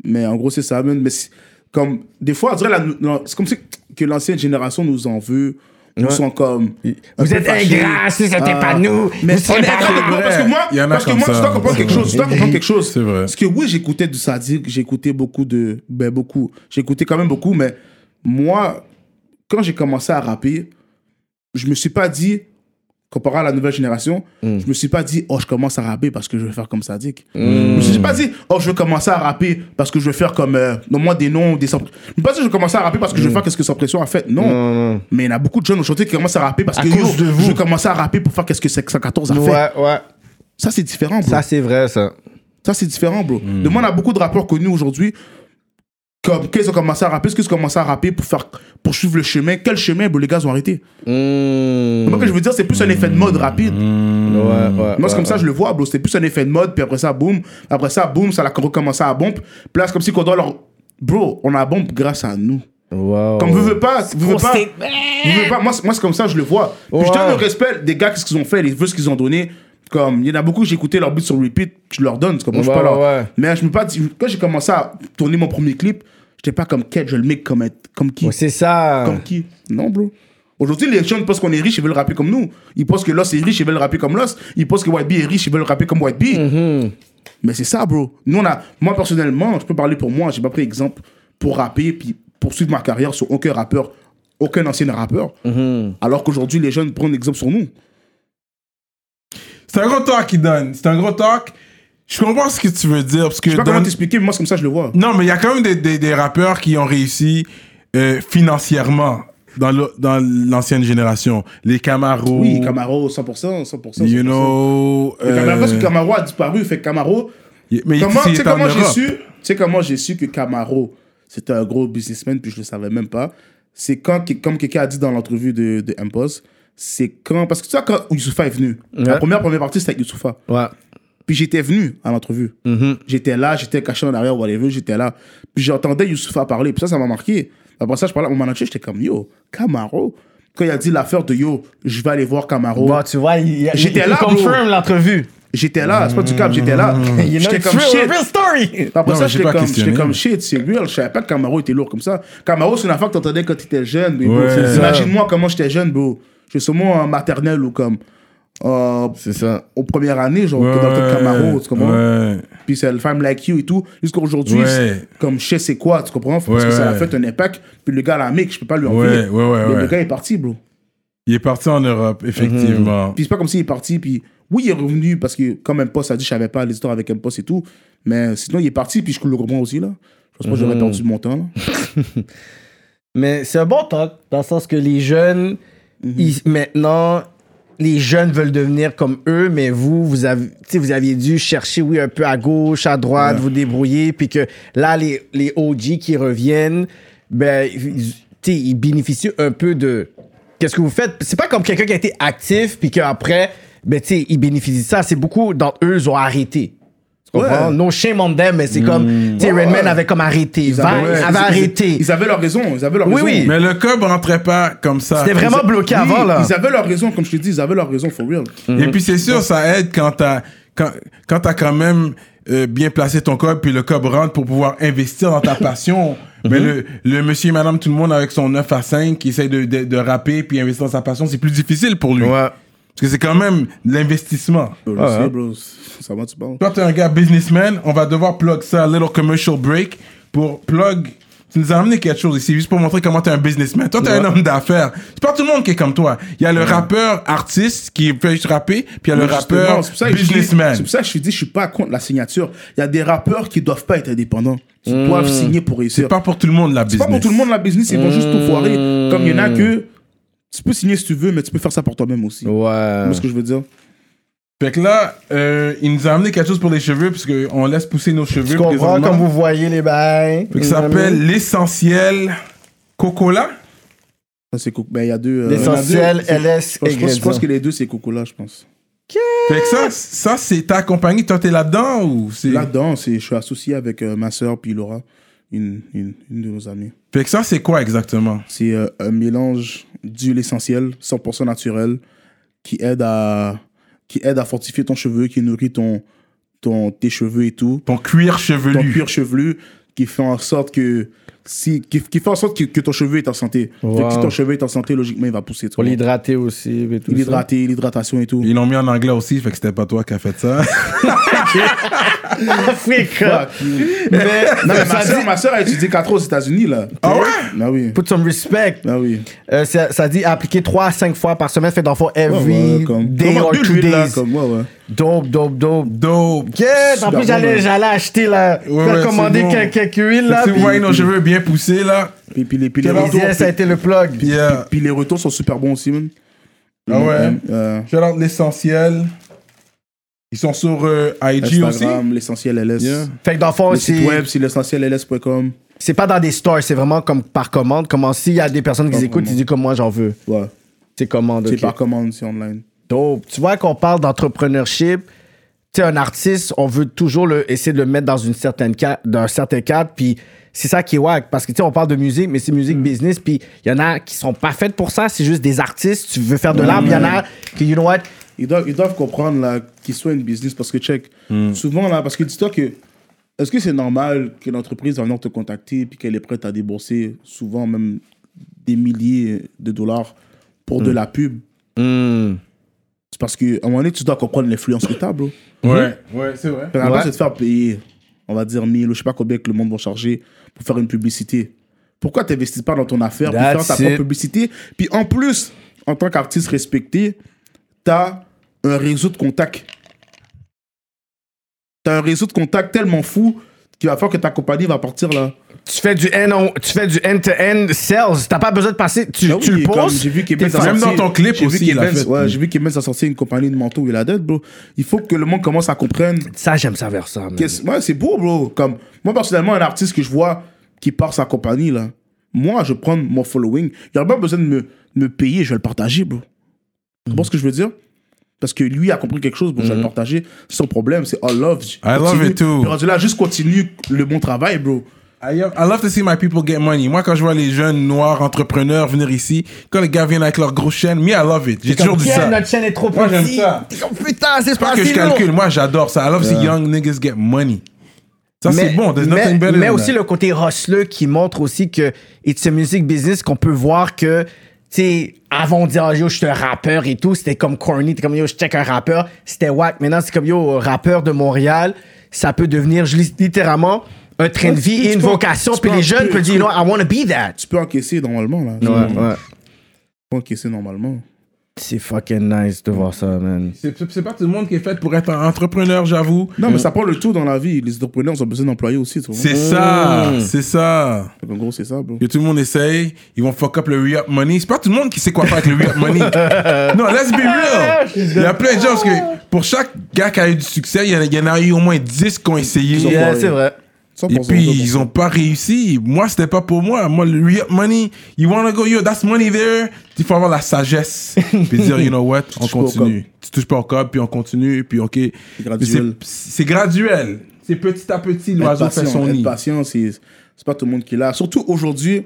D: Mais en gros, c'est ça. man. Mais c'est- comme, des fois, on dirait la- la- c'est comme si que l'ancienne génération nous en veut. Nous sont comme. un
C: Vous
D: peu
C: êtes
D: fâchés.
C: ingrats, si c'était
D: Ah.
C: pas nous.
D: Mais
C: vous
D: c'est
C: seriez pas
D: ingrats,
C: là.
D: non, parce que moi,
B: Il y en a
D: parce que
B: comme
D: moi
B: ça.
D: tu dois comprendre quelque chose. Tu dois comprendre quelque chose.
B: C'est vrai.
D: Parce que oui, j'écoutais du Sadik, j'écoutais beaucoup de. Ben, beaucoup. J'écoutais quand même beaucoup, mais moi, quand j'ai commencé à rapper, je me suis pas dit, comparé à la nouvelle génération,
C: Mm.
D: je me suis pas dit, oh, je commence à rapper parce que je veux faire comme Sadik. Je me suis pas dit, oh, je veux commencer à rapper parce que je veux faire comme. Euh, moi, des noms, des. sans- Je me suis pas dit, je veux commencer à rapper parce que
C: Mm.
D: je veux faire qu'est-ce que Sans Pression a fait. Non. Mais il y en a beaucoup de jeunes aujourd'hui qui commencent à rapper parce
C: À
D: que
C: cause
D: yo,
C: de vous.
D: je veux commencer à rapper pour faire qu'est-ce que 514 a fait.
C: Ouais, ouais.
D: Ça, c'est différent, bro.
C: Ça, c'est vrai, ça.
D: Ça, c'est différent, bro.
C: Hmm.
D: Demande à beaucoup de rappeurs connus aujourd'hui, comme qu'ils ont commencé à rapper, ce qu'ils ont commencé à rapper pour, faire, pour suivre le chemin. Quel chemin, bro, les gars ont arrêté
C: Mmh.
D: Moi, ce que je veux dire, c'est plus un effet de mode rapide.
C: Hmm. Ouais, ouais. ouais,
D: Moi, c'est comme ça, je le vois, bro. C'est plus un effet de mode, puis après ça, boum. Après ça, boum, ça a recommencé à bombe. Puis là, c'est comme si qu'on doit leur. Bro, on a bombe grâce à nous.
C: Wow.
D: Comme vous veux pas, vous veux pas,
C: s'est-
D: vous veux pas. Moi, c'est- moi, c'est comme ça, je le vois. Puis je
C: Ouais.
D: donne le respect des gars, qu'est-ce qu'ils ont fait, les vœux ce qu'ils ont donné. Comme il y en a beaucoup, j'ai écouté leur beat sur repeat, je leur donne, comme je
C: Ouais,
D: pas leur-
C: ouais, ouais.
D: Mais je me pas dit- quand j'ai commencé à tourner mon premier clip, j'étais pas comme quel, je le mets comme être- comme qui,
C: Ah Ouais, c'est ça.
D: comme qui. Non, bro. Aujourd'hui, les jeunes pensent qu'on est riche, ils veulent rapper comme nous. Ils pensent que Lost est riche, ils veulent rapper comme Lost. Ils pensent que White Bee est riche, ils veulent rapper comme White Bee. Mais c'est ça, bro. Nous, on a, moi, personnellement, je peux parler pour moi, j'ai pas pris exemple pour rapper puis poursuivre ma carrière sur aucun rappeur, aucun ancien rappeur. Alors qu'aujourd'hui, les jeunes prennent exemple sur nous.
B: C'est un gros talk qu'il donne. C'est un gros talk. Je comprends ce que tu veux dire. Parce que
D: Je sais pas
B: dans-
D: comment t'expliquer, mais moi, c'est comme ça, je le vois.
B: Non, mais il y a quand même des, des, des rappeurs qui ont réussi euh, financièrement dans le- dans l'ancienne génération. Les Camaro.
D: Oui, Camaro, 100%, 100%.
B: Oh. You
D: 100%.
B: know.
D: Mais Camaro,
B: euh,
D: parce que Camaro a disparu, fait que Camaro.
B: y- mais
D: Comment,
B: c'est
D: tu sais
B: en
D: comment j'ai
B: Europe.
D: su, tu sais comment j'ai su que Camaro, c'était un gros businessman, puis je le savais même pas. C'est quand, que- comme quelqu'un a dit dans l'entrevue de, de Impulse, c'est quand, parce que tu sais, quand Youssoufa est venu, la première première partie, c'était avec Youssoufa.
C: Ouais.
D: Puis j'étais venu à l'entrevue.
B: Mhm.
D: J'étais là, j'étais caché en arrière, whatever, j'étais là. Puis j'entendais Youssoufa parler. Puis ça, ça m'a marqué. Après ça, je parlais à mon manager, j'étais comme, yo, Camaro. Quand il a dit l'affaire de yo, je vais aller voir Camaro.
B: Bah,
C: Bon, tu vois, il, il-
D: J'étais
C: il
D: là, bro.
C: confirme l'entrevue.
D: J'étais là, c'est pas du cap, j'étais là.
B: Mhm.
C: You know,
D: *laughs* J'étais
C: it's
D: comme
C: real,
D: shit.
C: real story.
D: Après
B: Non,
D: ça,
B: mais j'ai
D: j'étais
B: pas
D: comme,
B: questionné.
D: j'étais comme shit, c'est real. Je savais pas que Camaro était lourd comme ça. Camaro, c'est une affaire que t'entendais quand t'étais jeune. mais bro,
B: Ouais. C'est ça.
D: Imagine-moi comment j'étais jeune, bro. Je suis sûrement en maternelle ou comme. Euh,
C: C'est ça.
D: aux premières années, genre, dans le
B: Ouais,
D: Camaro, tu comprends?
B: ouais.
D: Puis c'est le Femme Like You et tout. Jusqu'à aujourd'hui,
B: Ouais.
D: c'est comme je sais c'est quoi, tu comprends? Parce
B: Ouais,
D: que ça a
B: ouais.
D: fait un impact. Puis le gars l'a mec, je peux pas lui en
B: Ouais,
D: vouloir.
B: ouais, ouais,
D: Mais
B: ouais.
D: le gars est parti, bro.
B: Il est parti en Europe, effectivement.
D: Puis c'est pas comme s'il est parti, puis oui, il est revenu parce que comme Impost a dit, je savais pas les histoires avec Impost et tout. Mais sinon, il est parti, puis je le reprends aussi, là. Je pense pas que
B: Mhm.
D: j'aurais perdu mon temps, là.
C: Mais c'est un bon talk, dans le sens que les jeunes,
D: Mhm.
C: ils- maintenant, les jeunes veulent devenir comme eux, mais vous, vous, avez, tu sais, vous aviez dû chercher, oui, un peu à gauche, à droite, vous débrouiller, puis que là, les, les OG qui reviennent, ben, ils, tu sais, ils bénéficient un peu de. Qu'est-ce que vous faites? C'est pas comme quelqu'un qui a été actif, puis qu'après, ben, tu sais, ils bénéficient de ça. C'est beaucoup d'entre eux, ils ont arrêté. Tu comprends? No shame on them, mais c'est comme. Tu sais,
D: Ouais,
C: Redman
D: Mm. ouais.
C: avait comme arrêté. Vice
D: avaient- ouais,
C: avait
D: ils-
C: arrêté.
D: Ils, ils avaient leur raison, ils avaient leur
C: Oui,
D: raison.
C: oui.
B: Mais le cob rentrait pas comme ça.
C: C'était vraiment bloqué
D: Oui,
C: avant, là.
D: Ils avaient leur raison, comme je te dis, ils avaient leur raison, for real.
B: Et puis c'est sûr, ça aide quand t'as quand, quand t'as quand même euh, bien placé ton cob, puis le cob rentre pour pouvoir investir dans ta passion. Mais le, le monsieur et madame tout le monde avec son 9 à 5 qui essaie de, de, de rapper puis investir dans sa passion, c'est plus difficile pour lui. Parce que c'est quand même l'investissement.
D: Bro, je sais, bro, ça va, tu parles.
B: Toi, t'es un gars businessman, on va devoir plug ça, little commercial break, pour plug. Tu nous as amené quelque chose ici, juste pour montrer comment t'es un businessman. Toi, t'es un homme d'affaires. C'est pas tout le monde qui est comme toi. Il y a le rappeur artiste qui fait juste rapper, puis il y a le
D: Justement,
B: rappeur
D: c'est pour ça que je dis-
B: businessman.
D: C'est pour ça que je te dis, je suis pas contre la signature. Il y a des rappeurs qui doivent pas être indépendants. Ils doivent signer pour réussir.
B: Hmm. C'est pas pour tout le monde, la
D: C'est
B: business.
D: pas pour tout le monde la business, ils vont juste tout foirer. Comme il y en a que tu peux signer si tu veux, mais tu peux faire ça pour toi-même aussi. Tu
C: Ouais.
D: vois ce que je veux dire?
B: Fait que là, euh, il nous a amené quelque chose pour les cheveux, parce qu'on laisse pousser nos cheveux.
C: Tu comprends
B: présentement.
C: comme vous voyez les bails.
B: Fait que ça s'appelle l'essentiel Coca-Cola.
D: Ça, c'est cool. Ben, il y a deux. euh,
C: L'essentiel,
D: il y en a deux.
C: LS
D: Je pense- je pense,
C: ingrédients.
D: que les deux, c'est Coca-Cola, je pense.
B: Fait que ça, ça c'est ta compagnie, toi t'es là-dedans ou c'est.
D: Là-dedans, c'est- je suis associé avec euh, ma soeur, puis Laura, une, une, une de nos amies.
B: Fait que ça c'est quoi exactement?
D: C'est euh, un mélange d'huile essentielle, 100% naturelle, qui aide à qui aide à fortifier ton cheveu, qui nourrit ton, ton tes cheveux et tout,
B: Ton cuir chevelu.
D: ton cuir chevelu, qui fait en sorte que si qui, qui fait en sorte que, que ton cheveu est en santé. Fait que si ton cheveu est en santé, logiquement, il va pousser.
C: Pour l'hydrater aussi. Et tout
D: Il est
C: ça.
D: hydraté, l'hydratation et tout.
B: Ils l'ont mis en anglais aussi, fait que c'était pas toi qui as fait
C: *laughs*
B: ça.
C: Ah, Afrique.
D: Mais, non, mais ma soeur, ma sœur a étudié 4 ans aux États-Unis là.
B: Ah ouais?
D: Ah oui.
C: Put some respect.
D: Ah oui.
C: Euh, ça, ça dit appliquer 3 à 5 fois par semaine. Fait dans le fond every
D: Ouais, ouais, comme-
C: day
D: comme
C: or
D: deux
C: two
D: huiles, là,
C: days.
D: comme, ouais, ouais.
C: Dope, dope, dope.
B: Dope.
C: Yes, en plus
D: Super bon,
C: j'allais
D: ouais.
C: j'allais acheter la,
B: Ouais,
C: faire
B: ouais,
C: commander
B: c'est bon.
C: quelques, quelques huiles là.
B: si vous
C: puis-
B: voyez nos cheveux bien poussés là,
D: Puis, puis les, puis les
C: puis
D: retours,
C: yes, ça a
D: puis,
C: été le plug.
B: puis euh,
D: puis les retours sont super bons aussi. man.
B: Ah
C: Mm-hmm.
B: ouais?
D: Euh,
B: shout out l'essentiel. Ils sont sur euh, IG aussi.
D: Instagram, l'essentiel LS.
B: Yeah.
C: Fait que dans le fond,
D: Le site
C: Oh, c'est
D: web, c'est l'essentiells.com.
C: c'est pas dans des stores, c'est vraiment comme par commande. Comment s'il y a des personnes qui
D: Par
C: écoutent, ils
D: commande.
C: disent comme moi j'en veux.
D: Ouais.
C: C'est commande.
D: C'est
C: ok.
D: par commande, c'est online.
C: Dope. Tu vois qu'on parle d'entrepreneurship. Tu sais, un artiste, on veut toujours le, essayer de le mettre dans, une certaine ca- dans un certain cadre. Puis c'est ça qui est wack. Parce que tu sais, on parle de musique, mais c'est
B: Mm.
C: musique business. Puis il y en a qui sont pas faites pour ça. C'est juste des artistes. Tu veux faire de l'art. puis Il y en
B: Mm.
C: a qui, you know what?
D: Ils doivent, ils doivent comprendre là, qu'ils soient une business parce que, check, souvent là, parce que dis-toi que, est-ce que c'est normal que l'entreprise va venir te contacter puis qu'elle est prête à débourser souvent même des milliers de dollars pour de la pub C'est parce qu'à un moment donné, tu dois comprendre l'influence que tu as, bro.
B: Ouais, ouais, c'est vrai.
D: Fait qu'à la place de te faire payer, on va dire 1000 ou je sais pas combien que le monde va charger pour faire une publicité. Pourquoi t'investis pas dans ton affaire pour faire
C: That's
D: ta propre
C: it.
D: publicité Puis en plus, en tant qu'artiste respecté, t'as un réseau de contacts. T'as un réseau de contacts tellement fou qu'il va falloir que ta compagnie va partir là.
C: Tu fais du end on- tu fais du end-to-end sales. T'as pas besoin de passer. Tu,
D: Ah oui,
C: tu le
D: comme
C: poses.
D: J'ai vu
C: t'es
D: qu'Emez a
C: fine.
B: Même
D: sorti-
B: dans ton clip
D: j'ai vu
B: aussi, il l'a
D: qu'Emez-
B: fait.
D: ouais, j'ai vu qu'Emez a sorti une compagnie de manteaux et la dette, bro. Il faut que le monde commence à comprendre
C: Ça, j'aime ça vers ça. man.
D: Qu'est-ce- ouais, c'est beau, bro. Comme, moi, personnellement, un artiste que je vois qui part sa compagnie, là, moi, je prends mon following. Il n'aurait pas besoin de me, de me payer, je vais le partager, bro. Tu comprends ce que je veux dire? Parce que lui a compris quelque chose, bon, je vais le partager. Son problème, c'est I love. I
B: Mhm. love it too.
D: là, juste continue le bon travail, bro.
B: I, I love to see my people get money. Moi, quand je vois les jeunes noirs entrepreneurs venir ici, quand les gars viennent avec leur grosse chaîne, me, I love it. J'ai toujours dit
C: Yeah,
B: ça.
C: notre chaîne est trop
B: Moi, j'aime
C: petite.
B: ça.
C: T'es comme, Putain, c'est
B: Pas que je calcule, moi, j'adore ça. I love to see young niggas get money. Ça, c'est bon. There's
C: mais-
B: nothing better
C: mais
B: than
C: aussi
B: that.
C: le côté hustle qui montre aussi que it's a music business qu'on peut voir que tu sais avant de dire Ah, yo je suis un rappeur et tout c'était comme corny t'es comme yo je check un rappeur c'était whack maintenant c'est comme yo rappeur de Montréal ça peut devenir je lis- littéralement un train de vie et une
D: peux-
C: vocation
D: tu
C: puis
D: peux-
C: les
D: tu
C: jeunes
D: peux-
C: peuvent dire you know I wanna be that
D: Tu peux encaisser normalement, là. Tu
C: ouais
D: peux encaisser normalement.
C: c'est fucking nice de voir ça man
B: C'est- c'est- C'est pas tout le monde qui est fait pour être un entrepreneur, j'avoue.
D: Non, mais ça prend le tout dans la vie. Les entrepreneurs ont besoin d'employés aussi, tu vois.
B: C'est ça, c'est ça.
D: Fait qu'en gros, c'est ça, bro.
B: Que tout le monde essaye, ils vont fuck up le re-up money. C'est pas tout le monde qui sait quoi faire avec le re-up money. Non, let's be real. Il y a plein de gens, parce que pour chaque gars qui a eu du succès, il y en a- il y en a eu au moins 10 qui ont essayé.
D: Ils ont
C: yeah
D: pas-
C: c'est vrai
D: 100%,
B: Et puis,
D: 100%.
B: ils ont pas réussi. Moi, c'était pas pour moi. Moi, le re-up money, you wanna go, yo, that's money there. Il faut avoir la sagesse. puis dire, you know what, on
D: touches pas au
B: continue. Tu touches pas au code, puis on continue, puis ok. Puis
D: graduel.
B: C'est c'est graduel. C'est petit à petit,
D: Être
B: l'oiseau fait
D: patient,
B: son
D: être
B: nid.
D: patient, c'est c'est pas tout le monde qui l'a. Surtout aujourd'hui,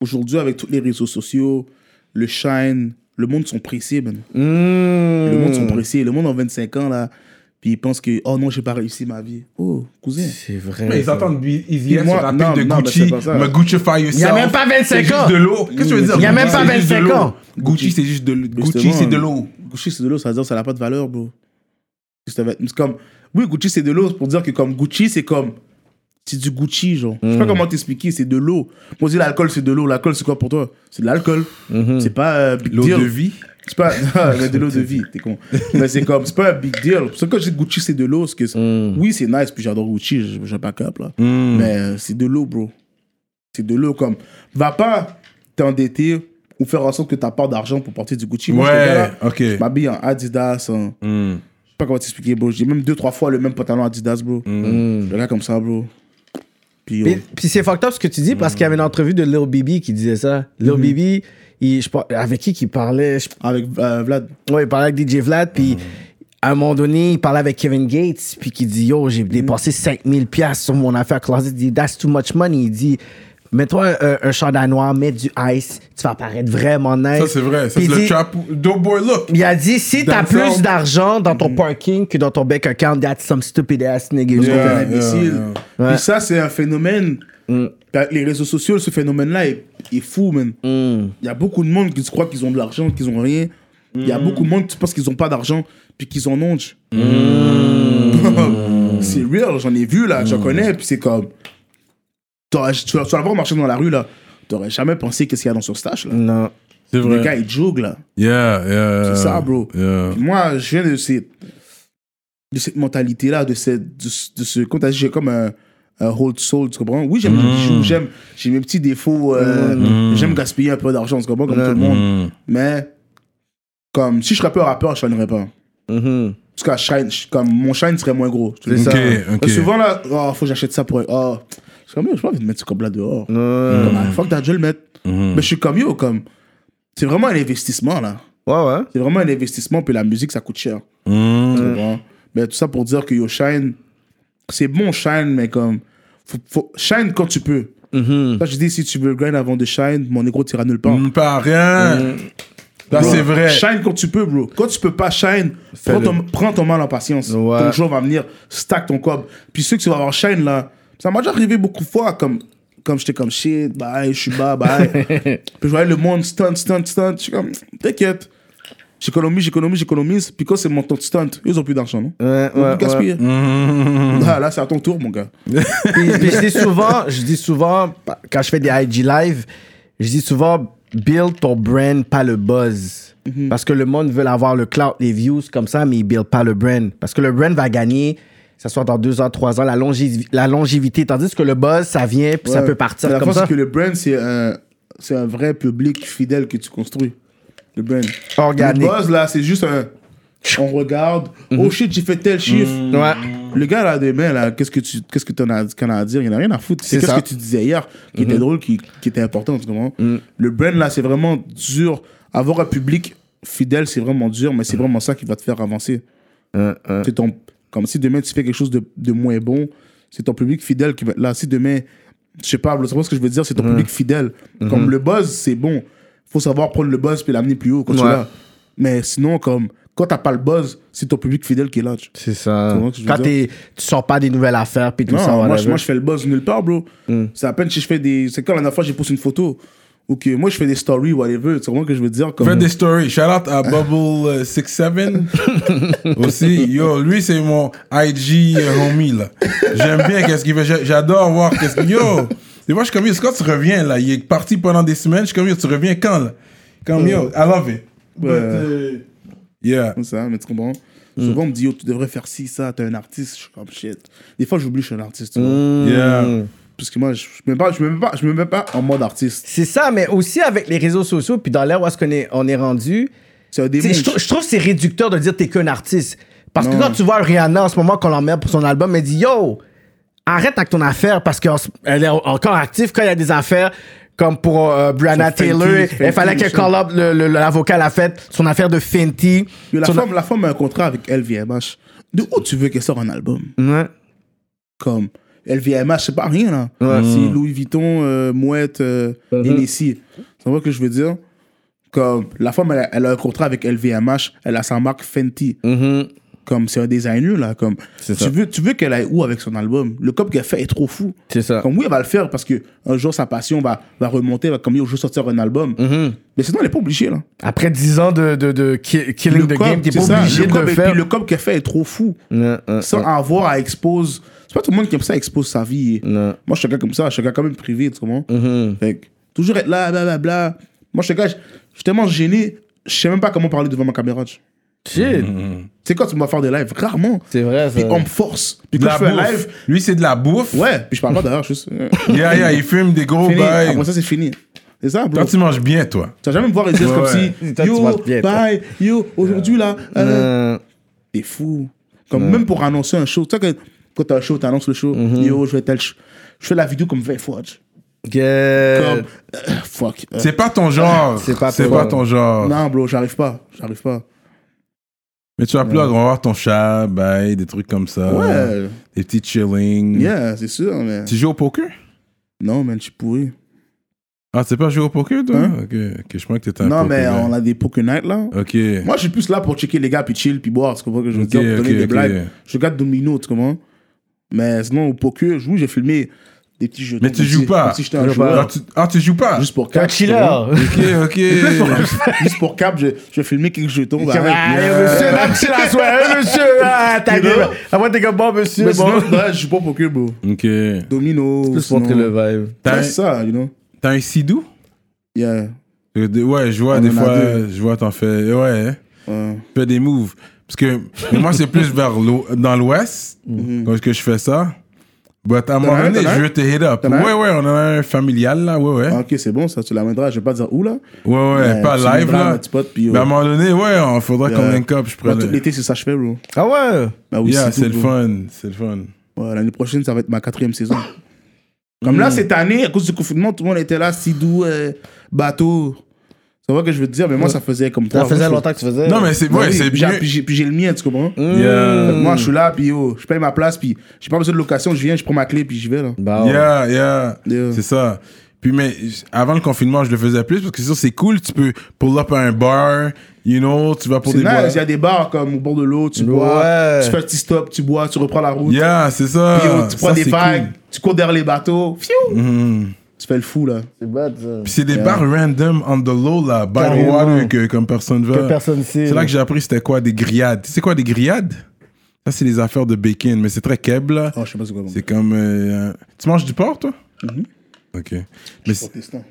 D: aujourd'hui avec tous les réseaux sociaux, le shine, le monde sont pressés, man.
B: Hmm.
D: Le monde sont pressés. Le monde en 25 ans là, puis ils pensent que oh non j'ai pas réussi ma vie. Oh cousin.
C: c'est vrai
B: Mais ils entendent Easy
D: Moi,
B: sur la pub
D: non,
B: de
D: non, mais
B: Gucci,
D: c'est pas ça.
B: me Gucci-fy yourself.
C: y a même pas 25
B: C'est juste
C: ans.
B: de l'eau. Qu'est-ce que tu veux dire?
C: Il y a
B: Gucci,
C: même pas
B: c'est juste de
C: 25
B: l'eau.
C: ans.
B: Gucci, c'est juste de l'eau. Gucci,
D: Justement,
B: c'est de l'eau.
D: Gucci c'est de l'eau, ça veut dire que ça n'a pas de valeur, bro. C'est un vêtement- c'est comme oui Gucci c'est de l'eau c'est pour dire que comme Gucci c'est comme c'est du Gucci genre. Je sais
B: Hmm.
D: pas comment t'expliquer, c'est de l'eau. Moi je dis l'alcool c'est de l'eau. L'alcool c'est quoi pour toi C'est de l'alcool. C'est pas euh, big
B: Mhm. L'eau
D: deal.
B: de vie.
D: C'est pas *laughs* mais de l'eau de vie, t'es con. Mais c'est comme, c'est pas un big deal. Parce que quand je dis Gucci, c'est de l'eau. parce que c'est-
B: Mm.
D: Oui, c'est nice, puis j'adore Gucci, je- j'ai pas cap là. Mais euh, c'est de l'eau, bro. C'est de l'eau comme. Va pas t'endetter ou faire en sorte que t'as pas d'argent pour porter du Gucci. Moi, je
B: Ouais,
D: te gars, là,
B: ok. Mm.
D: Je m'habille en Adidas. en- Je sais pas comment t'expliquer, bro. J'ai même deux, trois fois le même pantalon Adidas, bro.
B: Mm.
D: Le gars comme ça, bro. Puis,
B: Mm-hmm.
C: Puis, puis c'est fucked up ce que tu dis parce qu'il y avait une entrevue de Lil Bibi qui disait ça. Lil Bibi, il- je par- avec qui qu'il parlait Je-
D: Avec euh, Vlad.
C: Ouais, il parlait avec DJ Vlad, puis à un moment donné, il parlait avec Kevin Gates, puis qui dit Yo, j'ai
B: Mm.
C: dépensé 5000 pièces sur mon affaire closet. Il dit That's too much money. Il dit Mets-toi un- un, un chandail noir, mets du ice, tu vas apparaître vraiment nice.
B: Ça, c'est vrai. Ça,
C: Puis
B: c'est
C: il
B: le
C: dit-
B: trap Doughboy look.
C: il a dit si t'as
B: Dans le
C: plus
B: fond.
C: d'argent dans ton parking que dans ton bank account, that's some stupid ass nigga.
D: un
B: Mm. Yeah, yeah, Mm.
D: imbécile.
C: yeah. Ouais.
D: Puis ça, c'est un phénomène. T'as- Les réseaux sociaux, ce phénomène-là est, est fou, man. Il
B: Mm.
D: y a beaucoup de monde qui se croit qu'ils ont de l'argent, qu'ils ont rien. Il y a beaucoup de monde qui pense qu'ils ont pas d'argent, puis qu'ils en ont.
B: Mm.
D: *laughs* c'est real, j'en ai vu, là, j'en connais, puis c'est comme. t'aurais- Tu vas, tu vas le voir marcher dans la rue, là. T'aurais jamais pensé qu'est-ce qu'il y a dans son stache, là.
C: Non.
B: C'est
D: Le gars,
B: vrai.
D: il joue, là.
B: Yeah, yeah.
D: C'est ça, bro.
B: Yeah.
D: Puis Moi, je viens de cette, de cette mentalité-là, de, cette, de, ce- de ce. Comme t'as dit, j'ai comme un, un hold soul, tu comprends? Oui, j'aime les bijoux, j'aime, j'ai mes petits défauts, euh, j'aime gaspiller un peu d'argent, tu comprends? Comme tout le
B: Mm.
D: monde. Mais, comme, si je serais pas rappeur, je shinerais pas.
C: Mhm.
D: En tout cas, shine, je- comme, mon shine serait moins gros. Mm-hmm. C'est
B: Ok,
D: ça.
B: ok.
D: Parce que souvent, là, oh, faut que j'achète ça pour. Oh, je suis comme, yo, j'ai pas envie de mettre ce cob là dehors. Comme, ah, fuck, t'as dû le mettre. Mais je suis comme, yo, comme. C'est vraiment un investissement, là.
C: Ouais, ouais.
D: C'est vraiment un investissement, puis la musique, ça coûte cher. Tu comprends? Mais tout ça pour dire que yo, Shine, c'est bon Shine, mais comme, faut, faut- Shine quand tu peux. Ça, je dis, si tu veux grind avant de Shine, mon négro tira nulle part.
B: Mm, Pas rien. Ça,
D: Oh. Mm. Bro,
B: c'est vrai.
D: Shine quand tu peux, bro. Quand tu peux pas shine, prends ton, prends ton mal en patience.
C: Ouais.
D: Ton jour va venir, stack ton cob. Puis ceux qui vont avoir shine, là, ça m'a déjà arrivé beaucoup de fois, comme, comme j'étais comme shit, bye, je suis
C: *laughs*
D: bas, bye. Puis je voyais le monde stunt, stunt, stunt. Je suis comme, t'inquiète. J'économise, j'économise, j'économise. Puis quand c'est mon temps de stunt, ils ont plus d'argent, non?
C: Ouais,
D: Ils ont
C: ouais,
D: plus gaspillé. *laughs* Ah, là, c'est à ton tour, mon gars.
C: puis, puis je dis souvent, je dis souvent, quand je fais des IG live, je dis souvent, build ton brand, pas le buzz.
D: Mhm.
C: Parce que le monde veut avoir le clout, les views comme ça, mais il build pas le brand. Parce que le brand va gagner, que ça soit dans deux ans, trois ans, la, longé- la longévité. Tandis que le buzz, ça vient, puis ça
D: Ouais.
C: peut
D: Mais
C: partir
D: la
C: comme
D: force,
C: ça.
D: c'est que le brand, c'est un, c'est un vrai public fidèle que tu construis. Le brand.
C: Organique.
D: Le buzz, là, c'est juste un. On regarde.
C: Mhm.
D: Oh shit, j'ai fait tel chiffre.
C: Ouais.
D: Le gars, là, demain, là, qu'est-ce que tu qu'est-ce que t'en as, qu'en as à dire Il n'y en a rien à foutre.
C: C'est
D: C'est qu'est-ce
C: ça.
D: que tu disais hier qui
C: Mhm.
D: était drôle, qui, qui était important, tu comprends Le brand, là, c'est vraiment dur. Avoir un public fidèle, c'est vraiment dur, mais c'est vraiment ça qui va te faire avancer.
C: Mm.
D: C'est ton. Comme si demain tu fais quelque chose de, de moins bon, c'est ton public fidèle qui va. Là, si demain, je sais pas, c'est pas ce que je veux dire,
C: Mm.
D: c'est ton public fidèle.
C: Mm-hmm.
D: Comme le buzz, c'est bon. Faut savoir prendre le buzz puis l'amener plus haut quand tu
C: Ouais.
D: l'as. Mais sinon, comme, quand t'as pas le buzz, c'est ton public fidèle qui est là. tu-
C: C'est ça.
D: Tu vois ce que je veux
C: Quand
D: dire?
C: t'es- tu sors pas des nouvelles affaires, puis tout
D: Non,
C: ça,
D: moi,
C: whatever. Mm.
D: je, moi, je fais le buzz nulle part, bro. C'est à peine si je fais des. C'est quand la dernière fois j'ai posté une photo ou que moi je fais des stories, whatever. C'est vraiment que je veux dire. Comme...
B: Fais des stories. Shout out à
D: *laughs*
B: Bubble67. Aussi, yo, lui, c'est mon IG homie, là. J'aime bien qu'est-ce qu'il fait. J'a- J'adore voir qu'est-ce qu'il. Yo, des fois, je suis comme, yo, c'est quand tu reviens, là. Il est parti pendant des semaines. Je suis comme, yo, tu reviens quand, là? Comme, yo, I love it. But, euh, yeah.
D: comme ça, mais tu comprends?
C: Mm.
D: Souvent, on me dit, yo, tu devrais faire ci, ça, t'es un artiste. Je suis comme shit. Des fois, j'oublie que je suis un artiste. tu vois.
C: Mm.
B: Yeah.
D: Parce que moi, je ne me, mets pas- je me mets pas- je me mets pas en mode artiste.
C: C'est ça, mais aussi avec les réseaux sociaux, puis dans l'ère où est-ce qu'on est, on est rendu,
D: C'est un
C: Tu
D: démon.
C: sais, Je, trou- je trouve que c'est réducteur de dire t'es qu'un artiste. Parce que
D: Non.
C: quand tu vois Rihanna en ce moment qu'on l'emmerde pour son album, elle dit yo, arrête avec ton affaire parce qu'elle est encore active quand il y a des affaires comme pour euh, Brianna
D: Fenty,
C: Taylor.
D: Fenty,
C: il fallait qu'elle
D: ça.
C: call up le- le- l'avocat à la fête, son affaire de Fenty.
D: Yo, la,
C: Son-
D: femme, la femme a un contrat avec LVMH. De où tu veux qu'elle sorte un album?
C: Ouais.
D: Comme LVMH, c'est pas rien, là. C'est
C: Mm.
D: Louis Vuitton, euh, Mouette, euh,
C: Uh-huh.
D: Hennessy. Tu vois ce que je veux dire? Comme la femme, elle, a- elle a un contrat avec LVMH, elle a sa marque Fenty. Comme c'est un designer, là. Comme, tu,
C: Mm-hmm. ça.
D: Veux, tu veux qu'elle aille où avec son album? Le cop qu'elle fait est trop fou.
C: C'est ça.
D: Comme oui, elle va le faire parce que un jour, sa passion va, va remonter, va comme, yo, je veux sortir un album.
C: Mm-hmm.
D: Mais sinon, elle est pas obligée, là
C: Après 10 ans de, de, de ki- killing the
D: cop,
C: game, t'es
D: c'est
C: pas
D: ça,
C: obligé
D: le
C: de
D: cop,
C: le
D: et
C: faire.
D: Puis le cop qu'elle fait est trop fou.
C: Ouais, ouais,
D: Sans avoir à expose. C'est pas tout le monde qui aime ça, expose sa vie. Moi, je suis un gars comme ça, je suis un gars quand même privé, tu comprends?
C: Mm-hmm.
D: Fait que, toujours être là, blablabla. Moi, je suis un gars, je je suis tellement gêné, je sais même pas comment parler devant ma caméra. tu-
C: Shit,
D: Tu sais, quand tu me vas faire des lives, rarement.
C: C'est vrai, ça.
D: Puis on me force. Puis
B: De
D: quand
B: la
D: je fais un
B: bouffe.
D: live,
B: Lui, c'est de la bouffe.
D: ouais, puis je parle pas d'ailleurs,
C: *laughs*
D: je suis.
B: Yeah, yeah, il fume des gros
D: Fini.
B: bails.
D: Après ça, c'est fini. C'est ça, bro.
B: Quand tu manges bien, toi.
D: Tu vas jamais me voir les yeux
B: Ouais,
D: comme
B: ouais.
D: si
C: Toi, tu
D: yo,
C: vas bien, toi.
D: bye, yo, aujourd'hui là, euh,
C: Euh,
D: T'es fou. Comme même pour
B: Mhm.
D: annoncer un show. Tu sais, que quand t'as un show, t'annonces le show. Yo, je vais tel show. Je fais la vidéo comme 20 fois. tu-
C: Yeah.
D: Comme, euh, fuck. euh,
B: C'est pas ton genre.
C: C'est pas
B: C'est
C: ton
B: pas
C: genre.
B: ton genre.
D: non, bro, j'arrive pas. J'arrive pas.
B: Mais tu vas plus à voir ton chat, bye, des trucs comme ça.
D: Ouais.
B: Des petits chillings.
D: Yeah, c'est sûr, mais.
B: Tu joues au poker
D: Non, man, je suis pourri.
B: Ah, tu sais pas jouer au poker, toi
D: Hein?
B: Ok, ok, je crois que t'étais un
D: Non,
B: poker
D: mais
B: guy.
D: on a des poker night là.
B: Ok.
D: Moi, je suis plus là pour checker les gars, puis chill, puis boire. Tu comprends que je veux
B: Ok,
D: dire, pour donner
B: ok,
D: des
B: ok.
D: blagues. Je regarde Domino, tu comprends Mais sinon, au poker, je joue, j'ai filmé des petits jeux.
B: Mais tu joues pas.
D: Si j'étais un
C: Tu joues
D: joueur.
B: Ah, tu, ah, tu joues pas
D: Juste pour
C: T'es un
D: cap. tu
C: chiller.
D: comprends
B: Ok,
C: *laughs*
B: ok.
D: *laughs* Juste pour cap, je, je vais filmer quelques jetons. bah,
C: Ah,
D: arrête.
C: eh, monsieur, là, monsieur, la soirée, eh, monsieur, ah, ta gueule. Après, t'es comme, bon, monsieur,
D: Mais
C: bon.
D: sinon, ouais, je joue pas au poker, bro. *laughs*
B: ok.
D: Domino.
C: Plus
D: sinon-
C: montrer le vibe.
B: T'as
D: Ouais,
B: un-
D: C'est ça, you know.
B: t'as un sidou
D: Yeah.
B: Euh, de- Ouais, je vois,
D: On
B: des
D: en a
B: fois,
D: deux.
B: je vois, t'en fais. Ouais, hein.
D: Ouais.
B: tu fais des moves. Parce que mais moi, c'est plus vers l'eau- dans l'ouest quand que je fais ça. But à un moment
D: as un,
B: donné,
D: Mm-hmm. t'en as
B: je
D: un
B: veux te hit up.
D: T'en as un
B: Ouais, ouais, on en a un familial là, ouais, ouais.
D: Ah, ok, c'est bon, ça, tu l'amèneras. Je vais pas dire où, là.
B: Ouais, ouais,
D: Ouais,
B: pas
D: tu
B: live
D: me branles
B: là.
D: un petit pote, puis,
B: Mais à un
D: ouais.
B: moment donné, ouais, on faudra qu'on
D: Yeah. Bah,
B: link up. Je
D: Moi,
B: prends
D: tout
B: le...
D: l'été, c'est ça que je fais, bro.
C: Ah ouais?
D: Bah oui,
B: Yeah,
D: tout,
B: c'est le
D: bro.
B: fun, c'est le fun. Hmm.
D: Ouais, L'année prochaine, ça va être ma quatrième saison. Comme là, cette année, à cause du confinement, tout le monde était là, Sidou, euh, bateau. C'est vrai que je veux te dire, mais Ah, moi, ça faisait comme
C: Ça
D: trois
C: faisait
D: fois, je-
C: longtemps que tu faisais.
B: Non, mais c'est
D: Ouais,
B: ouais,
D: Bah oui,
B: c'est
D: puis j'ai-
B: mieux.
D: Puis j'ai- puis j'ai le mien, tu comprends
B: Yeah.
D: Fait que Moi, je suis là, puis yo, je paye ma place, puis j'ai pas besoin de location, je viens, je prends ma clé, puis je vais, là.
C: Bah, ouais.
B: Yeah, yeah.
D: Yeah.
B: C'est ça. Puis, mais j- avant le confinement, je le faisais plus parce que c'est sûr, c'est cool. Tu peux pull up à un bar, you know, tu vas pour
D: C'est
B: des
D: nice, il y
B: bois-
D: a des bars comme au bord de l'eau, tu bois,
C: Ouais.
D: tu fais un petit stop, tu bois, tu reprends la route,
B: Yeah, c'est ça.
D: puis yo, tu prends
B: Ça,
D: des
B: c'est
D: vagues,
B: cool. Mm-hmm.
D: tu cours derrière les bateaux, fiou Tu fais le fou, là.
C: C'est bad, ça.
B: Puis c'est des bars random on the low, là, by the
C: Carrément.
B: water, que comme personne veut.
C: Que personne sait,
B: C'est là
C: là.
B: que j'ai appris c'était quoi des grillades. Tu sais quoi des grillades? Ça, c'est les affaires de bacon, mais c'est très keb, là.
D: Oh, je sais pas c'est quoi, mon
B: C'est comme. euh, tu manges du porc, toi?
D: Mhm.
B: Ok. Mais c'est-
D: protestant.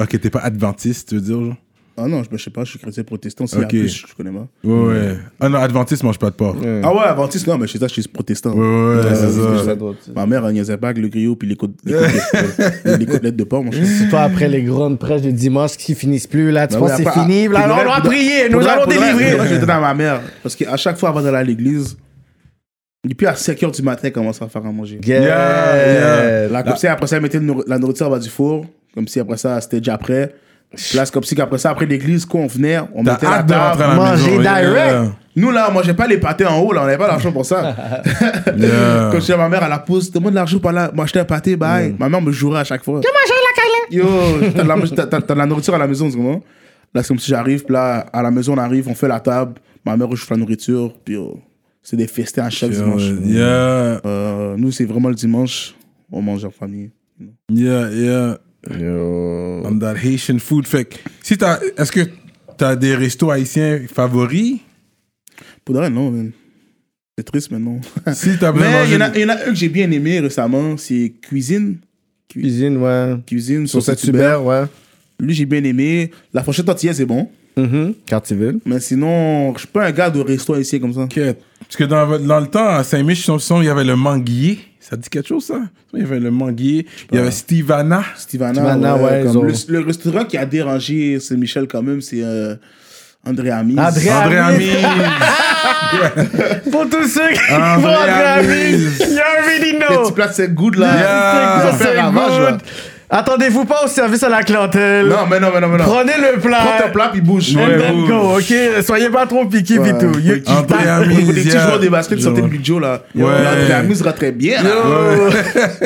B: ok, t'es pas adventiste, tu veux dire, genre?
D: Ah non, je je sais pas, je suis chrétien protestant, si
B: Ok.
D: plus, je connais pas.
B: Ouais, ouais. Ah non, adventiste mange pas de porc. Ouais,
D: Ah ouais, adventiste, non, mais chez ça, je suis protestant.
B: ouais, c'est
D: c'est
B: ça.
D: ça. Ma mère, elle niaisait pas avec le griot puis les, côte- les,
B: *laughs*
D: côtelettes- les côtelettes de porc, mon chien.
C: Toi, après les grandes prêches de dimanche qui finissent plus, là, tu
D: Bah
C: penses
D: oui,
C: que c'est
D: après,
C: fini? Là,
D: faudrait-
C: on doit prier, nous
D: faudrait-
C: allons
D: faudrait- faudrait que
C: délivrer.
D: J'étais dans ma mère. Parce qu'à chaque fois avant d'aller à l'église, depuis à 5h du matin, elle commence à faire à manger.
B: Yeah,
D: Là, comme si après ça, elle mettait le nour- la nourriture en bas du four. Comme si après ça, c'était déjà prêt. Là, c'est comme si après ça, après l'église, quand on venait, on
B: T'as
D: mettait la
B: hâte de
D: table.
B: rentrer à la
C: manger
B: maison. yeah.
C: direct.
D: Nous, là, on mangeait pas les pâtés en haut, là, on n'avait pas l'argent
B: *laughs*
D: pour ça.
B: Yeah.
D: *laughs* Quand je dis à ma mère à la pause, demande de l'argent pour aller m'acheter un pâté, bye.
B: Mm.
D: Ma mère me jouerait à chaque fois. Yo, t'as de, la- t'as- t'as- t'as de la nourriture à la maison, tu comprends? Là, c'est comme si j'arrive, puis là, à la maison, on arrive, on fait la table, ma mère réchauffe la nourriture, puis oh, c'est des festins à chaque dimanche.
B: Yeah,
D: Euh, nous, c'est vraiment le dimanche, on mange en famille.
B: yeah, yeah. On that Haitian food. Fait que, si t'as, est-ce que t'as des restos haïtiens favoris?
D: Pour de vrai, non, man. C'est triste, mais non. *laughs*
B: Si t'as besoin de
D: mais il
B: manger-
D: y, en a- il y en a un que j'ai bien aimé récemment, c'est Cuisine.
C: Cuisine, ouais.
D: Cuisine,
C: Sur cette super, ouais.
D: Lui, j'ai bien aimé. La fourchette antillaise, c'est bon.
C: Mhm. Cartierville.
D: Mais sinon, je suis pas un gars de resto ici comme ça.
B: Ok. Parce que dans, votre- dans le temps, à Saint-Mich, son- son, il y avait le manguier. Ça dit quelque chose, ça? Il y avait le manguier. Il y avait Stevana.
D: Stivana,
C: Stivana, ouais, ils ont-
D: comme le, le restaurant qui a dérangé Saint-Michel quand même, c'est euh, André Amis. Ah,
C: André
B: André
C: Amis.
B: Amis.
C: *laughs* Pour tous ceux qui vont
D: Ah,
B: André
C: à
B: Amis.
C: you already
D: Les petits
C: know.
D: plats, c'est good là.
B: Yeah.
D: Ils
C: Ça,
D: ont fait
C: c'est
D: ravage, là.
C: good. Attendez-vous pas au service à la clientèle.
D: Non, mais non, mais non, mais non. Prends,
C: Prenez le
D: ton
C: plat.
D: plat puis bouge.
C: And
B: Ouais,
C: then
B: bouge.
C: go, ok? Soyez pas trop piqués pis
D: Ouais.
C: tout. You-
B: André
C: you-
B: Amis,
D: Pour des petits
B: yeah.
D: joueurs de basket,
B: Je
D: sortez le
B: vois.
D: budget là.
B: Ouais.
D: André Amis sera très bien. là.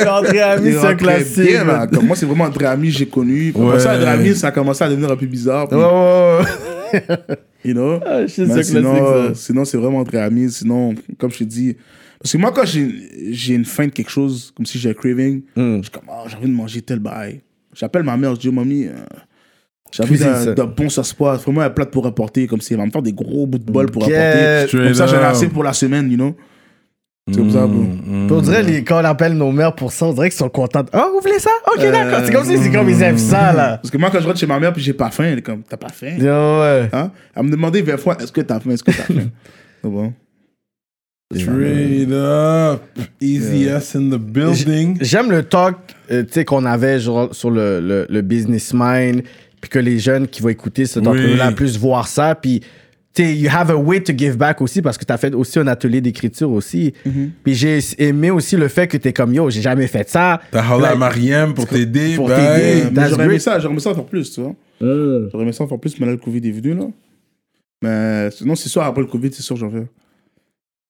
C: *laughs* André Amis,
D: Il
C: c'est un
D: rentrait
C: classique.
D: bien, là. Comme moi, c'est vraiment André Amis j'ai connu. Après
B: Ouais.
D: ça, André Amis, ça a commencé à devenir un peu bizarre. puis,
C: Ouais, ouais, ouais.
D: You know?
C: Ah, je sais,
D: Mais
C: c'est
D: sinon,
C: classique, ça.
D: euh, sinon, c'est vraiment entre amis. Sinon, comme je te dis, parce que moi, quand j'ai j'ai une faim de quelque chose, comme si j'ai un craving,
C: Hmm.
D: je suis comme, Ah, j'ai envie de manger tel bail. J'appelle ma mère, je dis, mamie, euh, j'ai envie
C: Cuisine
D: d'un
C: ça.
D: d'un bon sauce poivre, vraiment un plat pour apporter, comme si elle va me faire des gros bouts de bol pour
C: Get
D: apporter. Comme
B: straight
D: ça, j'en ai
B: up.
D: assez pour la semaine, you know? C'est comme
C: Hmm.
D: ça, bro.
B: Mm,
C: Puis on dirait, les, quand on appelle nos mères pour ça, on dirait qu'ils sont contents. Oh, vous voulez ça? Ok,
D: Euh,
C: d'accord. C'est comme si c'est comme ils aiment ça, là.
D: Parce que moi, quand je rentre chez ma mère puis j'ai pas faim, elle est comme, t'as pas faim?
C: Yeah, ouais.
D: Hein? Elle me demandait 20 fois, est-ce que t'as faim?
C: *laughs*
D: Est-ce que t'as faim? C'est bon.
B: Straight up. Easy S in the building.
C: J'aime le talk euh, tu sais, qu'on avait genre, sur le, le, le business mind, puis que les jeunes qui vont écouter cet
B: Oui.
C: entrevue là plus voir ça, puis tu t'sais, you have a way to give back aussi parce que t'as fait aussi un atelier d'écriture aussi.
D: Mhm.
C: Puis j'ai aimé aussi le fait que t'es comme yo, j'ai jamais fait ça.
B: T'as hollé à
C: Like,
B: Mariam pour t'aider.
C: pour
B: ben,
C: t'aider.
B: hey.
D: Mais
C: That's
D: J'aurais aimé
C: great.
D: ça, j'aurais aimé ça encore plus, tu vois. J'aurais aimé ça encore plus, mais là, le Covid est venu, là. Mais sinon, c'est sûr, après le Covid, c'est sûr, j'en vais.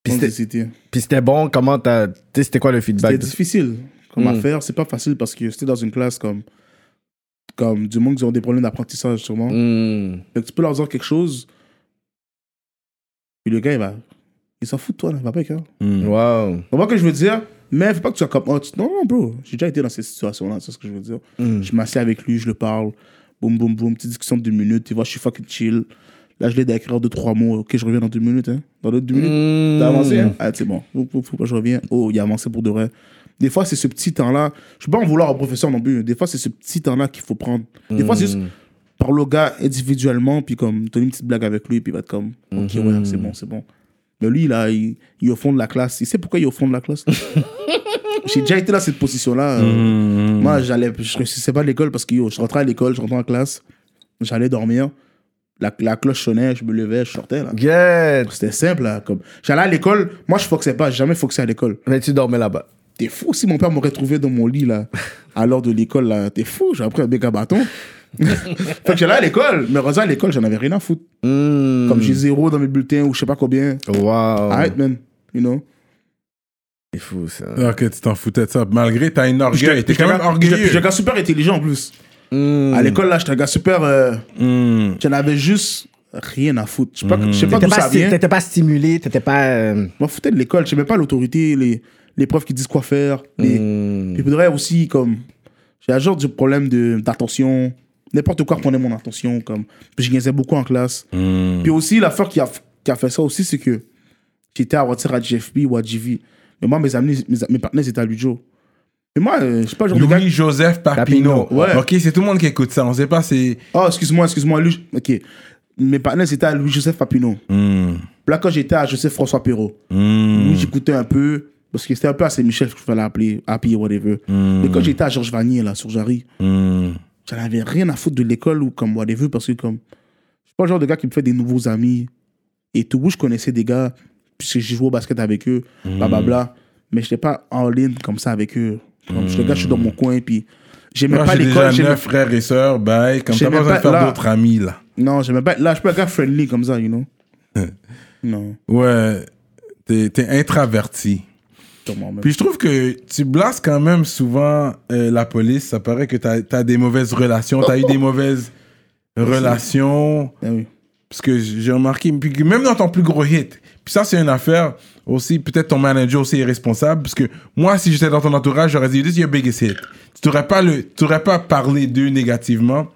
C: Puis
D: Sans
C: c'était-
D: hésiter.
C: Puis c'était bon, comment t'as. t'sais, C'était quoi le feedback?
D: C'était difficile comme affaire. C'est pas facile parce que j'étais dans une classe comme, comme du monde qui ont des problèmes d'apprentissage, sûrement.
C: Mm.
D: Fait que tu peux leur dire quelque chose. Puis le gars, il va. Il s'en fout de toi, là. Il va pas écrire.
C: Wow.
D: Tu vois ce que je veux dire? Mais faut pas que tu sois comme. oh, tu- Non, non, bro. J'ai déjà été dans cette situation-là, c'est ce que je veux dire. Je m'assieds avec lui, je le parle. Boum, boum, boum. Petite discussion de deux minutes. Tu vois, je suis fucking chill. Là, je l'ai d'écrire deux, trois mots. Ok, je reviens dans deux minutes. Hein. Dans d'autres deux minutes. T'as avancé, hein? Ah, c'est bon. Faut, faut- faut pas que je reviens. Oh, il a avancé pour de vrai. Des fois, c'est ce petit temps-là. Je peux pas en vouloir au professeur non plus. Des fois, c'est ce petit temps-là qu'il faut prendre. Des fois, c'est juste parler au gars individuellement, puis comme, donner une petite blague avec lui, puis il va être comme, ok, ouais, c'est bon, c'est bon. Mais lui, là, il, il est au fond de la classe. Il sait pourquoi il est au fond de la *laughs* classe. J'ai déjà été dans cette position-là. euh, Moi, j'allais, je réussissais pas à l'école parce que yo, je rentrais à l'école, je rentrais en classe, j'allais dormir. La, la cloche sonnait, je me levais, je sortais. Là.
C: Good.
D: C'était simple. Là, comme. J'allais à l'école, moi, je foxais pas, j'ai jamais foxé à l'école.
C: Mais tu dormais là-bas.
D: T'es fou si mon père m'aurait trouvé dans mon lit, là, à l'heure de l'école, là. T'es fou, j'aurais pris un bec à bâton. *laughs* fait que j'allais à l'école, mais heureusement, à l'école, j'en avais rien à foutre.
C: Mm.
D: Comme j'ai zéro dans mes bulletins ou je sais pas combien.
C: Wow.
D: Alright, man, you know.
C: C'est fou ça.
B: Alors que tu t'en foutais de ça. Malgré t'as un orgueil. T'es
D: J'étais
B: quand
D: un
B: même
D: gars- j'étais
B: orgueilleux.
D: un gars super intelligent en plus.
C: Mm.
D: À l'école, là, j'étais un gars super. euh,
B: Mm.
D: J'en avais juste rien à foutre. Je sais pas, je sais pas
C: T'étais
D: d'où ça
C: pas, sti-
D: vient.
C: t'étais pas stimulé, t'étais pas. euh,
D: Je m'en foutais de l'école. Je savais pas l'autorité, les, les profs qui disent quoi faire. Les...
C: mm.
D: Puis faudrait aussi, comme. J'ai un genre de problème de- d'attention. N'importe quoi prenait mon attention. Comme. Puis je gagnais beaucoup en classe. Puis aussi, l'affaire qui a, qui a fait ça aussi, c'est que j'étais à retirer à JFP ou à JV. Mais moi, mes amis, mes, mes partenaires, étaient à Lujo. Mais moi, euh, je suis pas le genre de gars.
B: Louis Joseph Papineau.
D: Papineau, ouais.
B: Ok, c'est tout le monde qui écoute ça. On sait pas c'est.
D: Oh, excuse-moi, excuse-moi. Lui... Ok. Mes partenaires, c'était à Louis-Joseph Papineau.
B: Mm.
D: Là, quand j'étais à Joseph François Perrault,
B: Mm.
D: Oui, j'écoutais un peu, parce que c'était un peu à Saint-Michel que je fallait appeler, Happy, whatever. Mais quand j'étais à Georges Vanier, là, sur Jarry,
B: Mm.
D: j'en avais rien à foutre de l'école ou comme whatever, parce que comme, je suis pas le genre de gars qui me fait des nouveaux amis et tout. Oui, je connaissais des gars, puisque j'ai joué au basket avec eux,
B: Mm.
D: blablabla, mais j'étais pas en ligne comme ça avec eux. Comme, Je suis le gars, je suis dans
B: Mm.
D: mon coin, puis j'aimais
B: Moi,
D: pas
B: Ah, j'ai
D: l'école.
B: déjà
D: j'aimais-
B: neuf frères et sœurs. Bye. Comme t'as
D: J'aimais
B: pas besoin de
D: pas-
B: faire
D: là.
B: d'autres amis, là.
D: Non, j'aimais pas. Là, je suis pas un gars friendly comme ça,
B: *laughs*
D: you know. non,
B: Ouais. T'es t'es intraverti.
D: sûrement même.
B: Puis je trouve que tu blasses quand même souvent euh, la police. Ça paraît que t'as as des mauvaises relations. T'as eu des
D: *laughs*
B: mauvaises relations.
D: Ah oui.
B: Parce que j'ai remarqué, puis que même dans ton plus gros hit, puis ça, c'est une affaire aussi, peut-être ton manager aussi est responsable, parce que moi, si j'étais dans ton entourage, j'aurais dit, this is your biggest hit. Tu t'aurais pas, le, tu t'aurais pas parlé d'eux négativement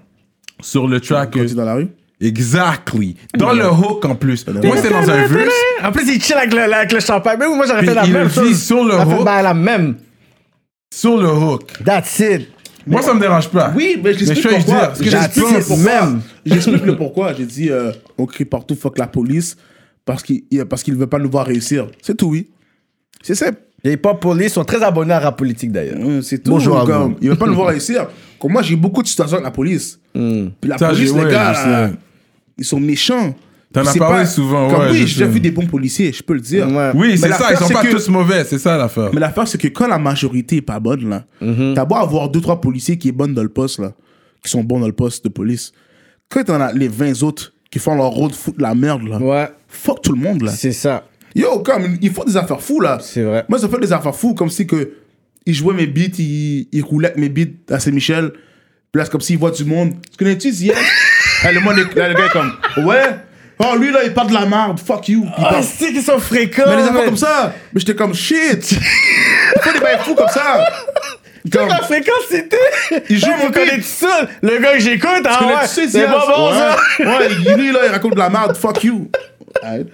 B: sur le track.
D: Quand tu es dans la rue
B: Exactly. Dans le hook, en plus. Moi, c'était dans un verse,
C: En plus, il chill avec le, avec le champagne. Mais oui, moi, j'aurais
B: Puis
C: fait la
B: il
C: même
B: le dit
C: chose.
B: sur le
C: J'aurais fait
B: hook.
C: bah, la même.
B: sur le hook.
C: That's it.
B: Moi, ça me dérange pas.
D: Oui, mais je l'explique
B: je
D: pourquoi.
B: veux dire, ce que
D: J'explique
B: je pense-
D: le pourquoi.
C: même.
D: J'explique le pourquoi. J'ai dit, euh, on crie partout, fuck la police, parce qu'il il- parce qu'il veut pas nous voir réussir. C'est tout, oui. C'est simple.
C: Les pop police sont très abonnés à rap politique d'ailleurs.
D: Euh, C'est tout.
C: Bonjour à
D: comme,
C: vous.
D: Il veut pas nous voir réussir. Comme moi, j'ai beaucoup de situations avec la police. Puis la
B: Ça,
D: police,
B: j'ai-
D: les
B: ouais,
D: gars,
B: je
D: là,
B: sais.
D: ils sont méchants.
B: T'en
D: Puis
B: as
D: c'est
B: parlé
D: pas-
B: souvent,
D: Comme
B: ouais,
D: oui,
B: je
D: j'ai déjà
B: sais.
D: vu des bons policiers, je peux le dire.
C: Ouais.
B: Oui, c'est
D: Mais
B: ça. Ils
D: l'affaire,
B: sont
D: c'est
B: pas
D: que-
B: tous mauvais. C'est ça, l'affaire.
D: Mais l'affaire, c'est que quand la majorité est pas bonne, là,
C: Mhm.
D: t'as beau avoir deux, trois policiers qui est bonne dans le poste, là, qui sont bons dans le poste de police. Quand t'en as les 20 autres qui font leur rôle de foutre la merde, là,
C: Ouais,
D: fuck tout le monde, là.
C: c'est ça.
D: Yo, comme, ils font des affaires fous, là.
C: C'est vrai.
D: Moi, ça fait des affaires fous, comme si que, ils jouaient mes beats, ils, ils roulaient avec mes beats à Saint-Michel. Puis là, c'est comme s'ils voient du monde. Tu
C: *laughs*
D: connais-tu Ziad? Là, le monde est- là, le gars est comme, ouais. Oh, lui, là, il parle de la merde, fuck you. Il
C: Ah,
D: parle-
C: c'est qu'ils sont fréquents.
D: Ah, mais les affaires
C: man.
D: comme ça, mais j'étais comme shit. Pourquoi des bails fous comme ça Comme,
C: La fréquence, c'était.
D: Ils jouent
C: Ah, vous
D: mon
C: connaissez
D: beat.
C: ça. Le gars que j'écoute, ah
D: tu connais-
C: ouais.
D: tu sais,
C: C'est
D: Diaz,
C: pas bon
D: ouais,
C: ça.
D: Ouais, il- lui là, il raconte de la merde, fuck you. Alright.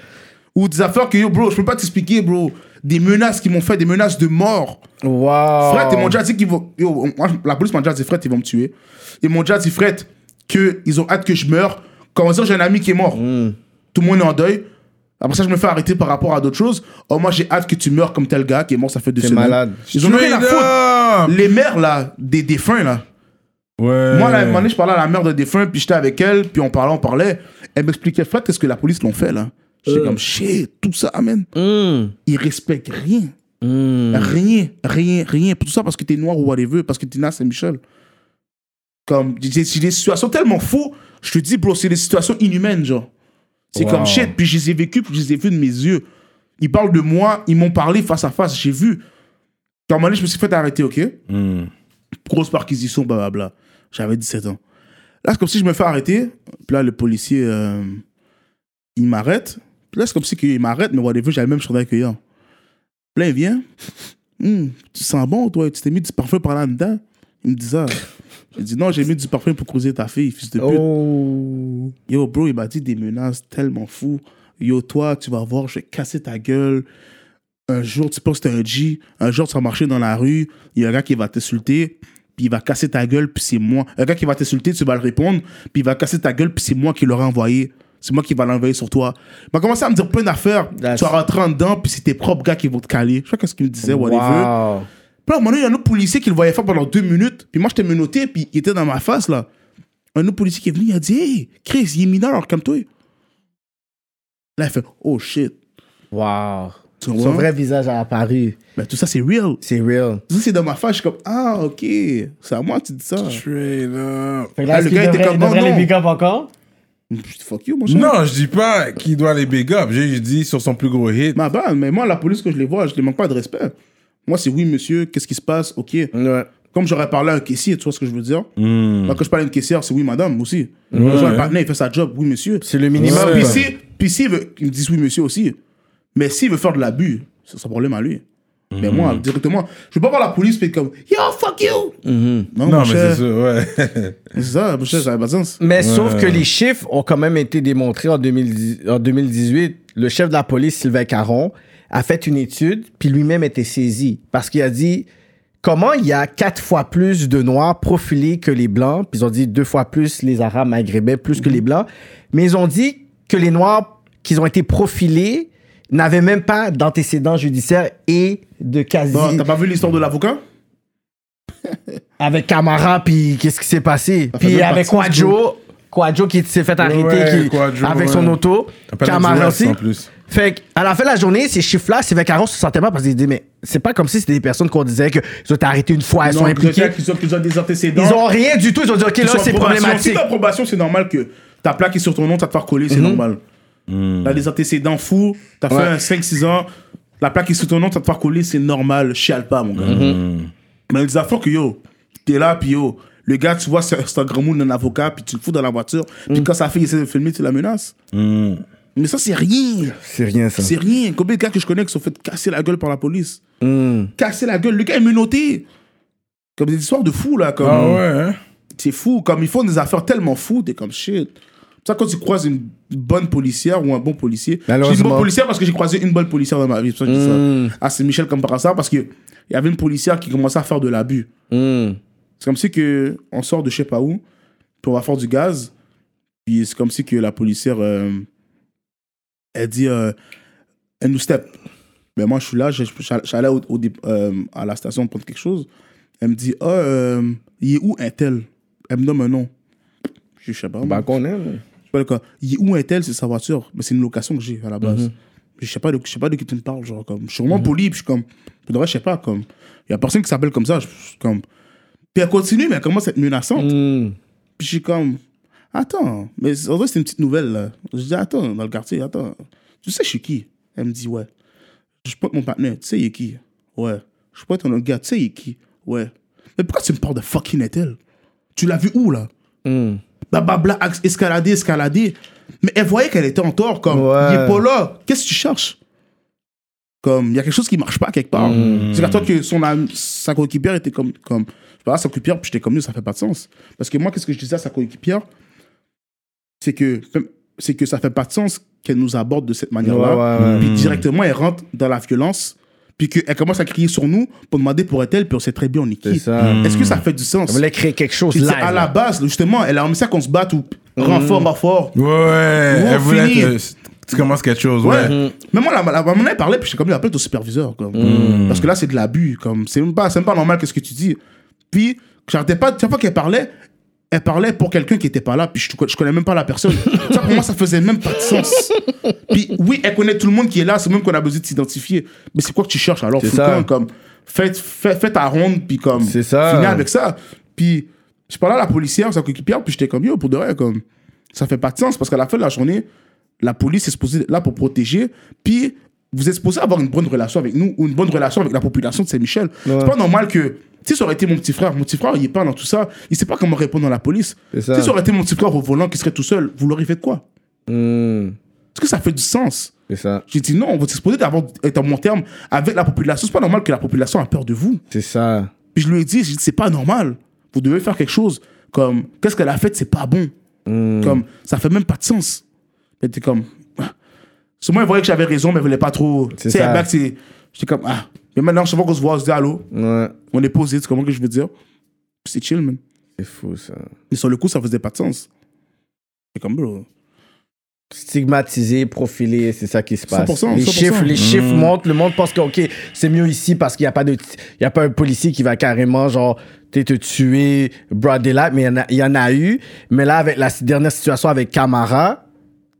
D: Ou des affaires que yo, bro, je peux pas t'expliquer, bro. Des menaces qu'ils m'ont fait, des menaces de mort.
C: Wow.
D: Frère, ils m'ont déjà dit qu'ils vont. yo, moi, la police m'a déjà dit, frère, ils vont me tuer. Ils m'ont déjà dit, frère, qu'ils ont hâte que je meure. Quand ça, j'ai un ami qui est mort. Tout le monde est en deuil. Après ça, je me fais arrêter par rapport à d'autres choses. Oh, moi, j'ai hâte que tu meurs comme tel gars qui est mort, ça fait deux
C: C'est
D: semaines.
C: malade.
D: Ils ont rien à
B: Straight
D: foutre.
B: up.
D: Les mères, là, des défunts, là,
B: Ouais.
D: Moi, là, à un moment donné, je parlais à la mère de défunt, puis j'étais avec elle, puis on parlait, on parlait. Elle m'expliquait, frère, qu'est-ce que la police l'ont fait, là J'étais comme, shit, tout ça, amen. Ils respectent rien. Rien, rien, rien. Tout ça parce que t'es noir ou whatever, parce que t'es Nas Saint-Michel. Comme, c'est c'est des situations tellement fous, je te dis, bro, c'est des situations inhumaines, genre. C'est
B: Wow.
D: comme shit, puis je les ai vécues, puis je les ai vues de mes yeux. Ils parlent de moi, ils m'ont parlé face à face, j'ai vu. Quand un moment donné, je me suis fait arrêter, ok grosse perquisition, blablabla. J'avais 17 ans. Là, c'est comme si je me fais arrêter. Puis là, le policier, euh, il m'arrête. Puis là, c'est comme si qu'il m'arrête, mais rendez-vous, j'avais le même chandail que hier. Puis hein. là, il vient. Hum, tu sens bon, toi, tu t'es mis du parfum par là-dedans. Il me dit ça. J'ai dit non, j'ai mis du parfum pour croiser ta fille, fils de pute.
C: Oh.
D: Yo, bro, il m'a dit des menaces tellement fous. Yo, toi, tu vas voir, je vais casser ta gueule. Un jour, tu penses que t'es un G. Un jour, tu vas marcher dans la rue. Il y a un gars qui va t'insulter. Puis il va casser ta gueule, puis c'est moi. Un gars qui va t'insulter, tu vas le répondre. Puis il va casser ta gueule, puis c'est moi qui l'aurai envoyé. C'est moi qui va l'envoyer sur toi. Il m'a commencé à me dire plein d'affaires.
C: That's-
D: Tu auras 30 ans, puis c'est tes propres gars qui vont te caler. Je sais pas ce qu'il me disait, whatever.
C: Wow.
D: Puis là, à un moment donné, il y a un autre policier qui le voyait faire pendant deux minutes. Puis moi, j'étais menotté, puis il était dans ma face, là. Un autre policier qui est venu, il a dit Hey, Chris, il est mineur, alors calme-toi. Là, il fait Oh shit.
C: Wow.
D: Tu
C: Son
D: vois? Ah,
C: vrai visage a apparu.
D: Mais tout ça, c'est real.
C: C'est real.
D: Tout ça, c'est dans ma face. Je suis comme Ah, ok. C'est à moi, que tu dis ça.
B: Straight up.
C: Fait que là,
D: Ah, le
C: le
D: gars
C: gars
D: était
C: devrait,
D: comme,
C: il
D: non,
C: devrait
D: non.
C: les big up encore?
D: Je dis, Fuck you, mon cher.
B: Non, je dis pas qu'il doit les big up. J'ai dit sur son plus gros hit.
D: Ma balle, mais moi, la police, quand je les vois, je les manque pas de respect. Moi, c'est oui, monsieur, qu'est-ce qui se passe Ok.
C: Ouais. Hmm.
D: Comme j'aurais parlé à un caissier, tu vois ce que je veux dire Moi, Quand je parle à une caissière, c'est oui, madame aussi. Quand je vois un partenaire, il fait sa job, oui, monsieur.
C: C'est le minimum.
D: Puis si- Puis s'il veut, ils me disent oui, monsieur aussi. Mais s'il veut faire de l'abus, c'est son problème à lui.
C: Hmm.
D: Mais moi, directement, je veux pas voir la police puis comme Yo, fuck you!
C: Hmm.
B: Non,
D: Non, mon
B: mais
D: cher,
B: c'est ça, ouais. *laughs*
D: c'est ça, mon cher, ça n'a pas de sens.
C: Mais sauf que les chiffres ont quand même été démontrés en, 2010 en 2018. Le chef de la police, Sylvain Caron, a fait une étude, puis lui-même était saisi. Parce qu'il a dit comment il y a quatre fois plus de Noirs profilés que les Blancs, puis ils ont dit deux fois plus les Arabes maghrébins, plus que les Blancs. Mais ils ont dit que les Noirs qu'ils ont été profilés n'avaient même pas d'antécédents judiciaires et de quasi...
D: Bon, t'as pas vu l'histoire de l'avocat?
C: avec Camara, puis qu'est-ce qui s'est passé?
D: fait
C: Puis
D: même
C: avec
D: partie du
C: Quadjo, Quadjo qui s'est fait arrêter
B: Ouais,
C: qui-
B: Quadjo,
C: avec
B: ouais.
C: son auto,
B: Appelle la
C: Camara
B: DRS
C: aussi.
B: en plus.
C: Fait que, à la fin de la journée, ces chiffres-là, c'est Caron se sentait pas parce qu'il dit, mais c'est pas comme si c'était des personnes qu'on disait qu'ils ont été arrêtées une fois, elles sont
D: Non,
C: impliquées.
D: quelqu'un qui ont, qui ont des antécédents.
C: Ils ont rien du tout, ils ont dit, OK,
D: qui
C: là,
D: sont en
C: c'est
D: probation. Si
C: problématique. Mhm.
D: t'es en probation, c'est normal que ta plaque est sur ton nom, t'as te faire coller, c'est normal. T'as des antécédents fous, t'as
C: Ouais.
D: fait un 5-6 ans, la plaque est sur ton nom, t'as te faire coller, c'est normal, chiale pas, mon gars.
C: Mhm.
D: Mais les affaires que yo, t'es là, puis yo, le gars, tu vois, c'est c'est un grand moule d'un avocat, puis tu le fous dans la voiture,
C: Mhm.
D: puis quand sa fille essaie de le filmer, tu la menaces. Mais ça, c'est rien.
C: C'est rien, ça.
D: C'est rien. Combien de gars que je connais qui se sont fait casser la gueule par la police
C: Mhm.
D: Casser la gueule, le gars est menotté. Comme des histoires de fous, là. Comme
B: Ah ouais, hein?
D: c'est fou. Comme ils font des affaires tellement fous, t'es comme shit. C'est pour ça que quand tu croises une bonne policière ou un bon policier. Je dis une
C: Malheureusement.
D: bonne policière parce que j'ai croisé une bonne policière dans ma vie. C'est pour ça que je dis ça. Ah, c'est Michel comme par hasard parce qu'il y avait une policière qui commençait à faire de l'abus. C'est comme si que on sort de je sais pas où, puis on va faire du gaz. Puis c'est comme si que la policière, euh, elle dit, euh, elle nous step. Mais moi, je suis là, je- je- j'allais au- au dé- euh, à la station prendre quelque chose. Elle me dit, ah, euh, il est où un tel Elle me donne un nom. Je sais pas. moi.
C: qu'on
D: Je sais pas de quoi. Il est où un tel, c'est sa voiture. Mais c'est une location que j'ai à la base. Je sais pas de, je sais pas de qui tu me parles, genre, comme. Je suis vraiment poli, puis je suis comme. Pour de vrai, je sais pas, comme. Il y a personne qui s'appelle comme ça, je je suis comme. Puis elle continue, mais elle commence à être menaçante. Puis je suis comme. Attends, mais en vrai, c'est une petite nouvelle, là. Je dis, attends, dans le quartier, attends. Tu sais, je suis qui Elle me dit, ouais. Je pointe mon partenaire, tu sais, il est qui Ouais. Je pointe ton autre gars, tu sais, il est qui Ouais. Mais pourquoi tu me parles de fucking un tel Tu l'as vu où, là Bababla, ax- escalader, escalader. Mais elle voyait qu'elle était en tort, comme,
C: Ouais.
D: il est pas là, qu'est-ce que tu cherches Comme, il y a quelque chose qui marche pas quelque part.
C: Hmm.
D: C'est à toi que son, am- sa coéquipière était comme, comme, je parlais à sa coéquipière, puis j'étais comme, ça fait pas de sens. Parce que moi, qu'est-ce que je disais à sa coéquipière C'est que, c'est que ça fait pas de sens qu'elle nous aborde de cette manière-là.
C: Ouais, ouais, Hmm. ouais.
D: Puis directement, elle rentre dans la violence, puis qu'elle commence à crier sur nous pour demander pour être elle, puis on sait très bien on est qui.
C: C'est ça.
D: Est-ce que ça fait du sens
C: On voulait créer quelque chose
D: puis
C: live.
D: c'est à la
C: là. Hmm.
D: base, justement, elle a envie ça qu'on se batte ou renfort, renfort.
B: Ouais, ouais.
D: Gros,
B: Elle voulait
D: fini.
B: être- euh, Tu commences quelque chose,
D: Ouais. Hmm.
B: ouais.
D: Mais moi, la, la, la maman, elle parlait, puis j'étais comme,
C: Mhm.
D: appelle ton superviseur. Comme. Parce que là, c'est de l'abus. Comme. C'est même, pas- c'est même pas normal qu'est-ce que tu dis. Puis, J'arrêtais pas, chaque fois qu'elle parlait, elle parlait pour quelqu'un qui était pas là, puis je, je connais même pas la personne. ça, pour moi, ça faisait même pas de sens. Puis oui, elle connaît tout le monde qui est là, c'est même qu'on a besoin de s'identifier. Mais c'est quoi que tu cherches alors
C: C'est
D: fous-toi,
C: ça.
D: comme, fais, fais, fais ta ronde, puis comme,
C: C'est ça.
D: finis avec ça. Puis je parlais à la policière, sa coéquipière, puis j'étais comme, yo, pour de vrai, comme, ça fait pas de sens, parce qu'à la fin de la journée, la police est supposée être là pour protéger, puis vous êtes supposé avoir une bonne relation avec nous, ou une bonne relation avec la population de Saint-Michel. C'est pas normal que, si ça aurait été mon petit frère, mon petit frère, il est pas dans tout ça, il sait pas comment répondre à la police.
C: C'est
D: Si
C: ça.
D: ça aurait été mon petit frère au volant qui serait tout seul, vous l'auriez fait de quoi
C: Hmm,
D: Est-ce que ça fait du sens
C: c'est ça.
D: j'ai dit non, vous êtes supposé d'avoir- être en bon terme avec la population. C'est pas normal que la population a peur de vous.
C: C'est ça.
D: Puis je lui ai dit, j'ai dit, c'est pas normal. Vous devez faire quelque chose. Comme, qu'est-ce qu'elle a fait, c'est pas bon.
C: Hmm.
D: Comme, ça fait même pas de sens. Elle était comme, ah. Sûrement, elle voyait que j'avais raison, mais elle voulait pas trop.
C: C'est
D: Tu sais,
C: ça.
D: elle back, c'est. J'étais comme, ah. Mais maintenant, chaque fois qu'on se voit, on se dit allô,
C: Ouais.
D: on est posé, tu comprends ce que je veux dire? C'est chill, man.
C: C'est fou, ça.
D: Mais sur le coup, ça faisait pas de sens. C'est comme, bro.
C: Stigmatisé, profilé, c'est ça qui se passe.
D: 100%,
C: les
D: 100%.
C: chiffres, les chiffres montent, le monde pense que ok, c'est mieux ici parce qu'il n'y a pas de, il y a pas un policier qui va carrément genre t'es te tuer, broad daylight, mais il y en a- il y, en a eu. Mais là avec la dernière situation avec Camara,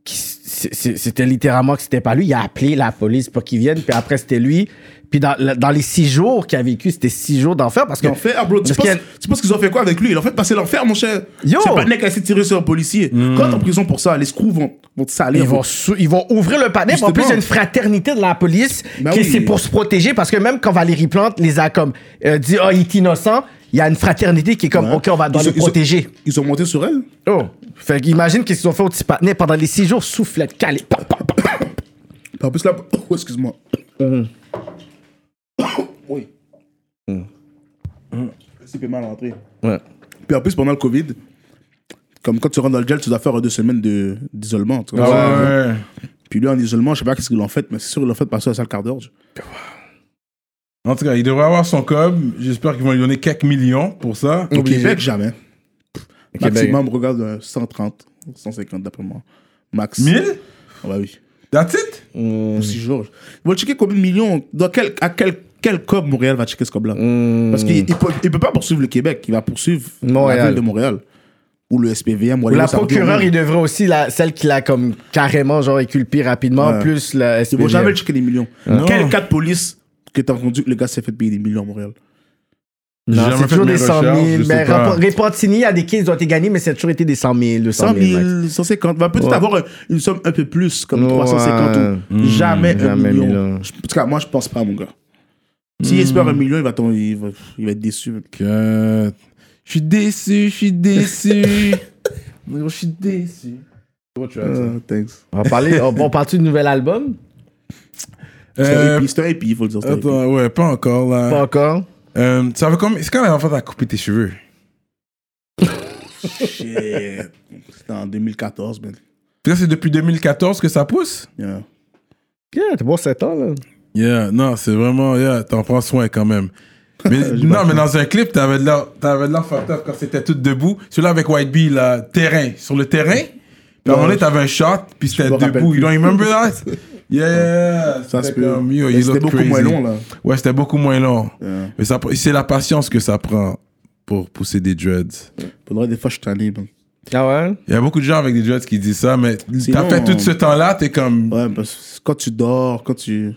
C: qui s- c'est- c'est- c'était littéralement que c'était pas lui, il a appelé la police pour qu'il vienne, puis après c'était lui. Puis dans, dans les six jours qu'il a vécu, c'était six jours d'enfer parce que
D: L'enfer, ah, bro. Tu
C: parce
D: penses,
C: qu'il y a-
D: tu penses qu'ils ont fait quoi avec lui Ils l'ont fait passer l'enfer, mon cher.
C: Yo.
D: C'est pas le mec qui a essayé de tirer sur un policier. Quand t'es en prison pour ça, les screws vont, vont te salir.
C: Hmm. Ils vont, sou- ils vont ouvrir le panier. En
D: Justement.
C: plus, il y a une fraternité de la police
D: Ben
C: qui
D: oui.
C: c'est pour se protéger parce que même quand Valérie Plante les a comme euh, dit, oh, il est innocent, il y a une fraternité qui est comme,
D: Ouais.
C: ok, on va doit
D: Ils
C: le
D: ont- ils ont-
C: protéger.
D: Ils ont monté sur elle
C: Oh. Fait qu'imagine qu'est-ce qu'ils ont fait au petit patinet pendant les six jours, soufflette, calé. pa, pa, pa.
D: En plus, là, *coughs* oh, excuse-moi. *coughs* oui. Mm. C'est pas mal rentré.
C: Ouais.
D: Puis en plus, pendant le Covid, comme quand tu rentres dans le gel, tu dois faire deux semaines de- d'isolement. tu comprends?
B: Ah ouais.
D: Puis lui, en isolement, je sais pas qu'est-ce qu'ils l'ont fait, mais c'est sûr qu'ils l'ont fait passer à la salle quart d'orge.
B: En tout cas, il devrait avoir son cob. J'espère qu'ils vont lui donner quelques millions pour ça.
D: Au
B: Puis-
D: Québec, jamais.
C: Québec.
D: Maximum, regarde, euh, 130, 150 d'après moi. Max.
B: 1000
D: Ah bah oui.
B: That's it
D: Pour six jours. Ils vont checker combien de millions, dans quel, à quel, quel cob Montréal va checker ce cob-là. Parce qu'il ne peut, il peut pas poursuivre le Québec, il va poursuivre
C: Hmm. Montréal.
D: la ville de Montréal. Ou le SPVM. Ou
C: La procureure, il devrait aussi, la, celle qui l'a comme carrément genre éculpé rapidement,
D: Ouais.
C: plus la
D: Ils vont
C: SPVM.
D: jamais checker des millions.
C: Ah.
D: Quel cas de police que t'as entendu que le gars s'est fait payer des millions à Montréal
B: J'ai
C: Non,
B: jamais
C: c'est
B: fait
C: toujours
B: mes
C: des 100 000.
B: recherches, je
C: Mais
B: sais pas.
C: Rapo- Repentigny, il y a des cases qui ont été gagnés, mais ça a toujours été des 100 000, le 100
D: 100
C: 000.
D: 000,
C: max.
D: 150. Va peut-être
C: Ouais.
D: avoir une somme un peu plus, comme
C: Ouais. Hmm.
D: 350 ou
B: Mmh,
D: jamais un
C: jamais
D: million.
C: million. Hmm.
D: Je- En tout cas, moi, je pense pas, mon gars. S'il espère un million, il va, tomber- il va, il va être déçu.
B: Que- Je suis déçu, je suis *laughs* déçu. Je suis déçu.
D: Ah, thanks.
C: On va parler, on, on parle-tu du nouvel album?
D: C'est
B: Euh,
D: un hippie, c'est un hippie, il faut le dire. c'est un hippie.
B: Attends, ouais, pas encore là.
C: Pas encore.
B: Euh, ça veut comme. C'est quand la dernière fois t'as coupé tes cheveux
D: Shit. C'était en 2014, man.
B: Puis là, c'est depuis 2014 que ça pousse
D: Yeah.
C: Yeah, t'es bon 7 ans, là.
B: Yeah, non, c'est vraiment. Yeah, t'en prends soin quand
D: *laughs*
B: même. Mais, non, mais dans un clip, t'avais de l'air t'avais de l'air fucked up quand c'était tout debout. Celui-là avec White Bee, là, terrain. Sur le terrain, puis à un moment donné, t'avais un shot, puis c'était
D: me rappelle
B: debout. You
D: plus.
B: don't remember
D: *laughs*
B: that? Yeah!
D: Ça se
B: C'était
D: peut.
B: comme, yo,
D: Mais
B: you
D: C'était
B: look
D: beaucoup
B: crazy.
D: moins long, là.
B: Ouais, c'était beaucoup moins long.
D: Yeah.
B: Mais ça, pr- c'est la patience que ça prend pour pousser des dreads.
D: Faudrait des fois, je suis tanné, man.
C: Ah ouais?
B: Il y a beaucoup de gens avec des dreads qui disent ça, mais t'as
D: Sinon,
B: fait tout
D: on-
B: ce temps-là, t'es comme.
D: Ouais, parce que quand tu dors, quand tu.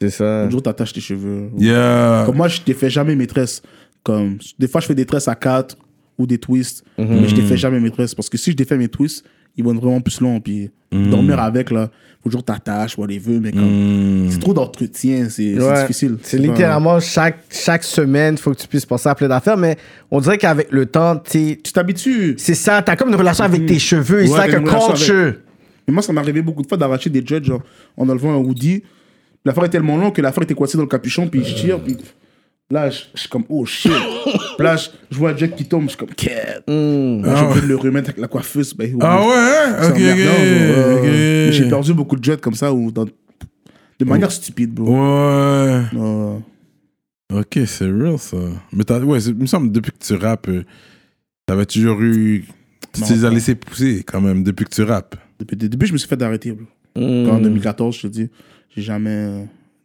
C: C'est ça.
D: Un jour, t'attaches tes cheveux.
B: Yeah.
D: Comme moi, je t'ai fait jamais maîtresse. Comme, des fois, je fais des tresses à 4 ou des twists,
C: Mhm.
D: mais je t'ai fait jamais maîtresse. Parce que si je défais mes twists, ils vont être vraiment plus longs. Puis
C: Mhm.
D: dormir avec, là, faut toujours t'attaches, whatever, mais comme, c'est trop d'entretien, c'est c'est
C: Mhm. Ouais.
D: difficile.
C: C'est
D: pas-
C: littéralement chaque, chaque semaine, faut que tu puisses penser à plein d'affaires, mais on dirait qu'avec le temps, tu
D: Tu t'habitues.
C: c'est ça, t'as comme une relation avec tes cheveux, et
D: Ouais,
C: c'est like
D: t'as
C: a
D: une relation avec-
C: culture.
D: Mais moi, ça m'est arrivé beaucoup de fois d'arracher des dreads, genre, en enlevant un hoodie. L'affaire est tellement longue que l'affaire était coincée dans le capuchon, puis je tire, puis là, je je suis comme, oh shit. Puis là, je, je vois un dread qui tombe, je suis comme, quête.
C: Hmm.
D: Là,
B: Ah
D: je vais
B: ouais.
D: le remettre avec la coiffeuse. ben, oui.
B: Ah ouais? hein?
D: C'est
B: Ok, ok.
D: emmerdant, bro. Ouais, ouais. Mais
B: ok.
D: J'ai perdu beaucoup de dreads comme ça, ou dans- de manière stupide, bro.
B: Ouais.
D: Euh,
B: Ok, c'est real ça. Mais t'as, ouais, c'est- il me semble depuis que tu rappes, euh, t'avais toujours eu. Tu les as laissé pousser quand même depuis que tu rappes.
D: depuis le début, je me suis fait arrêter, bro.
C: Hmm.
D: Quand en 2014, je te dis, j'ai jamais euh,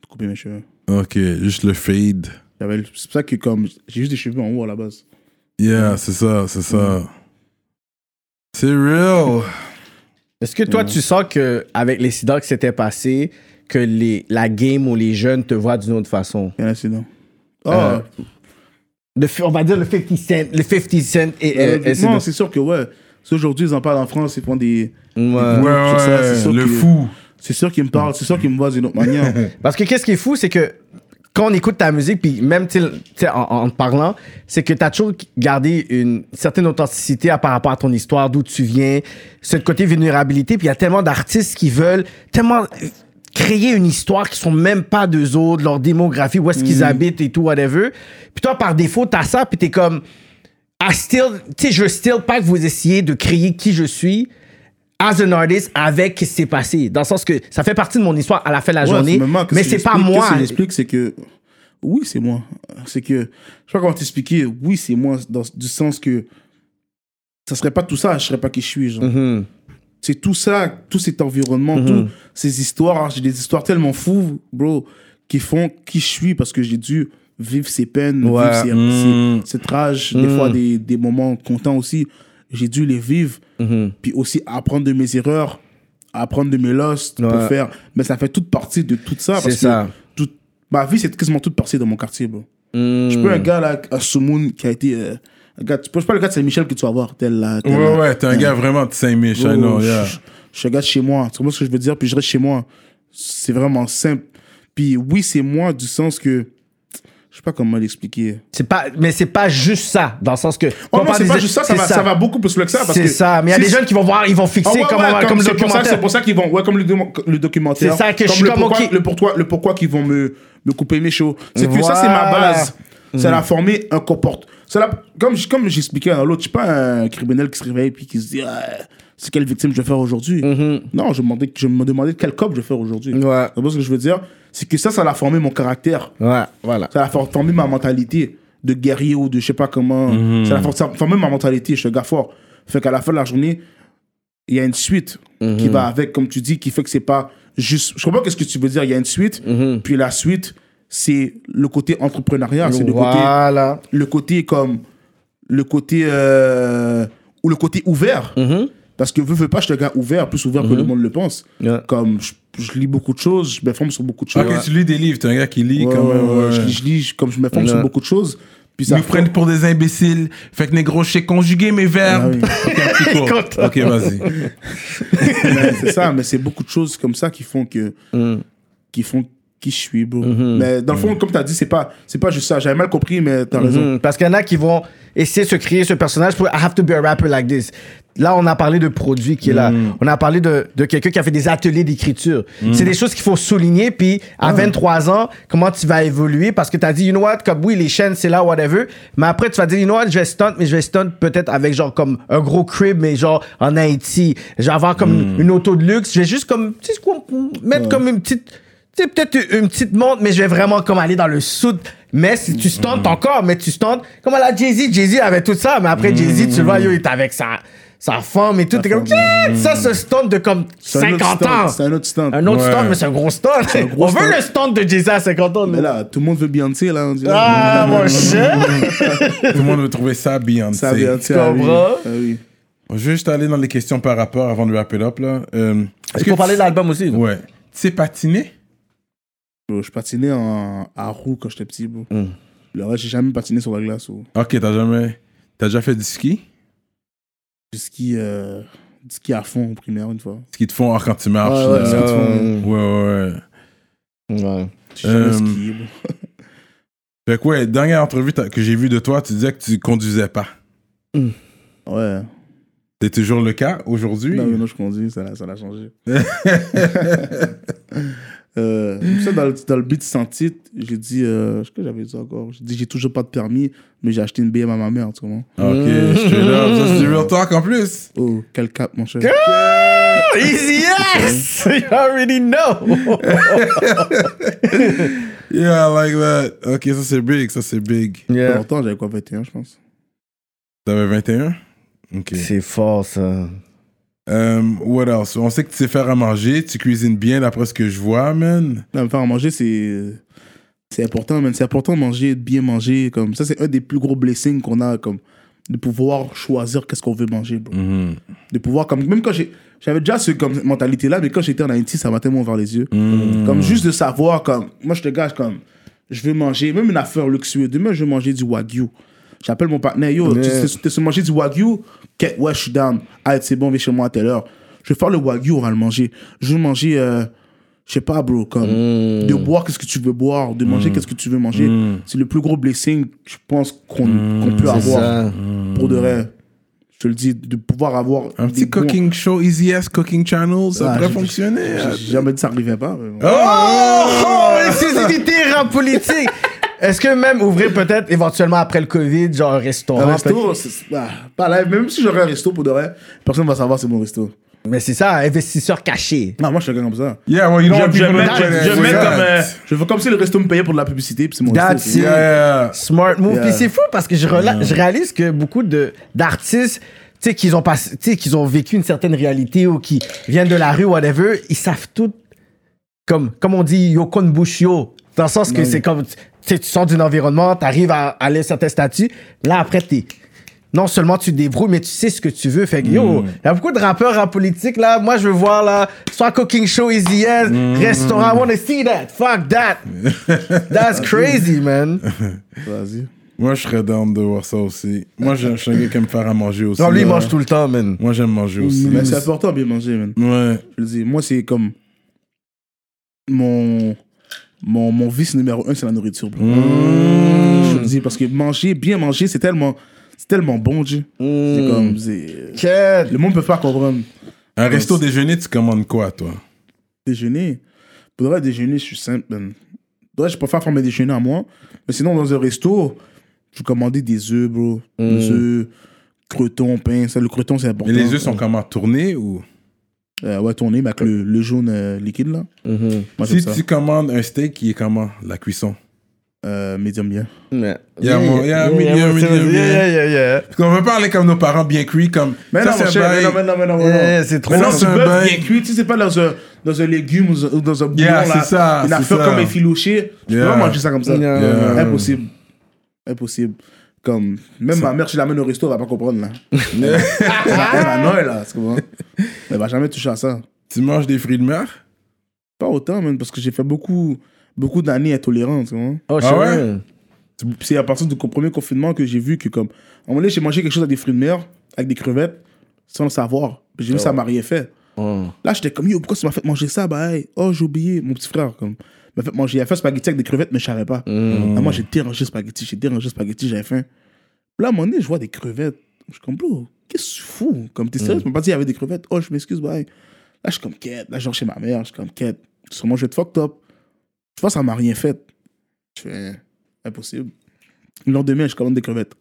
D: coupé mes cheveux.
B: Ok, juste le fade.
D: J'avais- C'est pour ça que, comme, j'ai juste des cheveux en haut à la base.
B: Yeah, c'est ça, c'est ça. C'est real.
C: Est-ce que toi, tu sens que avec les sida qui s'étaient passés, que les, la game ou les jeunes te voient d'une autre façon?
D: Il y a un incident. Oh,
C: Euh, Le, fi- on va dire le 50 cent. Le 50 cent et,
D: euh,
C: et- et c'est
D: non,
C: de-
D: c'est sûr que ouais. Parce qu'aujourd'hui, ils en parlent en France, ils font des.
C: Ouais.
B: Ouais,
D: Sur ça, c'est
B: ouais,
D: sûr
B: le
D: que-
B: fou.
D: C'est sûr qu'ils me parlent, c'est sûr qu'ils me voient d'une
C: *laughs*
D: autre manière.
C: Parce que qu'est-ce qui est fou, c'est que quand on écoute ta musique, puis même tu sais, tu sais, en, en te parlant, c'est que tu as toujours gardé une certaine authenticité à- par rapport à ton histoire, d'où tu viens, ce côté vulnérabilité. Puis il y a tellement d'artistes qui veulent tellement euh, créer une histoire qui sont même pas d'eux autres, leur démographie, où est-ce qu'ils habitent et tout, whatever. Puis toi, par défaut, t'as ça, puis t'es comme, I still, tu sais, je veux still pas que vous essayiez de créer qui je suis as an artist avec ce qui s'est passé. Dans le sens que ça fait partie de mon histoire à la fin de la
D: Ouais,
C: journée,
D: ce moment, qu'est-ce
C: mais
D: qu'il
C: c'est pas
D: explique,
C: moi.
D: Qu'est-ce qu'il explique, c'est que. Oui, c'est moi. C'est que. Je sais pas comment t'expliquer. Oui, c'est moi, dans, du sens que. Ça serait pas tout ça, je serais pas qui je suis. genre.
C: Mhm.
D: C'est tout ça, tout cet environnement, toutes ces histoires. J'ai des histoires tellement fous, bro, qui font qui je suis parce que j'ai dû vivre ces peines,
C: Ouais. Mhm.
D: vivre ces,
B: Mhm.
D: ces- cette rage, des fois des, des moments contents aussi. J'ai dû les vivre,
C: Mhm.
D: puis aussi apprendre de mes erreurs, apprendre de mes losses pour
C: Ouais.
D: faire. Mais ça fait toute partie de tout ça.
C: C'est
D: parce
C: ça.
D: Que toute- ma vie, c'est quasiment toute partie de mon quartier, bro. Je
C: Hmm.
D: peux un gars là, à Soumoun, qui a été. euh, un gars, tu peux pas le gars de Saint-Michel que tu vas voir, tel là. tel
B: Ouais,
D: là,
B: ouais, t'es un
D: tel là.
B: gars vraiment de Saint-Mich, I know,
D: Oh, Je-
B: yeah.
D: je, je regarde chez moi. Tu comprends ce que je veux dire? Puis je reste chez moi. C'est vraiment simple. Puis oui, c'est moi du sens que. Je sais pas comment l'expliquer.
C: C'est pas, mais c'est pas juste ça, dans le sens que.
D: Oh
C: quand on
D: non,
C: parle
D: c'est
C: des-
D: pas juste ça, ça, va, ça va beaucoup plus loin que ça. parce
C: C'est
D: que
C: ça, mais il y a
D: si-
C: des jeunes qui vont voir, ils vont
D: Ah
C: fixer
D: ouais, ouais,
C: comme, on- comme le
D: c'est pour ça-
C: documentaire.
D: C'est pour ça qu'ils vont, ouais, comme le, docu- le documentaire.
C: C'est ça que je suis
D: le
C: comme,
D: pourquoi,
C: ok.
D: le pourquoi, le pourquoi qu'ils vont me, me couper mes cheveux. C'est que ça, c'est
C: Voilà.
D: ma base. Ça
C: Mm.
D: l'a formé un comportement. Ça l'a- comme j- comme j'expliquais à l'autre, je suis pas un criminel qui se réveille puis qui se dit, Ah, c'est quelle victime je vais faire aujourd'hui. Non, je me demandais, je me demandais de quel cop je vais faire aujourd'hui.
C: Mm-hmm. Ouais.
D: Tu vois ce que je veux dire? C'est que ça, ça l'a formé mon caractère.
C: Ouais, voilà.
D: Ça a for- formé ma mentalité de guerrier ou de je sais pas comment. Ça a for- ça a formé ma mentalité, je suis un gars fort. Fait qu'à la fin de la journée, il y a une suite qui va avec, comme tu dis, qui fait que c'est pas juste. Je comprends qu'est-ce que tu veux dire. Il y a une suite, puis la suite, c'est le côté entrepreneuriat, c'est le côté,
C: Voilà.
D: le côté comme le côté euh, ou le côté ouvert. Parce que veux, veux pas, je suis un gars ouvert, plus ouvert que le monde le pense.
C: Ouais.
D: Comme je, je lis beaucoup de choses, je m'informe sur beaucoup de
B: Ah,
D: choses.
B: que tu lis des livres, t'es un gars qui lit
D: Ouais,
B: comme.
D: ouais, ouais,
B: ouais.
D: euh, Je, lis- je lis, je- comme je m'informe sur
C: Ouais.
D: beaucoup de choses. Puis ça
B: Vous prenez pour des imbéciles. Fait que négro, je sais conjuguer mes verbes.
D: Ah
B: Ok, un petit cours. Ok, vas-y.
D: Mais c'est ça, mais c'est beaucoup de choses comme ça qui font que.
C: Mm.
D: qui font qui je suis, bro.
C: Mm-hmm.
D: Mais dans le fond, comme tu as dit, c'est pas, c'est pas juste ça. J'avais mal compris, mais tu as raison.
C: Mhm, Parce qu'il y en a qui vont essayer de se créer ce personnage pour I have to be a rapper like this. Là, on a parlé de produit qui est là. On a parlé de, de quelqu'un qui a fait des ateliers d'écriture. C'est des choses qu'il faut souligner. Puis à 23 ans, comment tu vas évoluer Parce que tu as dit, you know what, comme oui, les chaînes, c'est là, whatever. Mais après, tu vas dire, you know what, je vais stunt, mais je vais stunt peut-être avec genre comme un gros crib, mais genre en Haïti. Je vais avoir comme une- une auto de luxe. Je vais juste comme, tu sais quoi, mettre comme une petite. Tu sais, peut-être une une petite montre, mais je vais vraiment comme aller dans le sud. Mais si tu
D: Mm-hmm.
C: stuntes encore, mais tu stuntes comme à la Jay-Z. Jay-Z avait tout ça, mais après Jay-Z, tu le vois, yo,
D: Mm-hmm.
C: il est avec sa, sa femme et tout. T'es comme, Yeah! ça, ce stunt de comme
D: C'est un autre
C: 50
D: stunt,
C: ans.
D: C'est un autre stunt.
C: Un autre
B: Ouais.
C: stunt, mais c'est un gros stunt.
D: gros
C: On veut
D: stunt.
C: le stunt de Jay-Z à 50 ans.
D: Mais là, Mm-hmm. tout le monde veut Beyoncé, là. On dirait.
C: Ah, mon cher!
B: Tout le monde veut trouver ça
D: Ça,
B: Beyoncé.
D: Beyoncé, ah oui.
C: comprends?
D: Ah oui.
B: Je vais juste aller dans les questions par rapport avant de wrap it up, là. Euh,
C: Est-ce qu'on
B: tu-
C: parlait de l'album aussi? là?
B: Ouais. Tu sais patiner?
D: Bro, je patinais en, à roue quand j'étais petit, bro.
C: Mm.
D: Le reste, j'ai jamais patiné sur la glace. Ou...
B: Ok, t'as jamais. T'as déjà fait du ski?
D: Du ski, euh, du ski à fond en primaire, une fois.
B: Ce qu'ils te font ah, quand tu marches.
D: Ouais, ouais,
B: là.
D: ce qu'ils te
B: ouais,
D: font.
B: ouais, ouais.
C: Ouais.
D: J'ai jamais
B: Euh,
D: skié, bro.
B: Fait que ouais, dernière entrevue t'as- que j'ai vue de toi, tu disais que tu conduisais pas.
D: Ouais.
B: C'est toujours le cas aujourd'hui?
D: Non, Bah maintenant je conduis, ça l'a- ça l'a changé. *laughs* euh, ça, dans le, dans le beat sans titre, j'ai dit, euh, ce que j'avais dit encore, j'ai dit, j'ai toujours pas de permis, mais j'ai acheté une BM à ma mère, tu comprends?
B: Ok, straight up. Ça, c'est du real talk en plus.
D: Oh, quel cap, mon cher.
C: Easy, yes!
D: Mm-hmm.
C: *laughs* You already know!
B: Yeah, I like that. Ok, ça c'est big, ça c'est big.
D: Pas
C: Yeah.
D: longtemps, j'avais quoi, 21, je pense.
B: T'avais 21? Ok.
C: C'est fort, ça.
B: Euh, what else? On sait que tu sais faire à manger, tu cuisines bien d'après ce que je vois, man.
D: Là, me faire à manger, c'est. C'est important, man. C'est important de manger, de bien manger. Comme ça, c'est un des plus gros blessings qu'on a. Comme de pouvoir choisir qu'est-ce qu'on veut manger, bro. De pouvoir, comme, même quand j'ai. J'avais déjà cette mentalité-là, mais quand j'étais en Haïti, ça m'a tellement ouvert les yeux. Comme juste de savoir, comme, moi je te gage, comme, je veux manger, même une affaire luxueuse. Demain, je veux manger du wagyu. J'appelle mon partenaire, yo, tu sais- tu sais manger du wagyu? Ok, ouais, je suis down. Ah, c'est bon, viens chez moi à telle heure. Je vais faire le wagyu, on va le manger. Je veux manger, euh, je sais pas, bro, comme, de boire qu'est-ce que tu veux boire, de manger qu'est-ce que tu veux manger. C'est le plus gros blessing, je pense, qu'on qu'on peut avoir.
C: ça.
D: Pour de vrai. Je te le dis, de pouvoir avoir.
B: Un petit cooking show, Easy S Cooking Channel, ça
D: Ah,
B: devrait
D: j'ai-
B: fonctionner. hein.
D: J'ai jamais dit que ça arrivait pas. mais bon.
C: Oh, exclusivité rap politique. Est-ce que même ouvrir peut-être éventuellement après le Covid, genre un restaurant?
D: Un
C: peut-être-
D: resto, c'est- ah, pas live. Même si j'aurais un resto pour de vrai, personne va savoir c'est mon resto.
C: Mais c'est ça, investisseur caché.
D: Non, moi je suis quelqu'un comme ça.
B: Yeah, well, you don't want
E: Je
B: people to
E: mets,
B: know that.
E: je mets
B: Yeah.
E: comme. euh,
D: Je veux comme si le resto me payait pour de la publicité, puis c'est mon
C: That's
D: resto.
C: it.
D: c'est-
B: Yeah.
C: Smart move.
D: Yeah.
C: Puis c'est fou parce que je, rela- je réalise que beaucoup de d'artistes, tu sais, qu'ils ont passé, tu sais, qu'ils ont vécu une certaine réalité ou qui viennent de la rue, whatever, ils savent tout. Comme, comme on dit, yokon bushio. Dans le sens que c'est comme, tu sais, tu sors d'un environnement, t'arrives à à aller sur tes statuts. Là, après, t'es. Non seulement tu te débrouilles, mais tu sais ce que tu veux. Fait que, yo, il y a beaucoup de rappeurs en politique, là. Moi, je veux voir, là, soit cooking show, easy yes, restaurant, I wanna see that. Fuck that. That's crazy, man.
D: Vas-y.
B: Moi, je serais down de voir ça aussi. Moi, je je suis un gars qui aime faire à manger aussi.
C: Non, lui, il
B: Ouais.
C: mange tout le temps, man.
B: Moi, j'aime manger aussi.
D: Mais c'est important de bien manger, man.
B: Ouais.
D: Je le dis. Moi, c'est comme. Mon. Mon, mon vice numéro un, c'est la nourriture. bro. Je le dis, parce que manger, bien manger, c'est tellement. C'est tellement bon, Dieu. C'est comme. c'est- Le monde peut pas comprendre.
B: Un resto déjeuner, tu commandes quoi, toi
D: Déjeuner. Pour le vrai, déjeuner, je suis simple. man. Pour le vrai, je préfère faire mes déjeuners à moi. Mais sinon, dans un resto, je vais commander des œufs, bro. Des œufs, cretons, pain. Ça, le creton, c'est important.
B: Hmm. Mais les œufs sont comment Tournés ou
D: Euh, ouais, tourné, mais avec le, le jaune euh, liquide, là. Moi, j'aime
B: Mhm. Si
D: ça.
B: tu commandes un steak, il est comment La cuisson.
D: Euh, médium bien.
B: Il y a un mo- il y a un milieu, un milieu,
C: Yeah,
B: bien.
C: yeah, yeah.
B: Parce qu'on veut parler comme nos parents bien cuits, comme.
D: Mais
B: ça,
D: non, mon
B: c'est un
D: cher, mais
B: bail.
D: non, mais non, mais non, mais non.
C: Yeah, c'est trop.
D: Mais
B: Ça,
D: non, du
B: c'est un
D: bœuf
B: bail.
D: bien cuit, tu sais, c'est pas dans un, dans un légume ou dans- ou dans un bouillon,
B: Yeah,
D: là.
B: c'est ça,
D: Une
B: c'est
D: affaire
B: ça.
D: comme effilochée. Je peux
B: Yeah.
D: pas manger ça comme ça.
C: Yeah.
B: Yeah.
D: Impossible. Impossible. Comme, même ma mère, si je l'amène au resto, elle va pas comprendre,
B: *laughs*
D: là. elle va- elle va noyer, là, tu comprends? Elle va jamais toucher à ça.
B: Tu manges des fruits de mer
D: Pas autant, même, parce que j'ai fait beaucoup, beaucoup d'années intolérantes, tu comprends?
C: Oh,
B: Ah
C: sure.
B: ouais?
D: C'est- C'est à partir du co- premier confinement que j'ai vu que, comme, à un moment donné, j'ai mangé quelque chose avec des fruits de mer, avec des crevettes, sans le savoir. Puis J'ai vu ça m'a rien fait. Là, j'étais comme, yo, pourquoi tu m'as fait manger ça? Bah, hey. oh, j'ai oublié, mon petit frère, comme, m'a fait manger. Il a fait spaghetti avec des crevettes, mais je savais pas. Ah, moi, j'ai dérangé spaghetti, j'ai dérangé spaghetti, j'avais faim. Là, à un moment donné, je vois des crevettes. Je suis comme, bro, qu'est-ce que tu fous? Comme, t'es sérieux? Tu m'as pas dit qu'il y avait des crevettes. Oh, je m'excuse, bye. Là, je suis comme, quête. Là, genre, chez ma mère, je suis comme, quête. Sûrement, je vais être fucked up. Je pense, ça m'a rien fait. Je fais, impossible. Le lendemain, je commande des crevettes.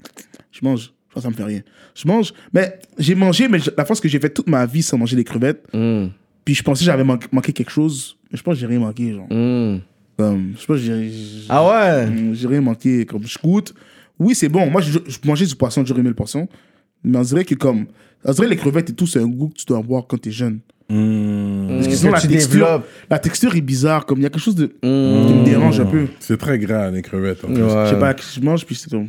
D: Je mange. Je pense, ça me fait rien. Je mange. Mais j'ai mangé, mais la fois que j'ai fait toute ma vie sans manger des crevettes, puis je pensais que j'avais manqué, manqué quelque chose, mais je pense que j'ai rien manqué, genre. Comme, je pense que j'ai- j'ai.
C: Ah ouais?
D: Mm, J'ai rien manqué. Comme je goûte. Oui, c'est bon. Moi, je, je mangeais du poisson, j'aurais aimé le poisson. Mais on dirait que comme. On dirait les crevettes et tout, c'est un goût que tu dois avoir quand t'es jeune. Parce que
C: Que
D: sinon, la
C: tu
D: texture,
C: développes. Mmh.
D: la texture est bizarre. Comme il y a quelque chose de, qui me dérange un peu.
B: C'est très gras, les crevettes, en plus.
D: Je sais pas, je mange, puis c'est comme.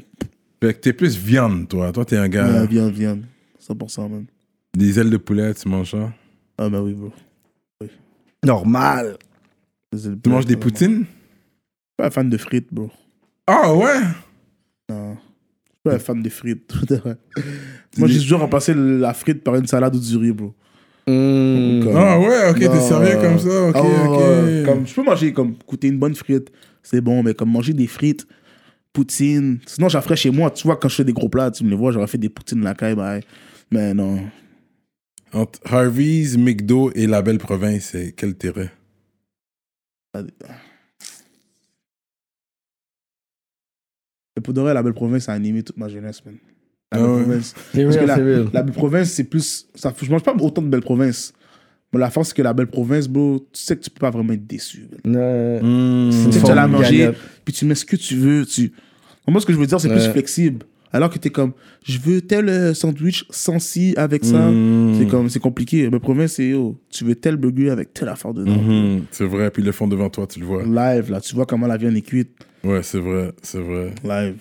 B: Fait que t'es plus viande, toi. Toi, t'es un gars.
D: Ah, viens, viens. 100% même.
B: Des ailes de poulet, tu manges ça
D: Ah, bah oui, bro.
C: Normal.
B: Tu manges des poutines
D: Je suis pas un fan de frites, bro.
B: Ah ouais
D: Non. Je suis pas un fan de frites. *laughs* Moi, j'ai toujours remplacé la frite par une salade ou du riz, bro. Comme-
B: Ah ouais, ok,
D: Non,
B: t'es sérieux
D: euh,
B: comme ça, ok,
D: ah ouais, ouais.
B: ok.
D: Comme, je peux manger, comme, coûter une bonne frite, c'est bon, mais comme manger des frites, poutine. Sinon, j'en ferais chez moi. Tu vois, quand je fais des gros plats, tu me les vois, j'aurais fait des poutines la caille, bah, mais non.
B: Entre Harvey's, McDo et La Belle Province, c'est quel terrain
D: Mais pour de vrai, la belle province a animé toute ma jeunesse, man. La
B: Ah
D: belle
B: ouais.
D: province.
C: C'est
D: Parce que
C: real,
D: la,
C: c'est real.
D: la belle province, c'est plus. Ça, je mange pas autant de belle province. Mais la force, c'est que la belle province, bro, tu sais que tu peux pas vraiment être déçu.
C: Mm.
D: man.
C: Ouais.
D: Tu sais que tu
C: forme
D: l'as
C: de
D: mangé,
C: galette.
D: puis tu mets ce que tu veux. Tu... Moi, ce que je veux dire, c'est plus
C: Ouais.
D: flexible. Alors que t'es comme, je veux tel euh, sandwich sans ci avec ça.
C: Mm.
D: C'est comme, c'est compliqué. Mais province, c'est, oh, tu veux tel burger avec telle affaire dedans.
C: Mm-hmm.
B: Mhm, c'est vrai, puis ils le font devant toi, tu le vois.
D: Live, là, tu vois comment la viande est cuite.
B: Ouais, c'est vrai, c'est vrai.
D: Live.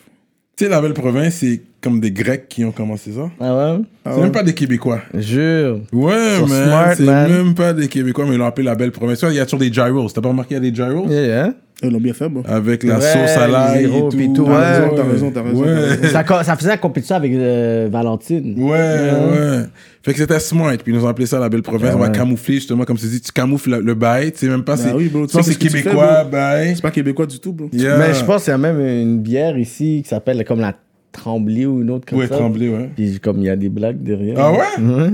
B: Tu sais, La Belle Province, c'est comme des Grecs qui ont commencé ça.
C: Ah ouais?
B: C'est même pas des Québécois.
C: Jure.
B: Ouais,
C: sont
B: man.
C: smart,
B: C'est
C: man.
B: même pas des Québécois, mais ils l'ont appelé la belle promesse. Il y a toujours des gyros. T'as pas remarqué, il y a des gyros
C: Yeah, yeah.
D: Ils l'ont bien fait, bon.
C: Ah.
B: Avec la
C: Ouais,
B: sauce à l'ail.
C: gyros,
B: et
C: puis
B: tout.
C: tout,
B: Ouais, ouais.
D: ouais. T'as raison, t'as raison, t'as
B: Ouais.
D: raison.
B: Ouais,
G: Ça, co- ça faisait la compétition avec euh, Valentine.
B: ouais. Fait que c'était smart. Puis ils nous ont appelé ça la belle province. On va camoufler, justement, comme tu dis, tu camoufles le, le bail. Tu sais même pas si
D: Bah oui, bro, tu
B: tu sens
D: sais
B: c'est
D: qu'est-ce que tu fais,
B: québécois,
D: bro.
B: bail.
D: C'est pas québécois du tout, bro.
B: Yeah.
C: Mais je pense qu'il y a même une bière ici qui s'appelle comme la Tremblée ou une autre comme
B: Ouais,
C: ça. Mm.
B: tremblé, ouais.
C: Puis comme il y a des blagues derrière.
B: Ah ouais?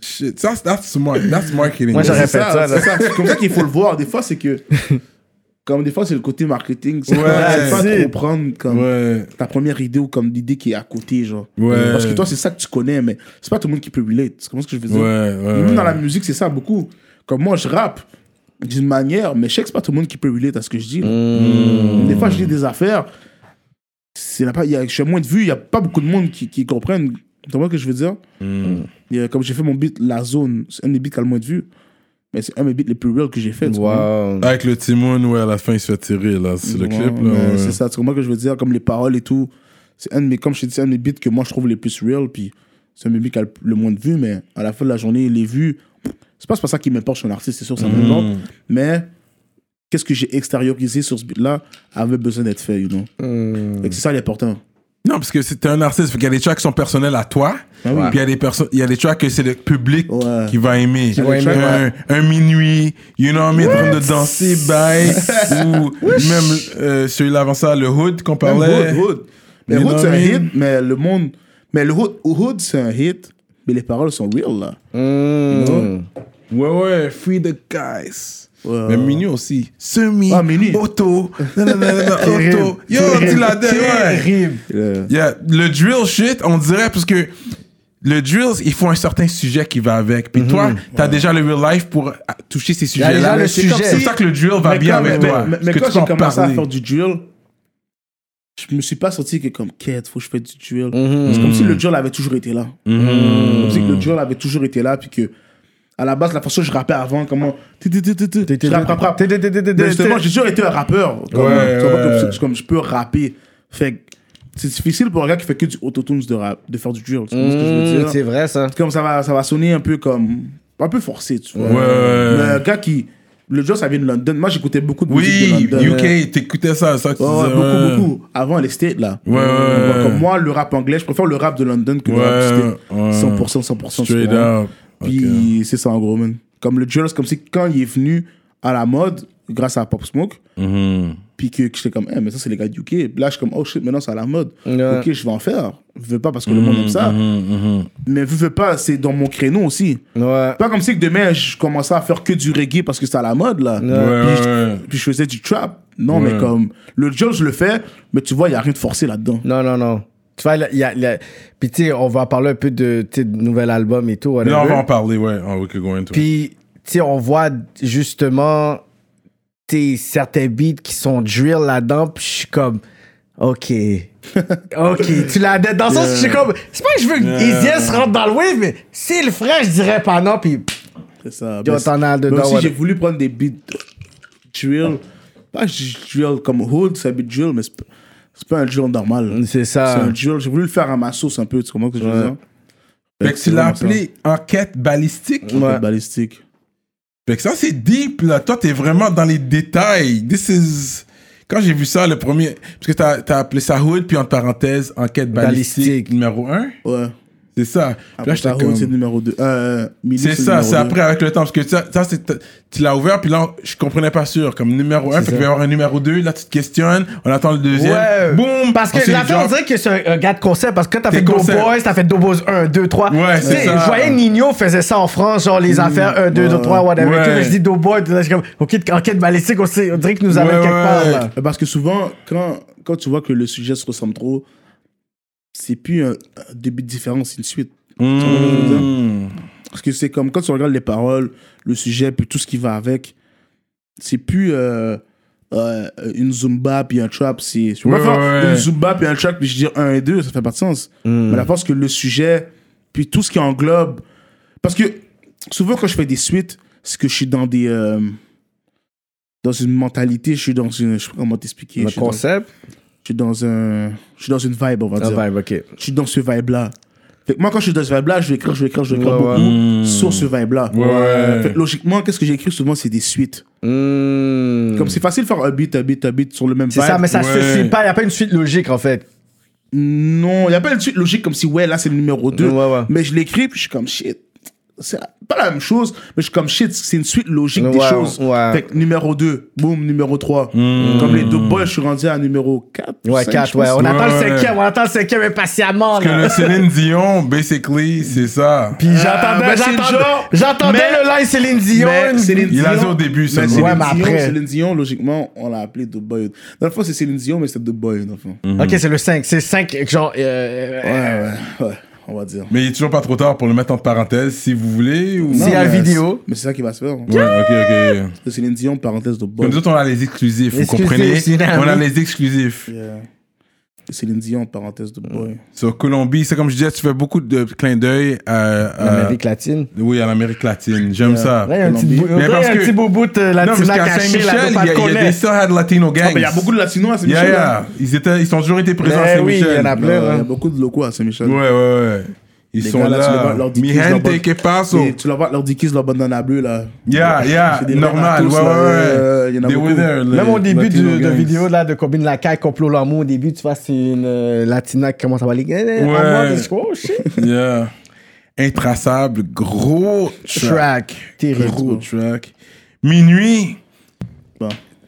B: Shit, ça, that's smart. That's marketing.
C: Moi,
B: bro.
C: j'aurais
D: C'est
C: fait ça,
D: ça,
C: là.
D: c'est ça. C'est comme ça qu'il faut le voir. Des fois, c'est que. Comme des fois, c'est le côté marketing. C'est
B: Ouais,
D: pas, c'est pas
C: c'est-
D: trop prendre comme
B: Ouais.
D: ta première idée ou comme l'idée qui est à côté, genre.
B: Ouais.
D: Parce que toi, c'est ça que tu connais, mais c'est pas tout le monde qui peut relate. C'est comment ce que je veux dire?
B: Ouais, ouais,
D: Même
B: ouais.
D: dans la musique, c'est ça beaucoup. Comme moi, je rappe d'une manière, mais je sais que c'est pas tout le monde qui peut relate à ce que je dis. là.
B: Hmm.
D: Des fois, je dis des affaires, c'est là pas, il y a, je fais moins de vues, il y a pas beaucoup de monde qui, qui comprennent. Tu vois ce que je veux dire?
B: Hmm.
D: Il y a- comme j'ai fait mon beat, La Zone, c'est un des beats qui a le moins de vues. Mais c'est un des beats les plus real que j'ai fait. tu comprends?
C: Wow.
B: Avec le Timoun, ouais, à la fin, il se fait tirer, là. C'est le
D: Ouais,
B: clip, là.
D: mais
B: ouais.
D: C'est ça, tu comprends ce que je veux dire? Comme les paroles et tout. C'est un de mes, comme je te dis, c'est un de mes beats que moi je trouve les plus real. Puis c'est un de mes beats qui a le, le moins de vues, mais à la fin de la journée, les vues, c'est pas, c'est pas ça qui m'importe sur un artiste, c'est sûr, ça
B: Mm.
D: m'importe. Mais qu'est-ce que j'ai extériorisé sur ce beat-là avait besoin d'être fait, you know?
B: Euh.
D: Fait que c'est ça l'important.
B: Non, parce que c'est un artiste. Fait qu'il y a des tracks qui sont personnels à toi.
D: Ah oui.
B: Puis il y a des perso- il y a des tracks que c'est le public
D: Ouais.
B: qui va aimer.
D: va aimer,
B: un, un minuit, you know what I mean, en train de danser,
D: *laughs*
B: bye. ou même euh, celui-là avant ça, le Ah Hood qu'on
D: Même
B: parlait.
D: Hood, Hood. Mais
B: You
D: Hood,
B: know
D: c'est
B: what
D: un
B: I mean?
D: hit, mais le monde. Mais le Hood, Hood c'est un hit, mais les paroles sont real, là.
B: Mm. Ouais, ouais, Free the Guys.
D: Ouais.
B: Mais Minuit aussi. Semi,
D: Ah, Minuit. *laughs*
B: Auto, nanana, Auto. Yo, tu l'as dit, ouais.
D: Euh,
B: Yeah, le drill shit, on dirait, parce que le drill, il faut un certain sujet qui va avec. Puis toi, t'as déjà le real life pour ah, toucher ces sujets-là.
C: déjà le
B: Mais c'est comme
C: sujet.
B: si- C'est pour ça que le drill va
D: mais
B: bien
D: quand-
B: avec
D: mais-
B: toi.
D: Mais, mais
B: parce que
D: quand
B: tu peux
D: j'ai
B: en
D: commencé à
B: parler.
D: faire du drill, je me suis pas senti que comme quête, faut que je fasse du drill. C'est comme
B: Mhm.
D: si le drill avait toujours été là. Comme si le drill avait toujours été là, puis que à la base, la façon dont je rappais avant, comment. tu- tu- tu- tu- tu- Je rappe, rappe, rappe. Mais justement, j'ai toujours été un rappeur. Comme,
B: Ouais,
D: tu vois,
B: ouais,
D: comme-
B: ouais.
D: comme je peux rapper. Fait que c'est difficile pour un gars qui fait que du autotune de, rap, de faire du drill. Tu comprends ce que je veux dire?
C: Mhm, C'est vrai, ça.
D: C'est comme ça va, ça va sonner un peu comme. Un peu forcé, tu vois.
B: Ouais, ouais, ouais.
D: Mais un gars qui. Le drill, ça vient de London. Moi, j'écoutais beaucoup de
B: Oui,
D: musique de London.
B: UK, t'écoutais ça, ça que tu
D: Ouais, ouais,
B: disais,
D: beaucoup,
B: ouais.
D: beaucoup. Avant les States, là.
B: Ouais, ouais, ouais.
D: Comme moi, le rap anglais, je préfère le rap de London que le rap
B: Ouais,
D: du States.
B: ouais.
D: 100%, 100%. tu
B: Straight
D: vois.
B: up. Ok.
D: Puis c'est ça, en gros, man. Comme le drill, c'est comme si quand il est venu à la mode, grâce à Pop Smoke,
B: Mhm.
D: puis que que j'étais comme, Eh, mais ça, c'est les gars du UK. Là, je suis comme, oh shit, maintenant, c'est à la mode.
C: Ouais.
D: Ok, je vais en faire. Je veux pas parce que
B: Mm,
D: le monde aime ça.
B: Mhm,
D: Mais veux, veux pas, c'est dans mon créneau aussi.
C: Ouais.
D: Pas comme si que demain je commençais à faire que du reggae parce que c'est à la mode là.
B: mhm. Ouais,
D: puis,
B: ouais, ouais.
D: je, puis je faisais du trap. Non,
B: Ouais.
D: mais comme le drill, je le fais, mais tu vois, il n'y a rien de forcé là-dedans.
C: Non, non, non. Tu vois, il y a. il y a- Puis, tu sais, on va parler un peu de, tu sais, de nouvel album et tout.
B: Mais
C: whatever.
B: là, on va en parler, ouais. Oh, we could go into it.
C: Puis, tu sais, on voit justement tu sais, certains beats qui sont drill là-dedans. Puis, je suis comme,
D: *laughs*
C: OK. OK, tu l'as dans le sens que je suis comme, c'est pas que je veux que
B: Yeah.
C: Easy rentre dans le wave, mais s'il ferait, je dirais pas non. Puis,
D: C'est ça.
C: Yo,
D: Mais
C: t'en as
D: mais
C: dedans,
D: aussi,
C: ouais.
D: j'ai voulu prendre des beats drill. Pas j- drill comme hood, c'est un beat drill, mais c'est p- c'est pas un drill normal.
C: c'est
D: C'est
C: ça.
D: un drill. J'ai voulu le faire à ma sauce un peu, tu comprends ce que je veux dire?
B: Fait que tu l'as appelé enquête balistique.
D: Ouais. Balistique.
B: Fait que ça, c'est deep, là. Toi, t'es vraiment dans les détails. This is... Quand j'ai vu ça, le premier... Parce que t'as t'as appelé ça Hood, puis en parenthèse, enquête balistique,
C: Balistique.
B: numéro 1.
D: Ouais.
B: C'est ça. Puis là,
D: Après,
B: j'étais
D: Ah, ta hood,
B: comme...
D: c'est numéro Euh, 2.
B: C'est ça, c'est après avec le temps. Parce que ça, ça, c'est- tu l'as ouvert, puis là, on- je comprenais pas sûr. Comme numéro 1, fait qu'il va y avoir un numéro 2. Là, tu te questionnes. On attend le deuxième.
C: Ouais.
B: Boum!
C: Parce que
B: ensuite,
C: l'affaire, on
B: genre-
C: dirait que c'est un, un gars de concept. Parce que quand t'as fait
B: Des
C: Doughboys,
B: concepts.
C: t'as fait Doughboys 1, 2, 3.
B: Ouais, c'est ça. Mmh,
C: Je voyais Nino faisait ça en France, genre les affaires 1, 2, 3, whatever.
B: Ouais.
C: Tout, mais je dis Doughboys, là, je suis comme, OK, enquête balistique, on, sait- on dirait qu'il nous amène
B: Ouais,
C: quelque part.
B: ouais.
C: Là.
D: Euh, Parce que souvent, quand, quand tu vois que le sujet se ressemble trop, c'est plus un, un début de différence, c'est une suite.
B: Mmh.
D: Parce que c'est comme quand tu regardes les paroles, le sujet, puis tout ce qui va avec, c'est plus euh, euh, une zumba puis un trap. C'est, je peux
B: Ouais,
D: pas faire
B: ouais, ouais.
D: une zumba puis un trap, puis je dis un et deux, ça fait pas de sens. Mais la force que le sujet, puis tout ce qui englobe. Parce que souvent, quand je fais des suites, c'est que je suis dans des. euh, dans une mentalité, je suis dans une. Je sais pas comment t'expliquer. je suis dans- je suis dans un, je suis dans une vibe, on va dire.
C: vibe, ok.
D: Je suis dans ce vibe-là. Fait que moi, quand je suis dans ce vibe-là, je vais écrire, je vais écrire, je vais écrire
C: Ouais, ouais.
D: beaucoup sur ce vibe-là.
B: Hmm. Ouais.
D: Fait que logiquement, qu'est-ce que j'écris souvent, c'est des suites.
C: Hmm.
D: Comme c'est facile de faire un beat, un beat, un beat sur le même
C: C'est
D: vibe.
C: ça, mais ça
B: Ouais.
C: se suit pas. Il a pas une suite logique, en fait.
D: Non, il n'y a pas une suite logique comme si, ouais, là, c'est le numéro 2.
C: Ouais, ouais.
D: Mais je l'écris, puis je suis comme shit. C'est pas la même chose, mais je suis comme shit, c'est une suite logique des
C: Ouais,
D: choses.
C: ouais.
D: Fait que numéro 2, boum, numéro 3.
B: Hmm.
D: Comme les deux boys, je suis rendu à numéro 4.
C: Ouais, 4, ouais. On
B: Ouais,
C: attend le
B: ouais.
C: cinquième, on attend le cinquième impatiemment,
B: Que
C: là.
B: le Ah, Céline Dion, basically, c'est ça.
C: Puis j'attendais,
D: ben, c'est le
C: j'attendais,
D: genre.
C: j'attendais
D: Mais-
C: le live Céline Dion.
D: mais Céline
B: Il l'a dit au
D: Dion.
B: début
D: Mais
B: seulement.
D: Céline,
C: Ouais, mais
D: Dion,
C: après-
D: Céline Dion, logiquement, on l'a appelé The Boy. Dans le fond, c'est Céline Dion, mais c'est The Boy, dans le fond.
B: Mm.
C: Ok, c'est le 5. C'est 5, genre. euh,
D: Ouais, ouais, ouais, on va dire.
B: Mais il est toujours pas trop tard pour le mettre en parenthèse si vous voulez. Ou...
C: Si-
B: Ouais,
C: y a
D: mais-
C: vidéo.
D: Mais c'est ça qui va se faire. hein.
B: ok, ok.
D: C'est Céline Dion, parenthèse The Boy.
B: Comme nous autres, on a les exclusifs, vous
C: Exclusifs,
B: comprenez
C: c'est
D: hein,
C: là,
B: On a
C: oui.
B: les exclusifs.
D: Yeah. Céline Dion, parenthèse The Boy.
B: Sur Colombie, c'est comme je disais, tu fais beaucoup de clins d'œil à, à-
G: L'Amérique latine.
B: oui, à l'Amérique latine. J'aime ça.
G: Là, il y a un petit
D: Colombie.
G: bou- on
B: Ah, Mais
G: dirait
B: parce
G: un
B: que-
G: petit euh, bout de
B: non, parce
G: latina
B: qu'à
G: caché, là,
B: Saint-Michel,
G: faut pas
B: il y a-
G: le
B: il y, a des
G: connaître.
B: sœurs Latino gangs.
D: Ah, mais il y a beaucoup de latinos à
B: Yeah,
D: Saint-Michel. hein.
B: yeah. Ils, étaient, ils sont toujours été présents à
D: Eh
C: Ben oui,
B: Saint-Michel.
C: il y en a
D: Il y
C: plein, hein.
D: a beaucoup de locaux à Saint-Michel.
B: Ouais, ouais, ouais. Ils
D: Les
B: sont
D: gars, là, tu les
B: là.
D: vois, leur
B: Mi
D: dick-pics, leur
B: gente
D: bonne-
B: que paso.
D: Et tu leur vois leur dickies, leur bandana bleue, là.
B: Yeah, yeah,
D: C'est des
B: normal.
D: ratos,
B: Ouais, ouais,
D: là,
B: ouais.
D: euh, il y en a
B: They
D: beaucoup.
B: were there, les
G: Même au début
B: Latino
G: du- de
B: gangs.
G: vidéo là, de Combine la caille, complot l'amour, au début, tu vois, c'est une euh, latina qui commence à parler. Eh, eh,
B: Ouais.
G: amour, des- Oh shit.
B: Yeah. Intraçable, gros *laughs* track.
C: Track.
G: Terrible.
B: Gros track. Minuit.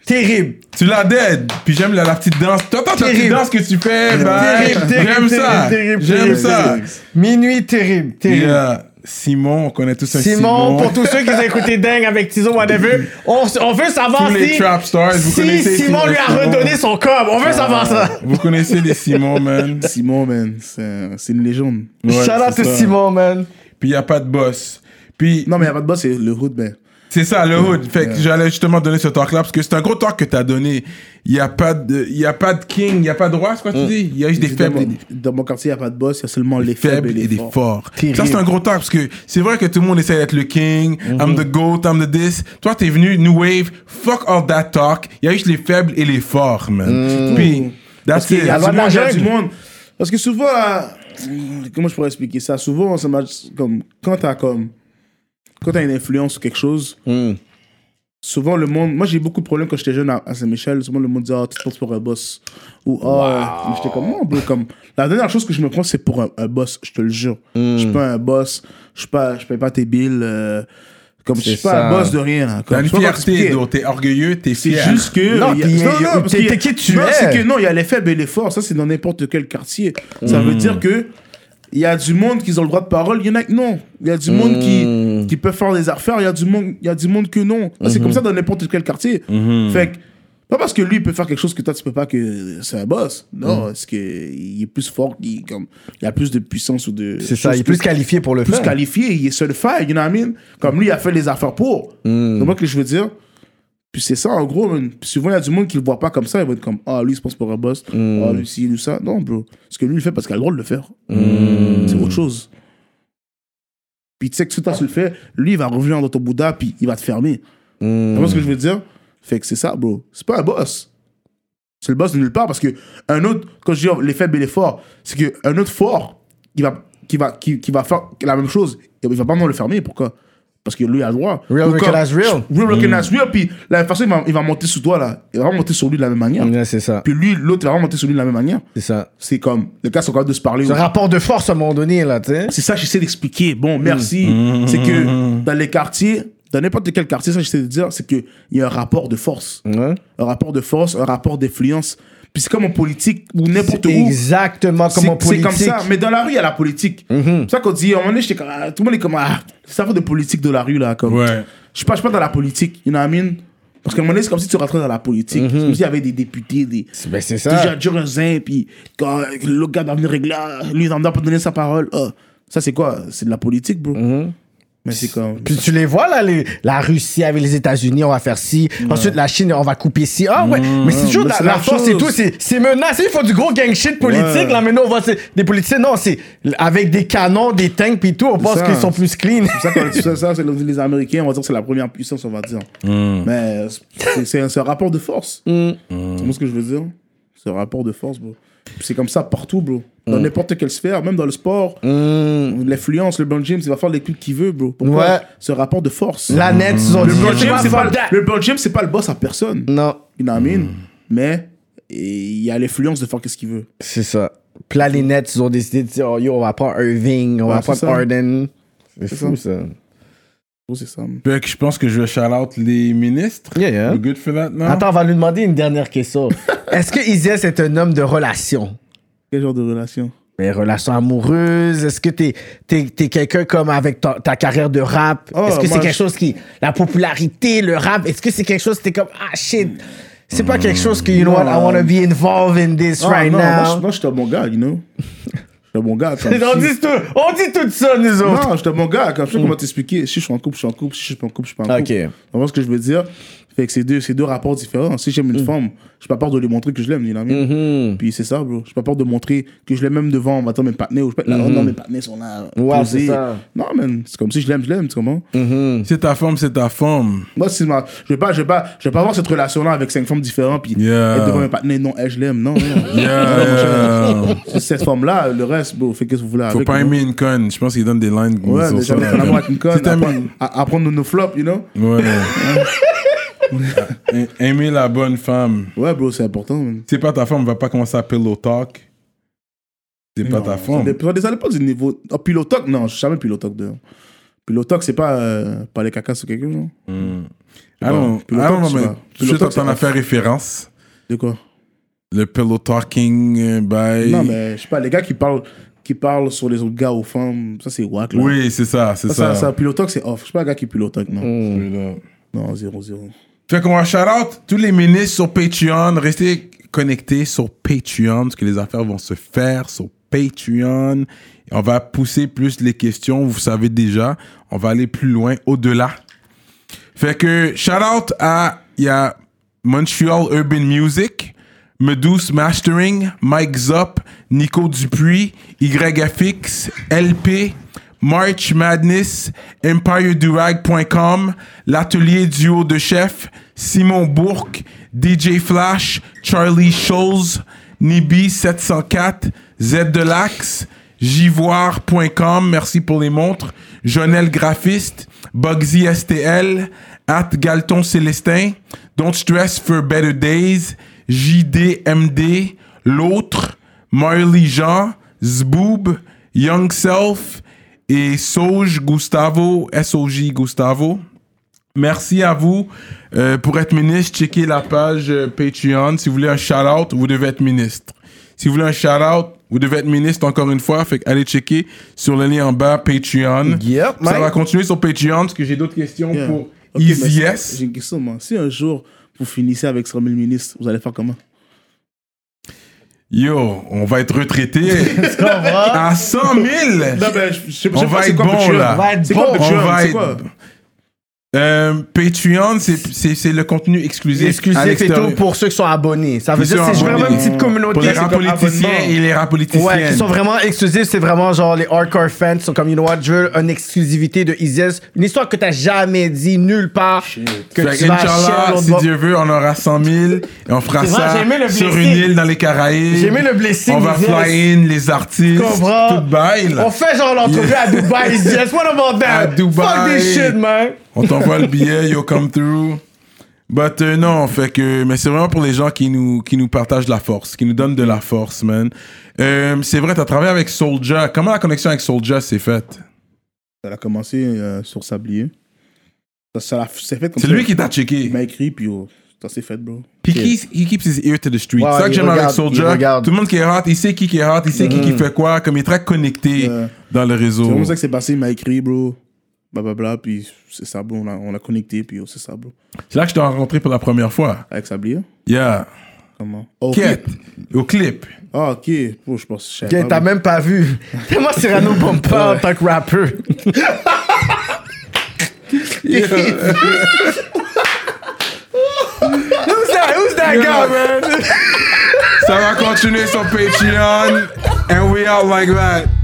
C: Terrible.
B: Tu l'as dead. Puis j'aime la, la petite danse. T'entends ta petite
C: Terrible.
B: danse que tu fais, man. J'aime
C: Terrible, terrible,
B: ça.
C: terrible, terrible,
B: J'aime
C: terrible,
B: ça. euh,
C: terrible. Minuit terrible, terrible.
B: Yeah. Simon, on connaît tous un Simon.
C: Simon, pour tous ceux qui ont écouté Dingue avec Tizo, whatever, on, s- on veut savoir
B: Tous les
C: si,
B: trap stars, vous
C: si
B: connaissez
C: Simon
B: Simon
C: lui a
B: Simon.
C: redonné son cob.
B: Ah.
C: On veut savoir ça.
B: Vous connaissez les Simons, man.
D: Simon, man, c'est c'est une légende.
B: Ouais,
G: Shout out
B: c'est
G: to
B: ça.
G: Simon, man.
B: Puis il n'y a pas de boss. Puis
D: Non, mais il n'y a pas de boss, c'est le hood, man.
B: c'est ça, le hood. Fait que j'allais justement donner ce talk-là parce que c'est un gros talk que tu as donné. Il n'y a, pas de- il y a pas de king, il n'y a pas de roi, c'est quoi tu
C: Mm.
B: dis Il y a juste des
D: Dans
B: faibles. et
D: mon,
B: des-
D: dans mon quartier, il n'y a pas de boss, il y a seulement les
B: faibles et des forts. Ça, c'est un gros talk parce que c'est vrai que tout le monde essaie d'être le king,
D: Mhm.
B: I'm the goat, I'm the this. Toi, t'es venu New Wave, fuck all that talk. Il y a juste les faibles et les forts, man. Puis, that's it.
D: Il Mhm. y a
G: loi
D: du
G: de la
D: monde, il y a
G: jungle.
D: du monde. Parce que souvent, euh, comment je pourrais expliquer ça Souvent, ça m'a- comme quand t'as comme quand t'as une influence sur quelque chose.
B: Hmm.
D: Souvent, le monde. Moi, j'ai eu beaucoup de problèmes quand j'étais jeune à, à Saint-Michel. Souvent, le monde disait Oh, tu te penses pour un boss. Ou Oh, mais j'étais comme, non, bro, comme. La dernière chose que je me prends, c'est pour un, un boss, je te le jure. Je
B: Hmm.
D: suis pas un boss. Je suis pas- je paye pas tes bills. euh, comme, je suis
C: C'est
D: pas un
C: ça.
D: boss de rien. là. Comme,
B: T'as
D: je
B: une
D: sais pas comment
B: fierté,
D: t'expliquer.
B: donc t'es orgueilleux, t'es
D: C'est
B: fier.
D: juste que.
C: Non,
D: il y a-
C: puis il y a- t'es-
D: parce qu'il y a-
C: t'es qui tu
D: non,
C: es.
D: c'est que non, il y a les faibles et les forts. Ça, c'est dans n'importe quel quartier. Ça
C: Hmm.
D: veut dire que. Il y a du monde qui ont le droit de parole, il y en a que non. Il y a du
C: Hmm.
D: monde qui, qui peut faire des affaires, il y a du monde, il y a du monde que non. Ça,
C: Hmm.
D: C'est comme ça dans n'importe quel quartier. Fait que, pas parce que lui il peut faire quelque chose que toi tu peux pas que c'est un boss. Non,
C: Hmm.
D: parce que il est plus fort, il, comme, il a plus de puissance ou de.
C: C'est ça, il est plus qualifié pour le
D: plus
C: faire.
D: qualifié, il est seul faire, you know what I mean? Comme lui, il a fait les affaires pour. C'est moi que je veux dire. Puis c'est ça, en gros, man. Puis souvent, il y a du monde qui le voit pas comme ça. Il va être comme, ah, lui, il se pense pour un boss. Ah, lui, ci, lui, ça. Non, bro. Ce que lui, il fait parce qu'il a le droit de le faire. C'est autre chose. Puis tu sais que si toi, tu le fais, lui, il va revenir dans ton Bouddha, puis il va te fermer. Tu vois ce que je veux dire? Fait que c'est ça, bro. C'est pas un boss. C'est le boss de nulle part parce que un autre, quand je dis oh, les faibles et les forts, c'est qu'un autre fort qui va, qui, va, qui, qui va faire la même chose, il va pas non le fermer. Pourquoi Parce que lui a le droit.
C: Real
D: Ou comme-
C: recognize real. Mm.
D: Real recognize real. Puis la même façon, il va, il va monter sur toi là. Il va monter sur lui de la même manière.
C: Ouais, c'est ça.
D: Puis lui, l'autre, il va monter sur lui de la même manière.
C: C'est ça.
D: C'est comme, les gars sont capables de se parler.
C: Ce rapport de force à un moment donné, là, tu sais.
D: C'est ça que j'essaie d'expliquer. Bon, merci. C'est que dans les quartiers, dans n'importe quel quartier, ça que j'essaie de dire, c'est qu'il y a un rapport de force. Un rapport de force, un rapport d'influence. Puis c'est comme en politique ou n'importe où.
C: Exactement
D: C'est-
C: comme en
D: C'est
C: politique. Mhm.
D: comme ça. Mais dans la rue, il y a la politique. C'est pour ça qu'on dit, à un moment donné, j'étais comme, ah, tout le monde est comme, ah, c'est affaire de politique de la rue, là. Comme,
B: Ouais.
D: Je suis pas, je suis pas dans la politique, you know what I mean? Parce qu'à un moment donné, c'est comme si tu rentrais dans la politique. C'est comme s'il y avait des députés, des,
C: Ben, Mhm. c'est ça.
D: déjà dur un zin, puis quand euh, le gars doit venir régler, ah, lui, il n'a pas donné sa parole. Ah, ça, c'est quoi C'est de la politique, bro. Mais c'est comme.
C: Mhm. Puis tu les vois, là, les- la Russie avec les États-Unis, on va faire ci. Ensuite, la Chine, on va couper ci. Ah ouais, mais c'est toujours
D: Mm. Mais
C: la,
D: c'est
C: la
D: la
C: force et
D: chose.
C: tout. C'est c'est menacé. Ils font du gros gang shit politique,
D: Ouais.
C: là. Mais nous, on voit c'est- des politiciens. Non, c'est avec des canons, des tanks, puis tout. On pense
D: ça.
C: qu'ils sont plus clean. *laughs*
D: C'est pour ça, que ça, ça, c'est les les Américains, on va dire que c'est la première puissance, on Hmm.
C: Hmm.
D: va dire. Mais c'est- c'est un, c'est un rapport de force. Tu comprends ce que je veux dire C'est un rapport de force, bro. C'est comme ça partout, bro.
C: Hmm.
D: Dans n'importe quelle sphère, même dans le sport,
C: Mm.
D: l'influence, le James, il va faire les trucs qu'il veut, bro. Pourquoi
C: Ouais.
D: ce rapport de force
C: La net, ils ont dit.
D: LeBron
C: tu
D: Hmm. James,
C: vas
D: c'est pas, Hmm.
C: faire-
D: LeBron James, c'est pas le boss à personne.
C: Non,
D: You know what I mean? Mais et il a l'influence de faire qu'est-ce qu'il veut.
C: c'est ça. Puis là, les Nets, ils ont décidé de dire, oh, yo, on va prendre Irving, on va
D: Ouais,
C: prendre
D: c'est ça.
C: Harden. C'est fou, ça.
D: Bro, c'est ça. man.
B: Fait que je pense que je vais shout out les ministres.
C: Yeah, yeah.
B: You good for that now?
C: Attends, on va lui demander une dernière
D: *laughs*
C: question. Est-ce que Isias est un homme de relation?
D: Quel genre de relation?
C: Mais relation amoureuse, est-ce que t'es es, quelqu'un comme avec ta, ta carrière de rap?
D: Oh,
C: est-ce que c'est
D: moi,
C: quelque
D: je-
C: chose qui. La popularité, le rap, est-ce que c'est quelque chose que t'es comme ah shit? C'est pas quelque chose que, you know what, I wanna be involved in this
D: Ah,
C: right
D: non, Moi, je-
C: now.
D: moi, j'étais un bon gars,
C: *laughs*
D: you know? J'étais un bon gars. comme
C: on,
D: si-
C: dit tout, on dit tout ça, nous
D: *laughs*
C: autres.
D: Non, j'étais un bon gars. Comme je sais comment t'expliquer. Si je suis en couple, je suis en couple. Si je suis pas en couple, je suis pas en
C: Ok.
D: couple. Tu comprends ce que je veux dire? Fait que c'est deux, c'est deux rapports différents. Si j'aime une femme, je suis pas peur de lui montrer que je l'aime, you know what I mean? Puis c'est ça, bro. Je suis pas peur de montrer que je l'aime même devant, maintenant mes partenaires. Ou je peux être là, oh non, mes partenaires sont là.
C: Ouais,
D: posés.
C: c'est ça.
D: Non, man. C'est comme si je l'aime, je l'aime, tu comprends?
B: C'est ta forme, c'est ta forme.
D: Moi, c'est ma... je vais pas, je vais pas, je vais pas avoir cette relation-là avec cinq femmes différentes puis
B: Yeah.
D: être devant un partenaire. Non, elle, je l'aime. Non,
B: Yeah,
D: non.
B: yeah.
D: C'est cette forme-là, le reste, bon, faites qu'est-ce que vous voulez
B: Faut
D: avec.
B: pas
D: non.
B: aimer une conne. Je pense qu'il donne des lines.
D: Ouais,
B: sur
D: déjà,
B: ça,
D: mettre la
B: là.
D: main avec une
B: Si
D: conne,
B: t'aimes-
D: apprendre, à- apprendre nos flops, you know? *laughs*
B: Ouais. A- aimer la bonne femme.
D: Ouais, bro, c'est important. man.
B: C'est pas ta forme, va pas commencer à pillow talk. C'est pas
D: Non,
B: ta
D: Ça,
B: forme.
D: dépend- ça dépend du niveau. Oh, pilotoc, non, je suis jamais pilotoc de. Pilotoc, c'est pas euh, parler caca sur quelqu'un, genre.
B: Ah non,
D: Pillow
B: ah
D: talk,
B: non,
D: tu
B: mais
D: vois.
B: je
D: Pillow
B: sais que
D: talk,
B: t'en
D: c'est-
B: as fait référence.
D: De quoi
B: Le pillow talking euh, by.
D: Non, mais je sais pas, les gars qui parlent, qui parlent sur les autres gars aux femmes, ça c'est wack, là.
B: Oui, c'est ça, c'est
D: Ça, ça,
B: ça.
D: ça, pilotoc, c'est off. Je suis pas un gars qui pilotoc, non.
B: Straight up.
D: Non, zéro, zéro.
B: Fait qu'on va shout out tous les ministres sur Patreon. Restez connectés sur Patreon parce que les affaires vont se faire sur Patreon. Et on va pousser plus les questions, vous savez déjà. On va aller plus loin, au-delà. Fait que shout out à il y a Montreal Urban Music, Meduse Mastering, Mike Zop, Nico Dupuis, YFX, LP, March Madness, EmpireDurag.com, l'atelier duo de chef, Simon Bourque, DJ Flash, Charlie Scholes, Nibi704, Z de l'Axe, Jivoire.com, merci pour les montres. Jonel Graphiste, Bugsy STL, at Galton Célestin, Don't Stress for Better Days, JDMD, L'autre, Marley Jean, Zboob, Young Self et Soj Gustavo, SOJ Gustavo. Merci à vous. Euh, pour être ministre, checkez la page euh, Patreon. Si vous voulez un shout-out, vous devez être ministre. Si vous voulez un shout-out, vous devez être ministre encore une fois. Fait que allez checker sur le lien en bas, Patreon.
C: Yep,
B: Ça
C: man.
B: va continuer sur Patreon parce que j'ai d'autres questions
D: Yeah.
B: pour
D: Ok, mais
B: Easy
D: c'est-
B: S.
D: J'ai une question, moi. Si un jour vous finissez avec 100 000 ministres, vous allez faire comment
B: Yo, on va être
C: *laughs*
B: retraité à 100 000.
D: Non, mais je je sais pas
B: On va
D: je sais pas, c'est
B: être
D: quoi
B: bon
D: Patreon.
B: là.
D: C'est quoi
B: On
D: Patreon
B: va
D: C'est
B: être-
D: quoi
B: Euh, Patreon, c'est- c'est c'est le contenu exclusif. à
C: Exclusif et
B: l'extérieur.
C: tout pour ceux qui sont abonnés. Ça veut
B: Qui
C: dire
B: sont
C: c'est vraiment
B: abonnés.
C: une petite communauté.
B: Pour les
C: c'est
B: rap
C: comme
B: politiciens
C: abonnement.
B: et les rap
C: Ouais, qui
B: politiciennes.
C: sont vraiment exclusifs, c'est vraiment genre les hardcore fans qui sont comme, you know what, je veux une exclusivité de Isis, une histoire que t'as jamais dit nulle part, que
B: Fait
C: tu vas share
B: Inch'Allah,
C: l'autre
B: si
C: bord.
B: Dieu veut, on aura 100 000 et on fera
C: C'est vrai,
B: ça
C: j'ai aimé le
B: sur une
C: blessing.
B: île dans les Caraïbes.
C: J'ai aimé le blessing,
B: On va
C: Isis.
B: fly in les artistes.
C: Tu comprends?
B: Tout bail. là.
C: On fait genre l'entrevue à Dubaï, Isis, what about that?
B: À Dubaï.
C: Fuck this shit, man.
B: On t'envoie le billet, yo, come through. But euh, non, fait que, mais c'est vraiment pour les gens qui nous, qui nous partagent la force, qui nous donnent de la force, man. Euh, c'est vrai, t'as travaillé avec Soulja. Comment la connexion avec Soulja s'est faite?
D: Elle a commencé euh, sur Sablier. Ça, ça l'a- c'est fait comme
B: C'est
D: ça.
B: lui qui t'a checké.
D: Il m'a écrit, puis oh, ça s'est fait, bro.
B: Puis he, he keeps his ear to the street.
C: Ouais,
B: c'est ça que
C: il
B: j'aime avec
C: regarde, il
B: Soulja.
C: regarde.
B: Tout le monde qui est hot, il sait qui qui est hot, il sait qui qui fait quoi, comme il est très connecté
D: Ouais.
B: dans le réseau.
D: C'est vraiment ça que c'est passé. Il m'a écrit, bro. Blablabla, puis c'est ça, bro. On l'a, on l'a connecté, puis oh, c'est ça, bro.
B: C'est là que je t'ai rencontré pour la première fois.
D: Avec Sablier
B: Yeah.
D: Comment Oh, ok.
B: Quête. Au clip.
D: Ah, ok. Bro, je pense que je
C: Ok,
D: savais pas,
B: Ah
C: T'as
D: bro.
C: même pas vu. *laughs* Moi, Cyrano Pompa en tant que rappeur.
B: *laughs* Yeah.
C: *laughs* Who's that, who's that guy, man?
B: ça va continuer sur Patreon. And we out like that.